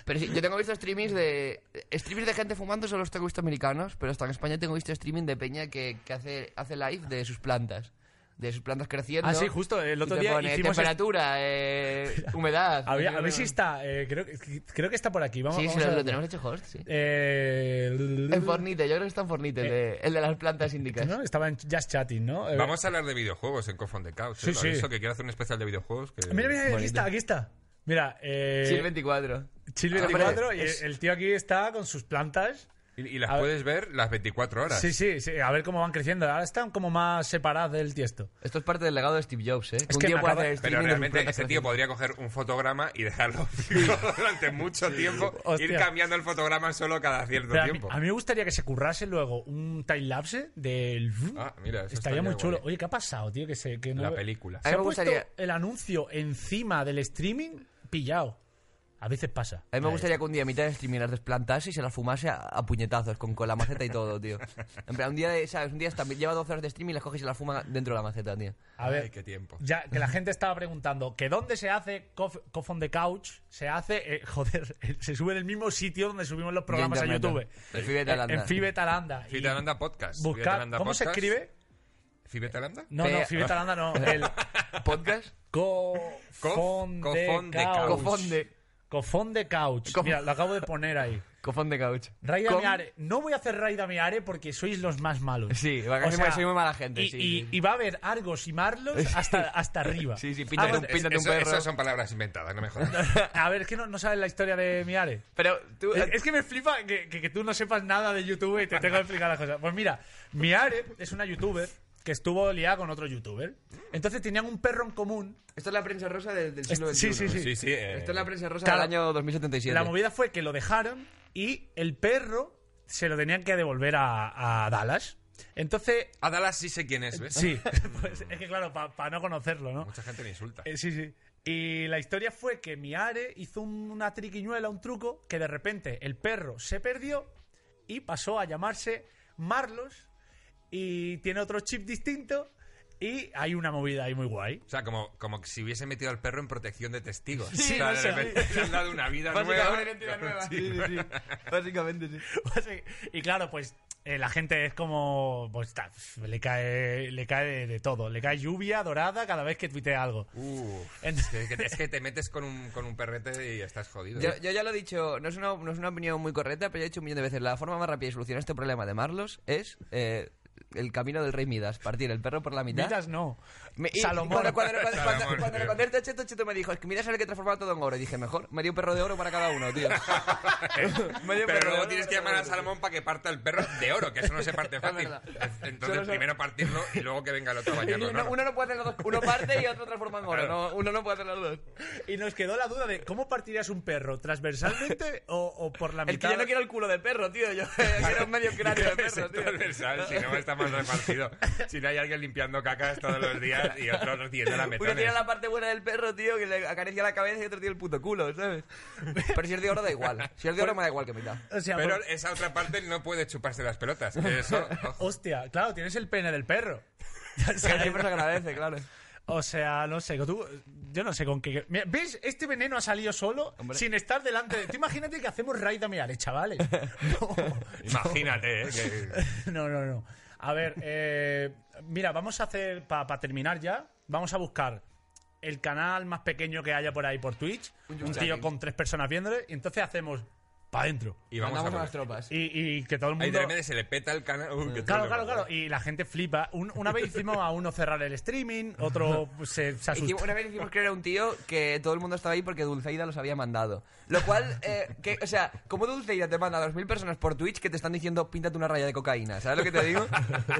[SPEAKER 3] Pero sí, yo tengo visto streamings de... Streamings de gente fumando solo los tengo visto americanos, pero hasta en España tengo visto streaming de peña que, que hace, hace live de sus plantas. De sus plantas creciendo.
[SPEAKER 1] Ah, sí, justo, el otro
[SPEAKER 3] Y te
[SPEAKER 1] día
[SPEAKER 3] pone
[SPEAKER 1] hicimos [LAUGHS]
[SPEAKER 3] temperatura, eh, humedad...
[SPEAKER 1] A ver, a
[SPEAKER 3] yo-
[SPEAKER 1] ver si está. eh, creo, que- creo que está por aquí. Vamos,
[SPEAKER 3] Sí, sí,
[SPEAKER 1] vamos a
[SPEAKER 3] lo, lo
[SPEAKER 1] ver.
[SPEAKER 3] tenemos hecho host, sí.
[SPEAKER 1] Eh,
[SPEAKER 3] En Fornite, yo creo que está en Fornite, el, de, el de las plantas índicas.
[SPEAKER 1] ¿no? Eh, Estaba en Just Chatting, ¿no? Eh,
[SPEAKER 7] Vamos a hablar de videojuegos en Cough on the Couch.
[SPEAKER 1] Sí,
[SPEAKER 7] ¿eh? ¿Lo habéis
[SPEAKER 1] sí.
[SPEAKER 7] visto? que quiero hacer un especial de videojuegos. que-
[SPEAKER 1] Mira, mira, aquí
[SPEAKER 3] Bonito.
[SPEAKER 1] está, aquí está. Mira, eh,
[SPEAKER 3] Sí, el 24.
[SPEAKER 1] Chill
[SPEAKER 3] Ah,
[SPEAKER 1] 24
[SPEAKER 3] hombre,
[SPEAKER 1] y
[SPEAKER 3] es-
[SPEAKER 1] el tío aquí está con sus plantas.
[SPEAKER 7] Y, y las
[SPEAKER 1] A ver.
[SPEAKER 7] puedes ver las 24 horas.
[SPEAKER 1] Sí, sí, sí, a ver cómo van creciendo. Ahora están como más separadas del tiesto.
[SPEAKER 3] Esto es parte del legado de Steve Jobs, ¿eh?
[SPEAKER 1] que me acaba-
[SPEAKER 7] Pero
[SPEAKER 3] streaming de sus
[SPEAKER 7] realmente
[SPEAKER 3] plantas
[SPEAKER 7] ese tío
[SPEAKER 3] creciendo.
[SPEAKER 7] podría coger un fotograma y dejarlo [LAUGHS] fijo durante mucho tiempo, ir
[SPEAKER 1] Hostia.
[SPEAKER 7] cambiando el fotograma solo cada cierto
[SPEAKER 1] Pero a, mí,
[SPEAKER 7] tiempo.
[SPEAKER 1] a mí me gustaría que se currase luego un timelapse del...
[SPEAKER 7] Ah, mira, eso
[SPEAKER 1] estaría muy
[SPEAKER 7] guay.
[SPEAKER 1] chulo. Oye, ¿qué ha pasado, tío? Que se, que no...
[SPEAKER 7] La película.
[SPEAKER 1] Se
[SPEAKER 3] A mí
[SPEAKER 1] ha
[SPEAKER 3] me
[SPEAKER 1] puesto
[SPEAKER 3] gustaría-
[SPEAKER 1] el anuncio encima del streaming pillado. A veces pasa.
[SPEAKER 3] A mí me gustaría que un día a mitad de streaming las desplantase y se las fumase a, a puñetazos, con, con la maceta y todo, tío. En plan, un día, de- ¿sabes? Un día está, lleva 12 horas de streaming y las coges y se las fuma dentro de la maceta, tío.
[SPEAKER 1] A ver,
[SPEAKER 7] Ay, qué tiempo.
[SPEAKER 1] ya que la gente estaba preguntando que dónde se hace Cof Cof on the Couch, se hace, eh, [LAUGHS] joder, se sube en el mismo sitio donde subimos los programas a
[SPEAKER 3] internet.
[SPEAKER 1] YouTube.
[SPEAKER 3] En Fibeta
[SPEAKER 1] En-
[SPEAKER 3] Landa.
[SPEAKER 1] En Fibetalanda.
[SPEAKER 7] Fibetalanda Podcast. Fibetalanda
[SPEAKER 1] ¿Cómo se
[SPEAKER 7] Podcast.
[SPEAKER 1] escribe?
[SPEAKER 7] ¿Fibetalanda?
[SPEAKER 1] No, no,
[SPEAKER 3] Pe-
[SPEAKER 1] Fibetalanda no. El,
[SPEAKER 3] ¿Podcast?
[SPEAKER 7] Cofón
[SPEAKER 1] Cofonde
[SPEAKER 7] de couch.
[SPEAKER 3] Cofonde.
[SPEAKER 1] Cofonde Couch.
[SPEAKER 3] Cof-
[SPEAKER 1] Mira, lo acabo de poner ahí.
[SPEAKER 3] Cofón de couch.
[SPEAKER 1] Raid a
[SPEAKER 3] Com-
[SPEAKER 1] mi are. No voy a hacer raid a mi are porque sois los más malos.
[SPEAKER 3] Sí, va, que soy muy- soy muy mala gente,
[SPEAKER 1] Y,
[SPEAKER 3] sí,
[SPEAKER 1] y-
[SPEAKER 3] sí.
[SPEAKER 1] y va a haber argos y marlos hasta, hasta arriba.
[SPEAKER 3] [LAUGHS] Sí, sí, píntate un-
[SPEAKER 1] Argos-
[SPEAKER 3] píntate un
[SPEAKER 7] Eso-
[SPEAKER 3] perro.
[SPEAKER 7] Esas son palabras inventadas, no me
[SPEAKER 1] [LAUGHS]
[SPEAKER 7] jodas.
[SPEAKER 1] A ver, es que no, no sabes la historia de mi are.
[SPEAKER 3] Pero tú... eh,
[SPEAKER 1] Es, es que me flipa que, que- que tú no sepas nada de YouTube y te tengo que explicar las cosas. Pues mira, Miare es una youtuber que estuvo liada con otro youtuber. Entonces tenían un perro en común.
[SPEAKER 3] Esta es la prensa rosa del, del siglo
[SPEAKER 1] Sí, sí, sí.
[SPEAKER 7] Sí, sí. eh,
[SPEAKER 3] Esta es la prensa rosa
[SPEAKER 1] Claro.
[SPEAKER 3] del año 2077.
[SPEAKER 1] La movida fue que lo dejaron y el perro se lo tenían que devolver a, a Dallas. Entonces,
[SPEAKER 7] A Dallas sí sé quién es,
[SPEAKER 3] [LAUGHS]
[SPEAKER 7] ¿ves?
[SPEAKER 1] sí, [LAUGHS] pues es que claro, para no conocerlo, ¿no?
[SPEAKER 7] Mucha gente me insulta.
[SPEAKER 1] Eh, sí, sí. Y la historia fue que Miare hizo un- una triquiñuela, un truco, que de repente el perro se perdió y pasó a llamarse Marlos y tiene otro chip distinto Y hay una movida ahí muy guay.
[SPEAKER 7] O sea, como, como que si hubiese metido al perro en protección de testigos.
[SPEAKER 1] Sí,
[SPEAKER 7] o sea,
[SPEAKER 1] no
[SPEAKER 7] de
[SPEAKER 1] sé.
[SPEAKER 7] repente le han dado una vida
[SPEAKER 3] Básicamente,
[SPEAKER 7] nueva.
[SPEAKER 3] una identidad nueva.
[SPEAKER 7] Sí.
[SPEAKER 3] Sí,
[SPEAKER 7] Pero
[SPEAKER 8] Básicamente, sí.
[SPEAKER 1] Así- y claro, pues eh, la gente es como. Pues ta, le cae, le cae de, de todo. Le cae lluvia dorada cada vez que tuitea algo.
[SPEAKER 7] Uf,
[SPEAKER 1] Ent-
[SPEAKER 7] es, que, es que te metes con un, con un perrete y estás jodido. ¿eh?
[SPEAKER 3] Yo, yo ya lo he dicho, no es, una, no es una opinión muy correcta, pero ya he dicho un millón de veces, la forma más rápida de solucionar este problema de Marlos es eh, el camino del rey Midas, partir el perro por la mitad.
[SPEAKER 1] Midas no.
[SPEAKER 3] Me- y- y
[SPEAKER 1] Salomón.
[SPEAKER 3] Cuando, cuando, cuando- cuando-
[SPEAKER 7] Salomón,
[SPEAKER 3] cuando le
[SPEAKER 7] tío.
[SPEAKER 3] conté esto a Cheto, Cheto me dijo, es que Midas es el que transformaba todo en oro. Y dije, mejor, me dio un perro de oro para cada uno,
[SPEAKER 7] [LAUGHS]
[SPEAKER 3] tío. [LAUGHS] Me dio un perro de
[SPEAKER 7] Pero luego
[SPEAKER 3] oro
[SPEAKER 7] tienes
[SPEAKER 3] para
[SPEAKER 7] que
[SPEAKER 3] cada
[SPEAKER 7] llamar a
[SPEAKER 3] uno.
[SPEAKER 7] Salomón para que parta el perro de oro, que eso no
[SPEAKER 3] [LAUGHS]
[SPEAKER 7] se parte fácil.
[SPEAKER 3] verdad.
[SPEAKER 7] Entonces, primero partirlo y luego que venga el otro a
[SPEAKER 3] Y
[SPEAKER 7] bañarlo.
[SPEAKER 3] Uno,
[SPEAKER 7] ¿no?
[SPEAKER 3] uno [LAUGHS] no puede hacer los dos. Uno parte y otro transforma en oro.
[SPEAKER 7] Claro.
[SPEAKER 3] No, uno no puede hacer los dos.
[SPEAKER 1] Y nos quedó la duda de cómo partirías un perro, transversalmente o, o por la
[SPEAKER 3] [LAUGHS] Es que
[SPEAKER 1] mitad.
[SPEAKER 3] yo no quiero el culo de perro, tío. Yo [LAUGHS] quiero
[SPEAKER 7] [LAUGHS]
[SPEAKER 3] medio cráneo de
[SPEAKER 7] Es
[SPEAKER 3] perro, tío.
[SPEAKER 7] transversal, si no está más repartido. Si no hay alguien limpiando cacas todos los días y otro recibiendo la
[SPEAKER 3] Uno tiene
[SPEAKER 7] metana.
[SPEAKER 3] la parte buena del perro, tío, que le acaricia la cabeza y otro tiene el puto culo,
[SPEAKER 7] [LAUGHS]
[SPEAKER 3] ¿sabes? Pero si es de oro da igual. Si es de oro me da igual que mitad.
[SPEAKER 1] O sea,
[SPEAKER 7] Pero
[SPEAKER 1] por-
[SPEAKER 7] esa otra parte no puede chuparse las
[SPEAKER 3] [LAUGHS]
[SPEAKER 7] pelotas. Eso, ojo.
[SPEAKER 1] Hostia, claro, tienes el pene del perro. O
[SPEAKER 3] Que
[SPEAKER 1] sea,
[SPEAKER 3] siempre se agradece, claro.
[SPEAKER 1] O sea, no sé, tú- yo no sé con qué. Mira, ¿Ves? Este veneno ha salido solo sin estar delante de. Tú imagínate que hacemos raid a Miare,
[SPEAKER 3] [LAUGHS]
[SPEAKER 1] chavales.
[SPEAKER 7] Imagínate, ¿eh?
[SPEAKER 1] [LAUGHS]
[SPEAKER 7] que-
[SPEAKER 1] No, no, no. no. A ver, eh, mira, vamos a hacer. Para terminar ya, vamos a buscar el canal más pequeño que haya por ahí por Twitch. Un tío con tres personas viéndole. Y entonces hacemos. Para adentro.
[SPEAKER 7] Y vamos
[SPEAKER 3] Mandamos a,
[SPEAKER 7] a
[SPEAKER 3] las
[SPEAKER 7] por-
[SPEAKER 3] tropas.
[SPEAKER 1] Y, y que todo el
[SPEAKER 7] Ahí
[SPEAKER 1] mundo.
[SPEAKER 7] de repente se le peta el canal. Uy, qué
[SPEAKER 1] Claro,
[SPEAKER 7] chulo.
[SPEAKER 1] claro, claro. Y la gente flipa. Un- una vez hicimos a uno cerrar el streaming,
[SPEAKER 7] [LAUGHS]
[SPEAKER 1] otro pues, se, se
[SPEAKER 3] Hicimos-
[SPEAKER 1] asustó.
[SPEAKER 3] una vez hicimos creer a un tío que todo el mundo estaba ahí porque Dulceida los había mandado. Lo cual, eh, que, o sea, como Dulceida te manda a 2.000 personas por Twitch que te están diciendo píntate una raya de cocaína, ¿sabes lo que te digo?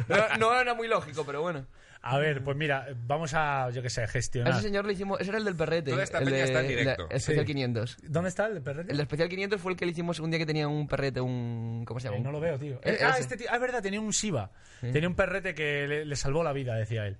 [SPEAKER 3] No, no era muy lógico, pero bueno.
[SPEAKER 1] A ver, pues mira, vamos a, yo qué sé,
[SPEAKER 3] A
[SPEAKER 1] gestionar.
[SPEAKER 3] ese señor le hicimos, ese era el del perrete.
[SPEAKER 7] Toda esta
[SPEAKER 3] el
[SPEAKER 7] peña
[SPEAKER 3] de-
[SPEAKER 7] está en
[SPEAKER 3] el-
[SPEAKER 7] directo.
[SPEAKER 3] el especial
[SPEAKER 1] Sí.
[SPEAKER 3] 500.
[SPEAKER 1] ¿Dónde está el perrete?
[SPEAKER 3] El especial 500 fue el que le hicimos un día que tenía un perrete, un... ¿Cómo se llama?
[SPEAKER 1] Eh, no lo veo, tío. Eh,
[SPEAKER 3] Eh,
[SPEAKER 1] ah,
[SPEAKER 3] ese.
[SPEAKER 1] este tío, ah, es verdad, tenía un Shiba. Tenía un perrete que le, le salvó la vida, decía él.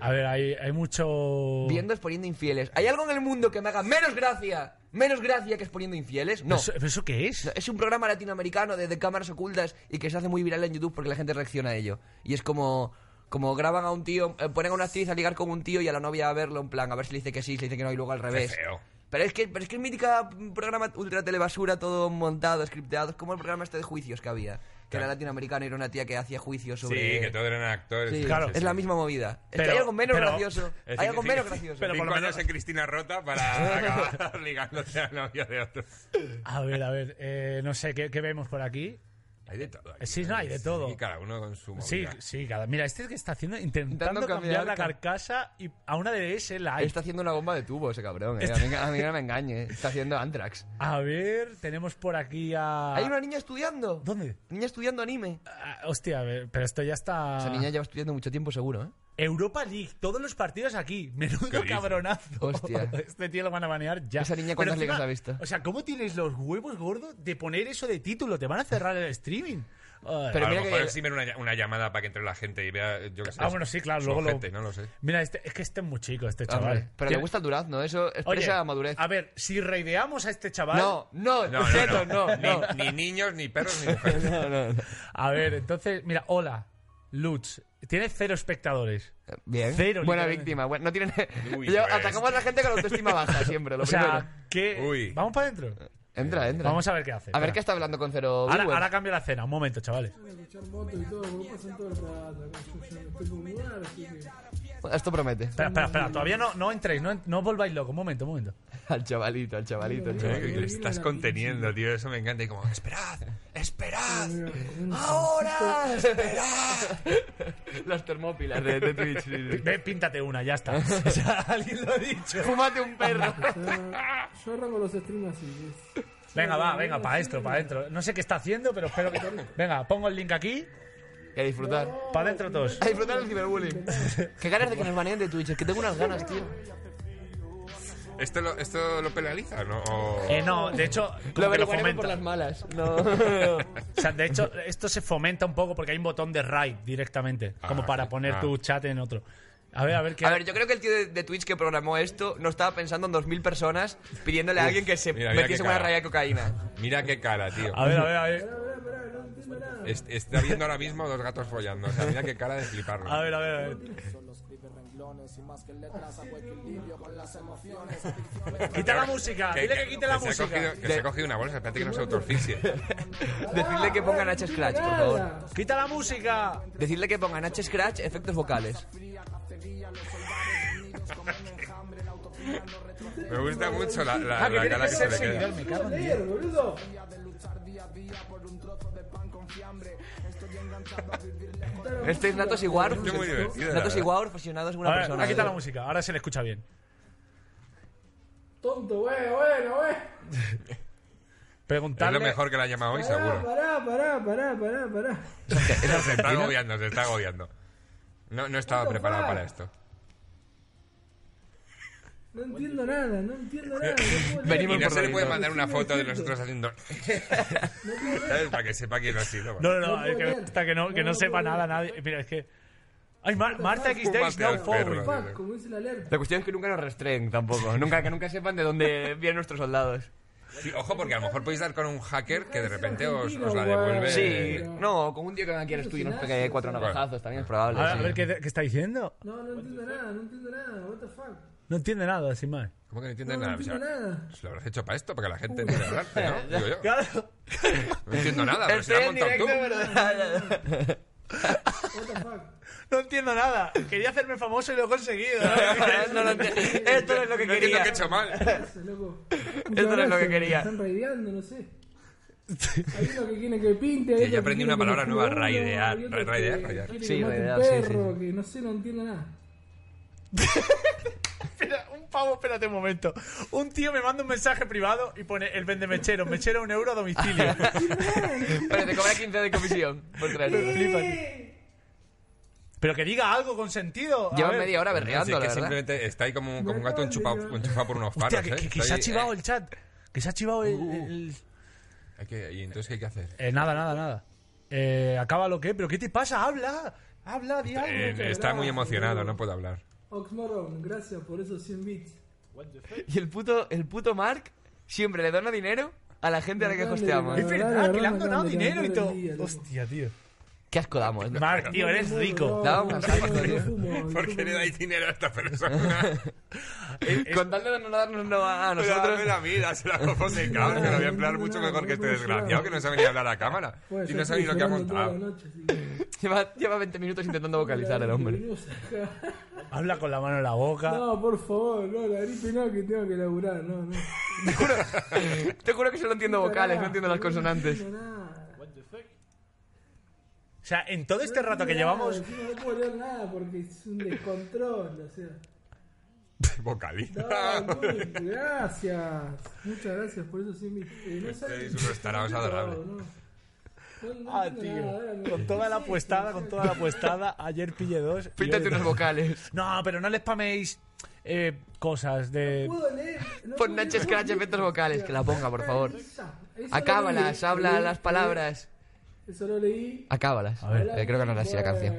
[SPEAKER 1] A ver, hay, hay mucho...
[SPEAKER 3] Viendo exponiendo infieles. ¿Hay algo en el mundo que me haga menos gracia? ¿Menos gracia que exponiendo infieles? No.
[SPEAKER 1] ¿Eso, ¿Eso qué es?
[SPEAKER 3] No, Es un programa latinoamericano de, de cámaras ocultas y que se hace muy viral en YouTube porque la gente reacciona a ello. Y es como, como graban a un tío, eh, ponen a una actriz a ligar con un tío y a la novia a verlo, en plan, a ver si le dice que sí, si le dice que no y luego al revés.
[SPEAKER 7] feo.
[SPEAKER 3] Pero es que, pero es que es mítica mm, programa ultra telebasura, todo montado, scripteado, es como el programa este de juicios que había. Que era latinoamericano y era una tía que hacía juicios
[SPEAKER 7] Sí,
[SPEAKER 3] sobre...
[SPEAKER 7] que todos eran actores.
[SPEAKER 3] Sí,
[SPEAKER 1] Claro.
[SPEAKER 3] es la misma movida. Es que
[SPEAKER 1] Pero-
[SPEAKER 3] hay algo menos
[SPEAKER 1] pero-
[SPEAKER 3] gracioso. Hay algo menos gracioso.
[SPEAKER 7] Pero
[SPEAKER 1] por
[SPEAKER 7] por
[SPEAKER 1] lo menos-
[SPEAKER 7] en Cristina Rota para
[SPEAKER 1] [LAUGHS]
[SPEAKER 7] acabar ligándote al novio de otro.
[SPEAKER 1] A ver, a ver, eh, no sé, ¿qué, qué vemos por aquí?
[SPEAKER 7] Hay de todo. aquí.
[SPEAKER 1] Sí, no, hay de todo.
[SPEAKER 7] Y cada uno con su
[SPEAKER 1] Sí,
[SPEAKER 7] movida.
[SPEAKER 1] sí, cada- mira, este es que está haciendo, intentando
[SPEAKER 3] Intentando
[SPEAKER 1] cambiar,
[SPEAKER 3] cambiar
[SPEAKER 1] la
[SPEAKER 3] ca-
[SPEAKER 1] carcasa y a una de ese la hay.
[SPEAKER 3] Está haciendo una bomba de tubo ese cabrón, eh. a, mí, a mí no me engañe. Está haciendo Antrax.
[SPEAKER 1] A ver, tenemos por aquí a...
[SPEAKER 3] Hay una niña estudiando.
[SPEAKER 1] ¿Dónde?
[SPEAKER 3] Niña estudiando anime.
[SPEAKER 1] Ah, hostia, a ver, pero esto ya está...
[SPEAKER 3] Esa niña lleva estudiando mucho tiempo seguro, ¿eh?
[SPEAKER 1] Europa League, todos los partidos aquí. [LAUGHS]
[SPEAKER 7] ¿Qué
[SPEAKER 1] Menudo
[SPEAKER 7] dices?
[SPEAKER 1] cabronazo.
[SPEAKER 3] Hostia.
[SPEAKER 1] [LAUGHS] Este tío lo van a banear ya.
[SPEAKER 3] Esa niña,
[SPEAKER 1] Pero
[SPEAKER 3] ¿cuántas
[SPEAKER 1] encima,
[SPEAKER 3] ligas ha visto?
[SPEAKER 1] O sea, ¿cómo tienes los huevos gordos de poner eso de título? Te van a cerrar el streaming. Ay.
[SPEAKER 3] Pero
[SPEAKER 7] a
[SPEAKER 3] mira
[SPEAKER 7] lo mejor
[SPEAKER 3] que-
[SPEAKER 7] eximen una, ll- una llamada para que entre la gente y vea, yo qué sé.
[SPEAKER 1] Ah, bueno, sí, claro,
[SPEAKER 7] su
[SPEAKER 1] luego lo-
[SPEAKER 7] ojete, no lo sé.
[SPEAKER 1] Mira, este- es que este es muy chico, este
[SPEAKER 3] Hombre,
[SPEAKER 1] chaval.
[SPEAKER 3] pero le
[SPEAKER 1] Tiene-
[SPEAKER 3] gusta el durazno, eso
[SPEAKER 1] Oye,
[SPEAKER 3] expresa madurez.
[SPEAKER 1] A ver, si reideamos a este chaval.
[SPEAKER 3] No, no,
[SPEAKER 7] No,
[SPEAKER 3] Cheto,
[SPEAKER 7] no,
[SPEAKER 3] no,
[SPEAKER 7] no.
[SPEAKER 3] no.
[SPEAKER 7] Ni, ni niños, ni perros,
[SPEAKER 1] [LAUGHS]
[SPEAKER 7] ni mujeres.
[SPEAKER 1] A ver, entonces, mira, hola, Lutz. Tiene cero espectadores.
[SPEAKER 3] Bien.
[SPEAKER 1] Cero,
[SPEAKER 3] Buena
[SPEAKER 1] literalmente.
[SPEAKER 3] víctima. bueno, no tienen... [LAUGHS]
[SPEAKER 7] Uy,
[SPEAKER 3] Yo-
[SPEAKER 7] pues.
[SPEAKER 3] atacamos a la gente con la autoestima baja siempre, lo
[SPEAKER 1] O
[SPEAKER 3] primero.
[SPEAKER 1] sea, que.
[SPEAKER 7] Uy.
[SPEAKER 1] Vamos para adentro.
[SPEAKER 3] Entra, entra.
[SPEAKER 1] Vamos a ver qué hace.
[SPEAKER 3] A ver
[SPEAKER 1] espera.
[SPEAKER 3] qué está hablando con cero
[SPEAKER 1] Ahora,
[SPEAKER 3] viewers.
[SPEAKER 1] ahora cambio la escena, un momento, chavales.
[SPEAKER 3] Esto promete.
[SPEAKER 1] Espera, espera, espera. Todavía no, no entréis, no, en- no os volváis locos. Un momento, un momento.
[SPEAKER 3] [LAUGHS] Al chavalito, al chavalito, al
[SPEAKER 7] Tío, que
[SPEAKER 3] chavalito.
[SPEAKER 7] le estás conteniendo, tío. Eso me encanta. Y como, esperad, esperad.
[SPEAKER 3] ¡Ahora! [LAUGHS] Las termópilas de, de Twitch. sí, sí.
[SPEAKER 1] Ve, píntate una, ya
[SPEAKER 3] [LAUGHS]
[SPEAKER 1] está. O sea, alguien lo ha dicho.
[SPEAKER 3] ¡Fúmate un
[SPEAKER 1] [LAUGHS]
[SPEAKER 3] perro!
[SPEAKER 8] Yo arranco los streams así.
[SPEAKER 1] Venga, va, venga, para esto, para adentro. No sé qué está haciendo, pero espero que. Venga, pongo el link aquí.
[SPEAKER 3] Y a disfrutar.
[SPEAKER 1] Para adentro todos.
[SPEAKER 3] A disfrutar del ciberbullying. Qué ganas de que nos baneen de Twitch. Es que tengo unas ganas, tío.
[SPEAKER 7] ¿Esto lo, esto lo penaliza no? O-
[SPEAKER 1] Eh, no, de hecho,
[SPEAKER 3] Lo
[SPEAKER 1] como que lo
[SPEAKER 3] averiguaremos por
[SPEAKER 1] fomenta.
[SPEAKER 3] las malas. No. [LAUGHS]
[SPEAKER 1] O sea, de hecho, esto se fomenta un poco porque hay un botón de raid directamente. Como
[SPEAKER 7] Ah,
[SPEAKER 1] para
[SPEAKER 7] sí,
[SPEAKER 1] poner
[SPEAKER 7] ah.
[SPEAKER 1] tu chat en otro. A ver, a ver qué.
[SPEAKER 3] A ver, yo creo que el tío de, de Twitch que programó esto no estaba pensando en 2.000 personas pidiéndole a alguien que se
[SPEAKER 7] mira, mira
[SPEAKER 3] metiese
[SPEAKER 7] qué
[SPEAKER 3] una
[SPEAKER 7] cara.
[SPEAKER 3] raya de cocaína.
[SPEAKER 7] Mira qué cara, tío.
[SPEAKER 1] A ver, a ver, a ver.
[SPEAKER 7] Es- está viendo ahora mismo dos gatos follando. O sea, mira qué cara de fliparlo.
[SPEAKER 1] A ver, a ver, a ver.
[SPEAKER 9] ciclones y más que letras hago equilibrio con las emociones.
[SPEAKER 1] Quita la música, dile que quite la
[SPEAKER 7] se ha
[SPEAKER 1] música.
[SPEAKER 7] cogido- que se ha cogido una bolsa, espérate que no se autoasfixie.
[SPEAKER 3] Decidle que pongan H Scratch, por favor.
[SPEAKER 1] Quita la música.
[SPEAKER 3] Decidle que pongan H Scratch, efectos vocales.
[SPEAKER 7] Me gusta mucho la, la,
[SPEAKER 3] Ah, que
[SPEAKER 7] la
[SPEAKER 3] tiene
[SPEAKER 7] cara
[SPEAKER 3] que
[SPEAKER 7] que se
[SPEAKER 3] ser
[SPEAKER 7] le queda.
[SPEAKER 3] seguidor,
[SPEAKER 8] Me cago en Dios. boludo.
[SPEAKER 3] Esto Este es Natos y Guar.
[SPEAKER 1] Estoy muy divertido,
[SPEAKER 3] Natos
[SPEAKER 1] la verdad.
[SPEAKER 3] y Guar fusionados en una
[SPEAKER 1] Ahora,
[SPEAKER 3] persona.
[SPEAKER 1] ahora quita la música, ahora se le escucha bien.
[SPEAKER 8] Tonto,
[SPEAKER 1] eh,
[SPEAKER 8] güey, bueno, güey.
[SPEAKER 1] [LAUGHS] Preguntarle.
[SPEAKER 7] Es lo mejor que la ha llamado hoy, seguro.
[SPEAKER 8] Pará, pará, pará, pará, pará.
[SPEAKER 1] Ah,
[SPEAKER 7] se está agobiando, se está agobiando. No, no estaba preparado para esto.
[SPEAKER 8] No entiendo nada, no entiendo nada. no puedo leer.
[SPEAKER 7] y no se le puede mandar una foto de nosotros
[SPEAKER 1] [LAUGHS]
[SPEAKER 7] haciendo. ¿Sabes? Para que sepa quién ha sido.
[SPEAKER 1] No, no, no, es que, hasta que no, que no sepa nada nadie. Mira, es que. Ay, Mar- Marta X Days
[SPEAKER 7] Fúmate al
[SPEAKER 1] no forward.
[SPEAKER 7] perro,
[SPEAKER 8] Fuck, como dice la alerta.
[SPEAKER 3] La cuestión es que nunca nos restreen tampoco. Nunca, que nunca sepan de dónde vienen nuestros soldados.
[SPEAKER 7] Sí, ojo, porque a lo mejor podéis dar con un hacker que de repente os, os la devuelve.
[SPEAKER 3] Sí, no, con un tío que venga aquí al estudio y nos pegue cuatro navajazos, también es probable.
[SPEAKER 1] Ahora,
[SPEAKER 3] sí.
[SPEAKER 1] a ver, ¿qué, qué está diciendo?
[SPEAKER 8] No, no entiendo nada, no entiendo nada. What the fuck.
[SPEAKER 1] No entiende nada, sin más.
[SPEAKER 7] ¿Cómo que no entiendes
[SPEAKER 8] No, no
[SPEAKER 7] nada?
[SPEAKER 8] entiendo
[SPEAKER 7] O sea,
[SPEAKER 8] nada.
[SPEAKER 7] ¿os ¿Lo habrás hecho para esto? Para que la gente entienda el arte, [LAUGHS] ¿no? Digo yo.
[SPEAKER 1] Claro.
[SPEAKER 7] No entiendo
[SPEAKER 3] Este
[SPEAKER 7] nada, pero si la has montado tú.
[SPEAKER 1] No entiendo nada. Quería hacerme famoso y lo he conseguido.
[SPEAKER 3] [LAUGHS]
[SPEAKER 7] [LAUGHS]
[SPEAKER 3] No lo entiendo. Esto no es lo que
[SPEAKER 7] No entiendo
[SPEAKER 3] quería.
[SPEAKER 7] qué he hecho [LAUGHS] mal.
[SPEAKER 8] Ese loco.
[SPEAKER 3] Esto no es lo que
[SPEAKER 8] Me
[SPEAKER 3] quería.
[SPEAKER 8] Están raideando, no sé. Hay uno que quiere que pinte. hay
[SPEAKER 7] Ya
[SPEAKER 8] otro que
[SPEAKER 7] aprendí
[SPEAKER 8] quiere
[SPEAKER 7] una
[SPEAKER 8] que
[SPEAKER 7] palabra
[SPEAKER 8] me
[SPEAKER 7] nueva,
[SPEAKER 8] esconda,
[SPEAKER 7] raidear.
[SPEAKER 8] hay otro que
[SPEAKER 7] Raidear, raidear.
[SPEAKER 8] quiere
[SPEAKER 3] Sí,
[SPEAKER 8] que mate un
[SPEAKER 3] raidear, sí, sí,
[SPEAKER 8] perro, que no sé, no entiendo nada.
[SPEAKER 1] Espera, un pavo, espérate un momento. Un tío me manda un mensaje privado y pone el vende mechero, mechero un euro a domicilio.
[SPEAKER 3] Pero te cobra 15 de comisión por traerlo.
[SPEAKER 1] [LAUGHS] Pero que diga algo con sentido. A
[SPEAKER 3] Lleva
[SPEAKER 1] ver.
[SPEAKER 3] media hora
[SPEAKER 7] Así
[SPEAKER 3] berreando, la
[SPEAKER 7] que
[SPEAKER 3] verdad.
[SPEAKER 7] simplemente está ahí como, como un gato enchufado, enchufado por unos palos.
[SPEAKER 1] Hostia, que,
[SPEAKER 7] ¿eh? Uh,
[SPEAKER 1] que- que
[SPEAKER 7] Está
[SPEAKER 1] se ha
[SPEAKER 7] ahí,
[SPEAKER 1] chivado el chat. Que se ha chivado el. el-
[SPEAKER 7] eh, hay que- ¿Y entonces qué hay que hacer?
[SPEAKER 1] Eh, nada, nada, nada. Eh, acaba lo que. ¿Pero qué te pasa? Habla. Habla, di algo.
[SPEAKER 7] Eh, está muy emocionado, no puedo [LAUGHS] hablar.
[SPEAKER 8] Oxmoron, gracias por esos 100 bits.
[SPEAKER 3] Y el puto, el puto Mark siempre le dona dinero a la gente a la que hosteamos. ¿eh?
[SPEAKER 1] Es
[SPEAKER 8] La verdad,
[SPEAKER 1] verdad, que le han
[SPEAKER 8] me
[SPEAKER 1] donado
[SPEAKER 8] acaban de
[SPEAKER 1] dinero y
[SPEAKER 8] levantar
[SPEAKER 1] todo.
[SPEAKER 8] el día, loco.
[SPEAKER 1] Hostia, tío.
[SPEAKER 3] Qué asco damos. ¿eh? ¿no?
[SPEAKER 1] Mark, tío, eres rico.
[SPEAKER 3] Daba un asco,
[SPEAKER 8] Yo
[SPEAKER 3] tío.
[SPEAKER 8] fumo,
[SPEAKER 7] ¿Por qué le dais dinero a esta persona? eh,
[SPEAKER 3] Con tal de no darnos no a, a
[SPEAKER 7] [LAUGHS] Pero
[SPEAKER 3] nosotros.
[SPEAKER 7] dámela a mí, [LAUGHS] dásela a Jofón de Cabra, que la voy a emplear mucho mejor que este desgraciado que no sabe ni hablar a cámara.
[SPEAKER 8] Bueno,
[SPEAKER 7] Y
[SPEAKER 8] yo
[SPEAKER 7] no sabe ni lo
[SPEAKER 8] estoy
[SPEAKER 7] Pues que
[SPEAKER 8] llorando
[SPEAKER 7] ha
[SPEAKER 8] toda
[SPEAKER 1] ah.
[SPEAKER 8] la
[SPEAKER 7] montado.
[SPEAKER 8] noche, así que-
[SPEAKER 3] Lleva, lleva 20 minutos intentando vocalizar el hombre.
[SPEAKER 8] Venimos acá.
[SPEAKER 1] Habla con la mano en la boca.
[SPEAKER 8] No, por favor, no, la gripe no, que tengo que laburar, no, no.
[SPEAKER 3] Te juro, te juro que solo entiendo vocales, no entiendo las consonantes.
[SPEAKER 8] No, nada.
[SPEAKER 1] O sea, en todo este rato que llevamos.
[SPEAKER 8] Encima No puedo leer nada porque es un descontrol, o sea.
[SPEAKER 7] [LAUGHS] Vocaliza.
[SPEAKER 1] [LAUGHS]
[SPEAKER 8] No, no, gracias. Muchas gracias por eso sí me. eh,
[SPEAKER 1] Este
[SPEAKER 8] no sabes-
[SPEAKER 7] Sois unos tarados adorables.
[SPEAKER 8] No, no. No, no
[SPEAKER 1] Ah,
[SPEAKER 8] entiendo nada, ahora
[SPEAKER 1] [LAUGHS] tío.
[SPEAKER 8] me-
[SPEAKER 1] Con toda la
[SPEAKER 8] Sí,
[SPEAKER 1] apuestada,
[SPEAKER 8] sí,
[SPEAKER 1] con
[SPEAKER 8] sí.
[SPEAKER 1] toda la apuestada. Ayer pillé dos. y
[SPEAKER 3] Píntate
[SPEAKER 1] hoy dos.
[SPEAKER 3] unas vocales.
[SPEAKER 1] No, pero no les spaméis eh, cosas de.
[SPEAKER 8] Puedo leer, no
[SPEAKER 3] Pon
[SPEAKER 8] puedo
[SPEAKER 3] Natch
[SPEAKER 8] leer,
[SPEAKER 3] Scratch
[SPEAKER 8] no,
[SPEAKER 3] efectos vocales, que la ponga, por favor.
[SPEAKER 8] esa, esa
[SPEAKER 3] Acábalas,
[SPEAKER 8] lo leí,
[SPEAKER 3] habla
[SPEAKER 8] leí,
[SPEAKER 3] las palabras.
[SPEAKER 8] Eso lo leí.
[SPEAKER 3] Acábalas.
[SPEAKER 1] ver.
[SPEAKER 3] Eh, creo que no era así la canción.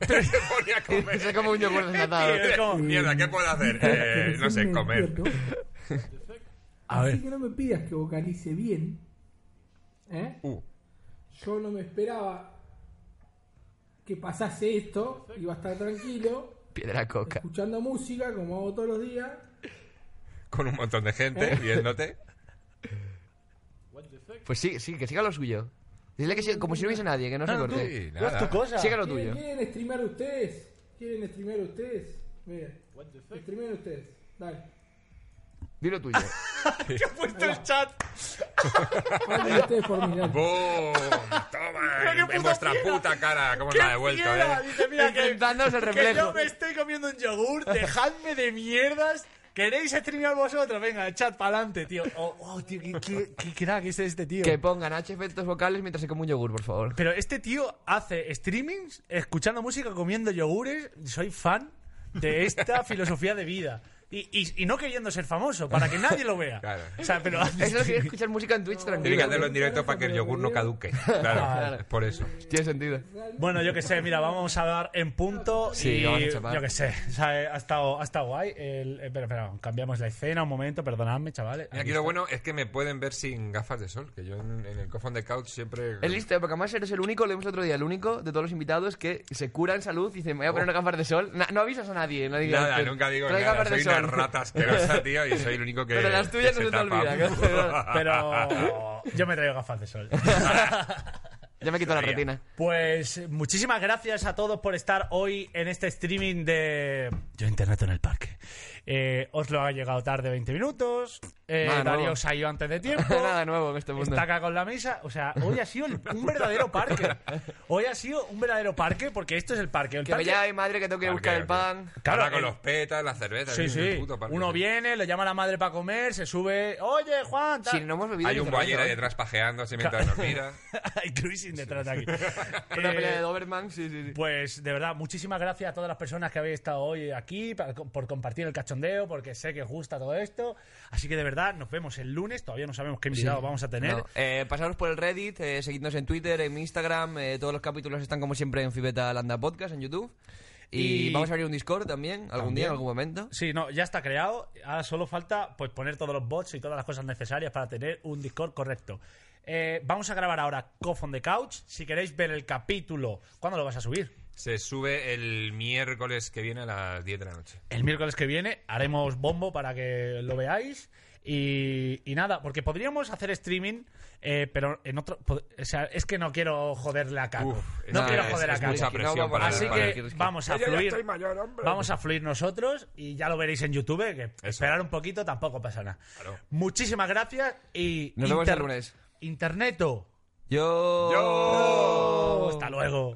[SPEAKER 7] Se pone a comer.
[SPEAKER 3] Se como un yogur desnatado.
[SPEAKER 1] Tío, [LAUGHS] es como-
[SPEAKER 7] Mierda, ¿qué puedo [LAUGHS] hacer? Eh, no sé, [LAUGHS]
[SPEAKER 8] [LAUGHS]
[SPEAKER 7] comer.
[SPEAKER 1] A
[SPEAKER 8] Así
[SPEAKER 1] ver.
[SPEAKER 8] que no me pidas que vocalice bien. ¿Eh?
[SPEAKER 7] Uh,
[SPEAKER 8] Yo no me esperaba que pasase esto. Iba a estar tranquilo,
[SPEAKER 3] Piedra coca.
[SPEAKER 8] escuchando música como hago todos los días.
[SPEAKER 7] con un montón de gente viéndote.
[SPEAKER 3] Pues sí, sí, que siga lo suyo. Dile que siga, como si no hubiese nadie, que no se corte.
[SPEAKER 7] Sí,
[SPEAKER 1] Haz tu
[SPEAKER 7] nada.
[SPEAKER 1] cosa.
[SPEAKER 3] Siga lo
[SPEAKER 8] ¿Quieren,
[SPEAKER 3] tuyo.
[SPEAKER 8] quieren streamear ustedes? ¿Quieren streamear ustedes? Miren, streamear ustedes. Dale.
[SPEAKER 3] Dilo
[SPEAKER 7] [LAUGHS]
[SPEAKER 3] tuyo.
[SPEAKER 1] Yo he puesto el chat.
[SPEAKER 8] Hablen ustedes por mí, dale.
[SPEAKER 7] ¡Boom!
[SPEAKER 3] [LAUGHS]
[SPEAKER 7] ¡Toma! En, en vuestra puta cara, ¿cómo os la ha devuelto,
[SPEAKER 1] fiera!
[SPEAKER 7] eh?
[SPEAKER 1] Dice, mira, que,
[SPEAKER 3] Intentándonos el
[SPEAKER 1] que yo
[SPEAKER 3] reflejo.
[SPEAKER 1] me estoy comiendo un yogur, dejadme de mierdas. ¿Queréis streamear vosotros? Venga, chat para adelante, tío. Oh, oh, tío, qué, qué, qué crack es este tío.
[SPEAKER 3] Que pongan H efectos vocales mientras se come un yogur, por favor.
[SPEAKER 1] Pero este tío hace
[SPEAKER 3] [LAUGHS]
[SPEAKER 1] streamings escuchando música, comiendo yogures. Soy fan de esta filosofía de vida. Y, y- y no queriendo ser famoso, para que nadie lo vea.
[SPEAKER 7] Claro.
[SPEAKER 1] O sea, pero haces-
[SPEAKER 3] Eso es que escuchar música en Twitch tranquilo.
[SPEAKER 7] Tiene que hacerlo en directo para que el yogur no caduque. Claro,
[SPEAKER 3] Claro.
[SPEAKER 7] es por eso.
[SPEAKER 3] Tiene sentido.
[SPEAKER 1] Bueno, yo que sé, mira, vamos a dar en punto
[SPEAKER 3] Sí,
[SPEAKER 1] y
[SPEAKER 3] vamos a chapar.
[SPEAKER 1] yo que sé, o sea, eh, ha estado, ha estado guay. El, eh, espera, espera, cambiamos la escena un momento, perdonadme, chavales.
[SPEAKER 7] Mira, aquí lo bueno es que me pueden ver sin gafas de sol, que yo en, en el cofón de couch siempre...
[SPEAKER 3] Es listo, eh, porque además eres el único, leemos el otro día, el único de todos los invitados que se cura en salud y dice, me voy a poner una gafas de sol. Na- no avisas a nadie, no digas
[SPEAKER 7] Nada,
[SPEAKER 3] que-
[SPEAKER 7] nunca digo
[SPEAKER 3] trae
[SPEAKER 7] nada,
[SPEAKER 3] gafas de
[SPEAKER 7] soy una
[SPEAKER 3] sol. [LAUGHS]
[SPEAKER 7] rata asquerosa, tío, y soy el único que
[SPEAKER 3] Pero las tuyas
[SPEAKER 7] que
[SPEAKER 3] no se te
[SPEAKER 7] tapa. [LAUGHS]
[SPEAKER 3] olvidan. ¿eh? [LAUGHS]
[SPEAKER 1] Pero yo me traigo gafas de sol.
[SPEAKER 3] Ya me quito la retina.
[SPEAKER 1] Pues eh, muchísimas gracias a todos por estar hoy en este streaming de Yo Internet en el Parque. Eh, Oslo ha llegado tarde 20 minutos. Eh,
[SPEAKER 3] Nada nuevo.
[SPEAKER 1] Darío se ha ido antes de tiempo.
[SPEAKER 3] [LAUGHS] Nada nuevo en este mundo.
[SPEAKER 1] Está acá con la mesa. O sea, hoy ha sido el- un verdadero parque. Hoy ha sido un verdadero parque porque esto es el parque. El
[SPEAKER 3] Que me
[SPEAKER 1] parque-
[SPEAKER 3] llame, madre, que tengo que buscar el pan.
[SPEAKER 7] Claro,
[SPEAKER 1] Claro,
[SPEAKER 7] con
[SPEAKER 1] el-
[SPEAKER 7] los petas, la cerveza.
[SPEAKER 1] Sí,
[SPEAKER 7] es un
[SPEAKER 1] sí.
[SPEAKER 7] puto parque,
[SPEAKER 1] Uno
[SPEAKER 7] tío.
[SPEAKER 1] viene, le llama a la madre para comer, se sube. Oye, Juan. tal".
[SPEAKER 3] Si no hemos bebido
[SPEAKER 7] Hay
[SPEAKER 3] ni
[SPEAKER 7] un
[SPEAKER 3] cerveza,
[SPEAKER 7] guayera
[SPEAKER 3] ¿eh?
[SPEAKER 7] detrás pajeando
[SPEAKER 3] [LAUGHS]
[SPEAKER 7] así mientras nos mira.
[SPEAKER 1] [LAUGHS] Hay cruising detrás de aquí.
[SPEAKER 3] Una
[SPEAKER 1] Eh,
[SPEAKER 3] pelea de Doberman, sí, sí, sí.
[SPEAKER 1] Pues de verdad, muchísimas gracias a todas las personas que habéis estado hoy aquí para- por compartir el cachondeo, porque sé que os gusta todo esto. Así que de verdad, nos vemos el lunes. Todavía no sabemos qué invitados
[SPEAKER 3] Sí.
[SPEAKER 1] vamos a tener.
[SPEAKER 3] No, eh, pasaros por el Reddit, eh, seguidnos en Twitter, en Instagram. eh, todos los capítulos están como siempre en Fibeta Landa Podcast, en YouTube. Y,
[SPEAKER 1] Y-
[SPEAKER 3] vamos a abrir un Discord también, algún
[SPEAKER 1] También.
[SPEAKER 3] día, en algún momento.
[SPEAKER 1] Sí, no, ya está creado. Ahora solo falta pues poner todos los bots y todas las cosas necesarias para tener un Discord correcto. Eh, vamos a grabar ahora Cough on the Couch. Si queréis ver el capítulo, ¿cuándo lo vas a subir?
[SPEAKER 7] Se sube el miércoles que viene a las 10 de la noche.
[SPEAKER 1] El miércoles que viene haremos bombo para que lo veáis. Y, y nada, porque podríamos hacer streaming, eh, pero en otro. pod- O sea, es que no quiero joderle a Caco.
[SPEAKER 7] Uf, es
[SPEAKER 1] no
[SPEAKER 7] que
[SPEAKER 1] quiero
[SPEAKER 7] es-
[SPEAKER 1] joder
[SPEAKER 7] es
[SPEAKER 1] a Caco.
[SPEAKER 7] mucha presión
[SPEAKER 1] No,
[SPEAKER 7] para-
[SPEAKER 1] Así
[SPEAKER 7] para-
[SPEAKER 1] que
[SPEAKER 7] para-
[SPEAKER 1] vamos a
[SPEAKER 7] Yo ya
[SPEAKER 1] fluir.
[SPEAKER 7] estoy mayor, hombre.
[SPEAKER 1] vamos a fluir nosotros y ya lo veréis en YouTube. Que esperar un poquito tampoco pasa nada. Muchísimas gracias y.
[SPEAKER 3] Nos vemos el lunes.
[SPEAKER 1] Interneto.
[SPEAKER 3] Yo.
[SPEAKER 7] Oh.
[SPEAKER 1] Hasta luego.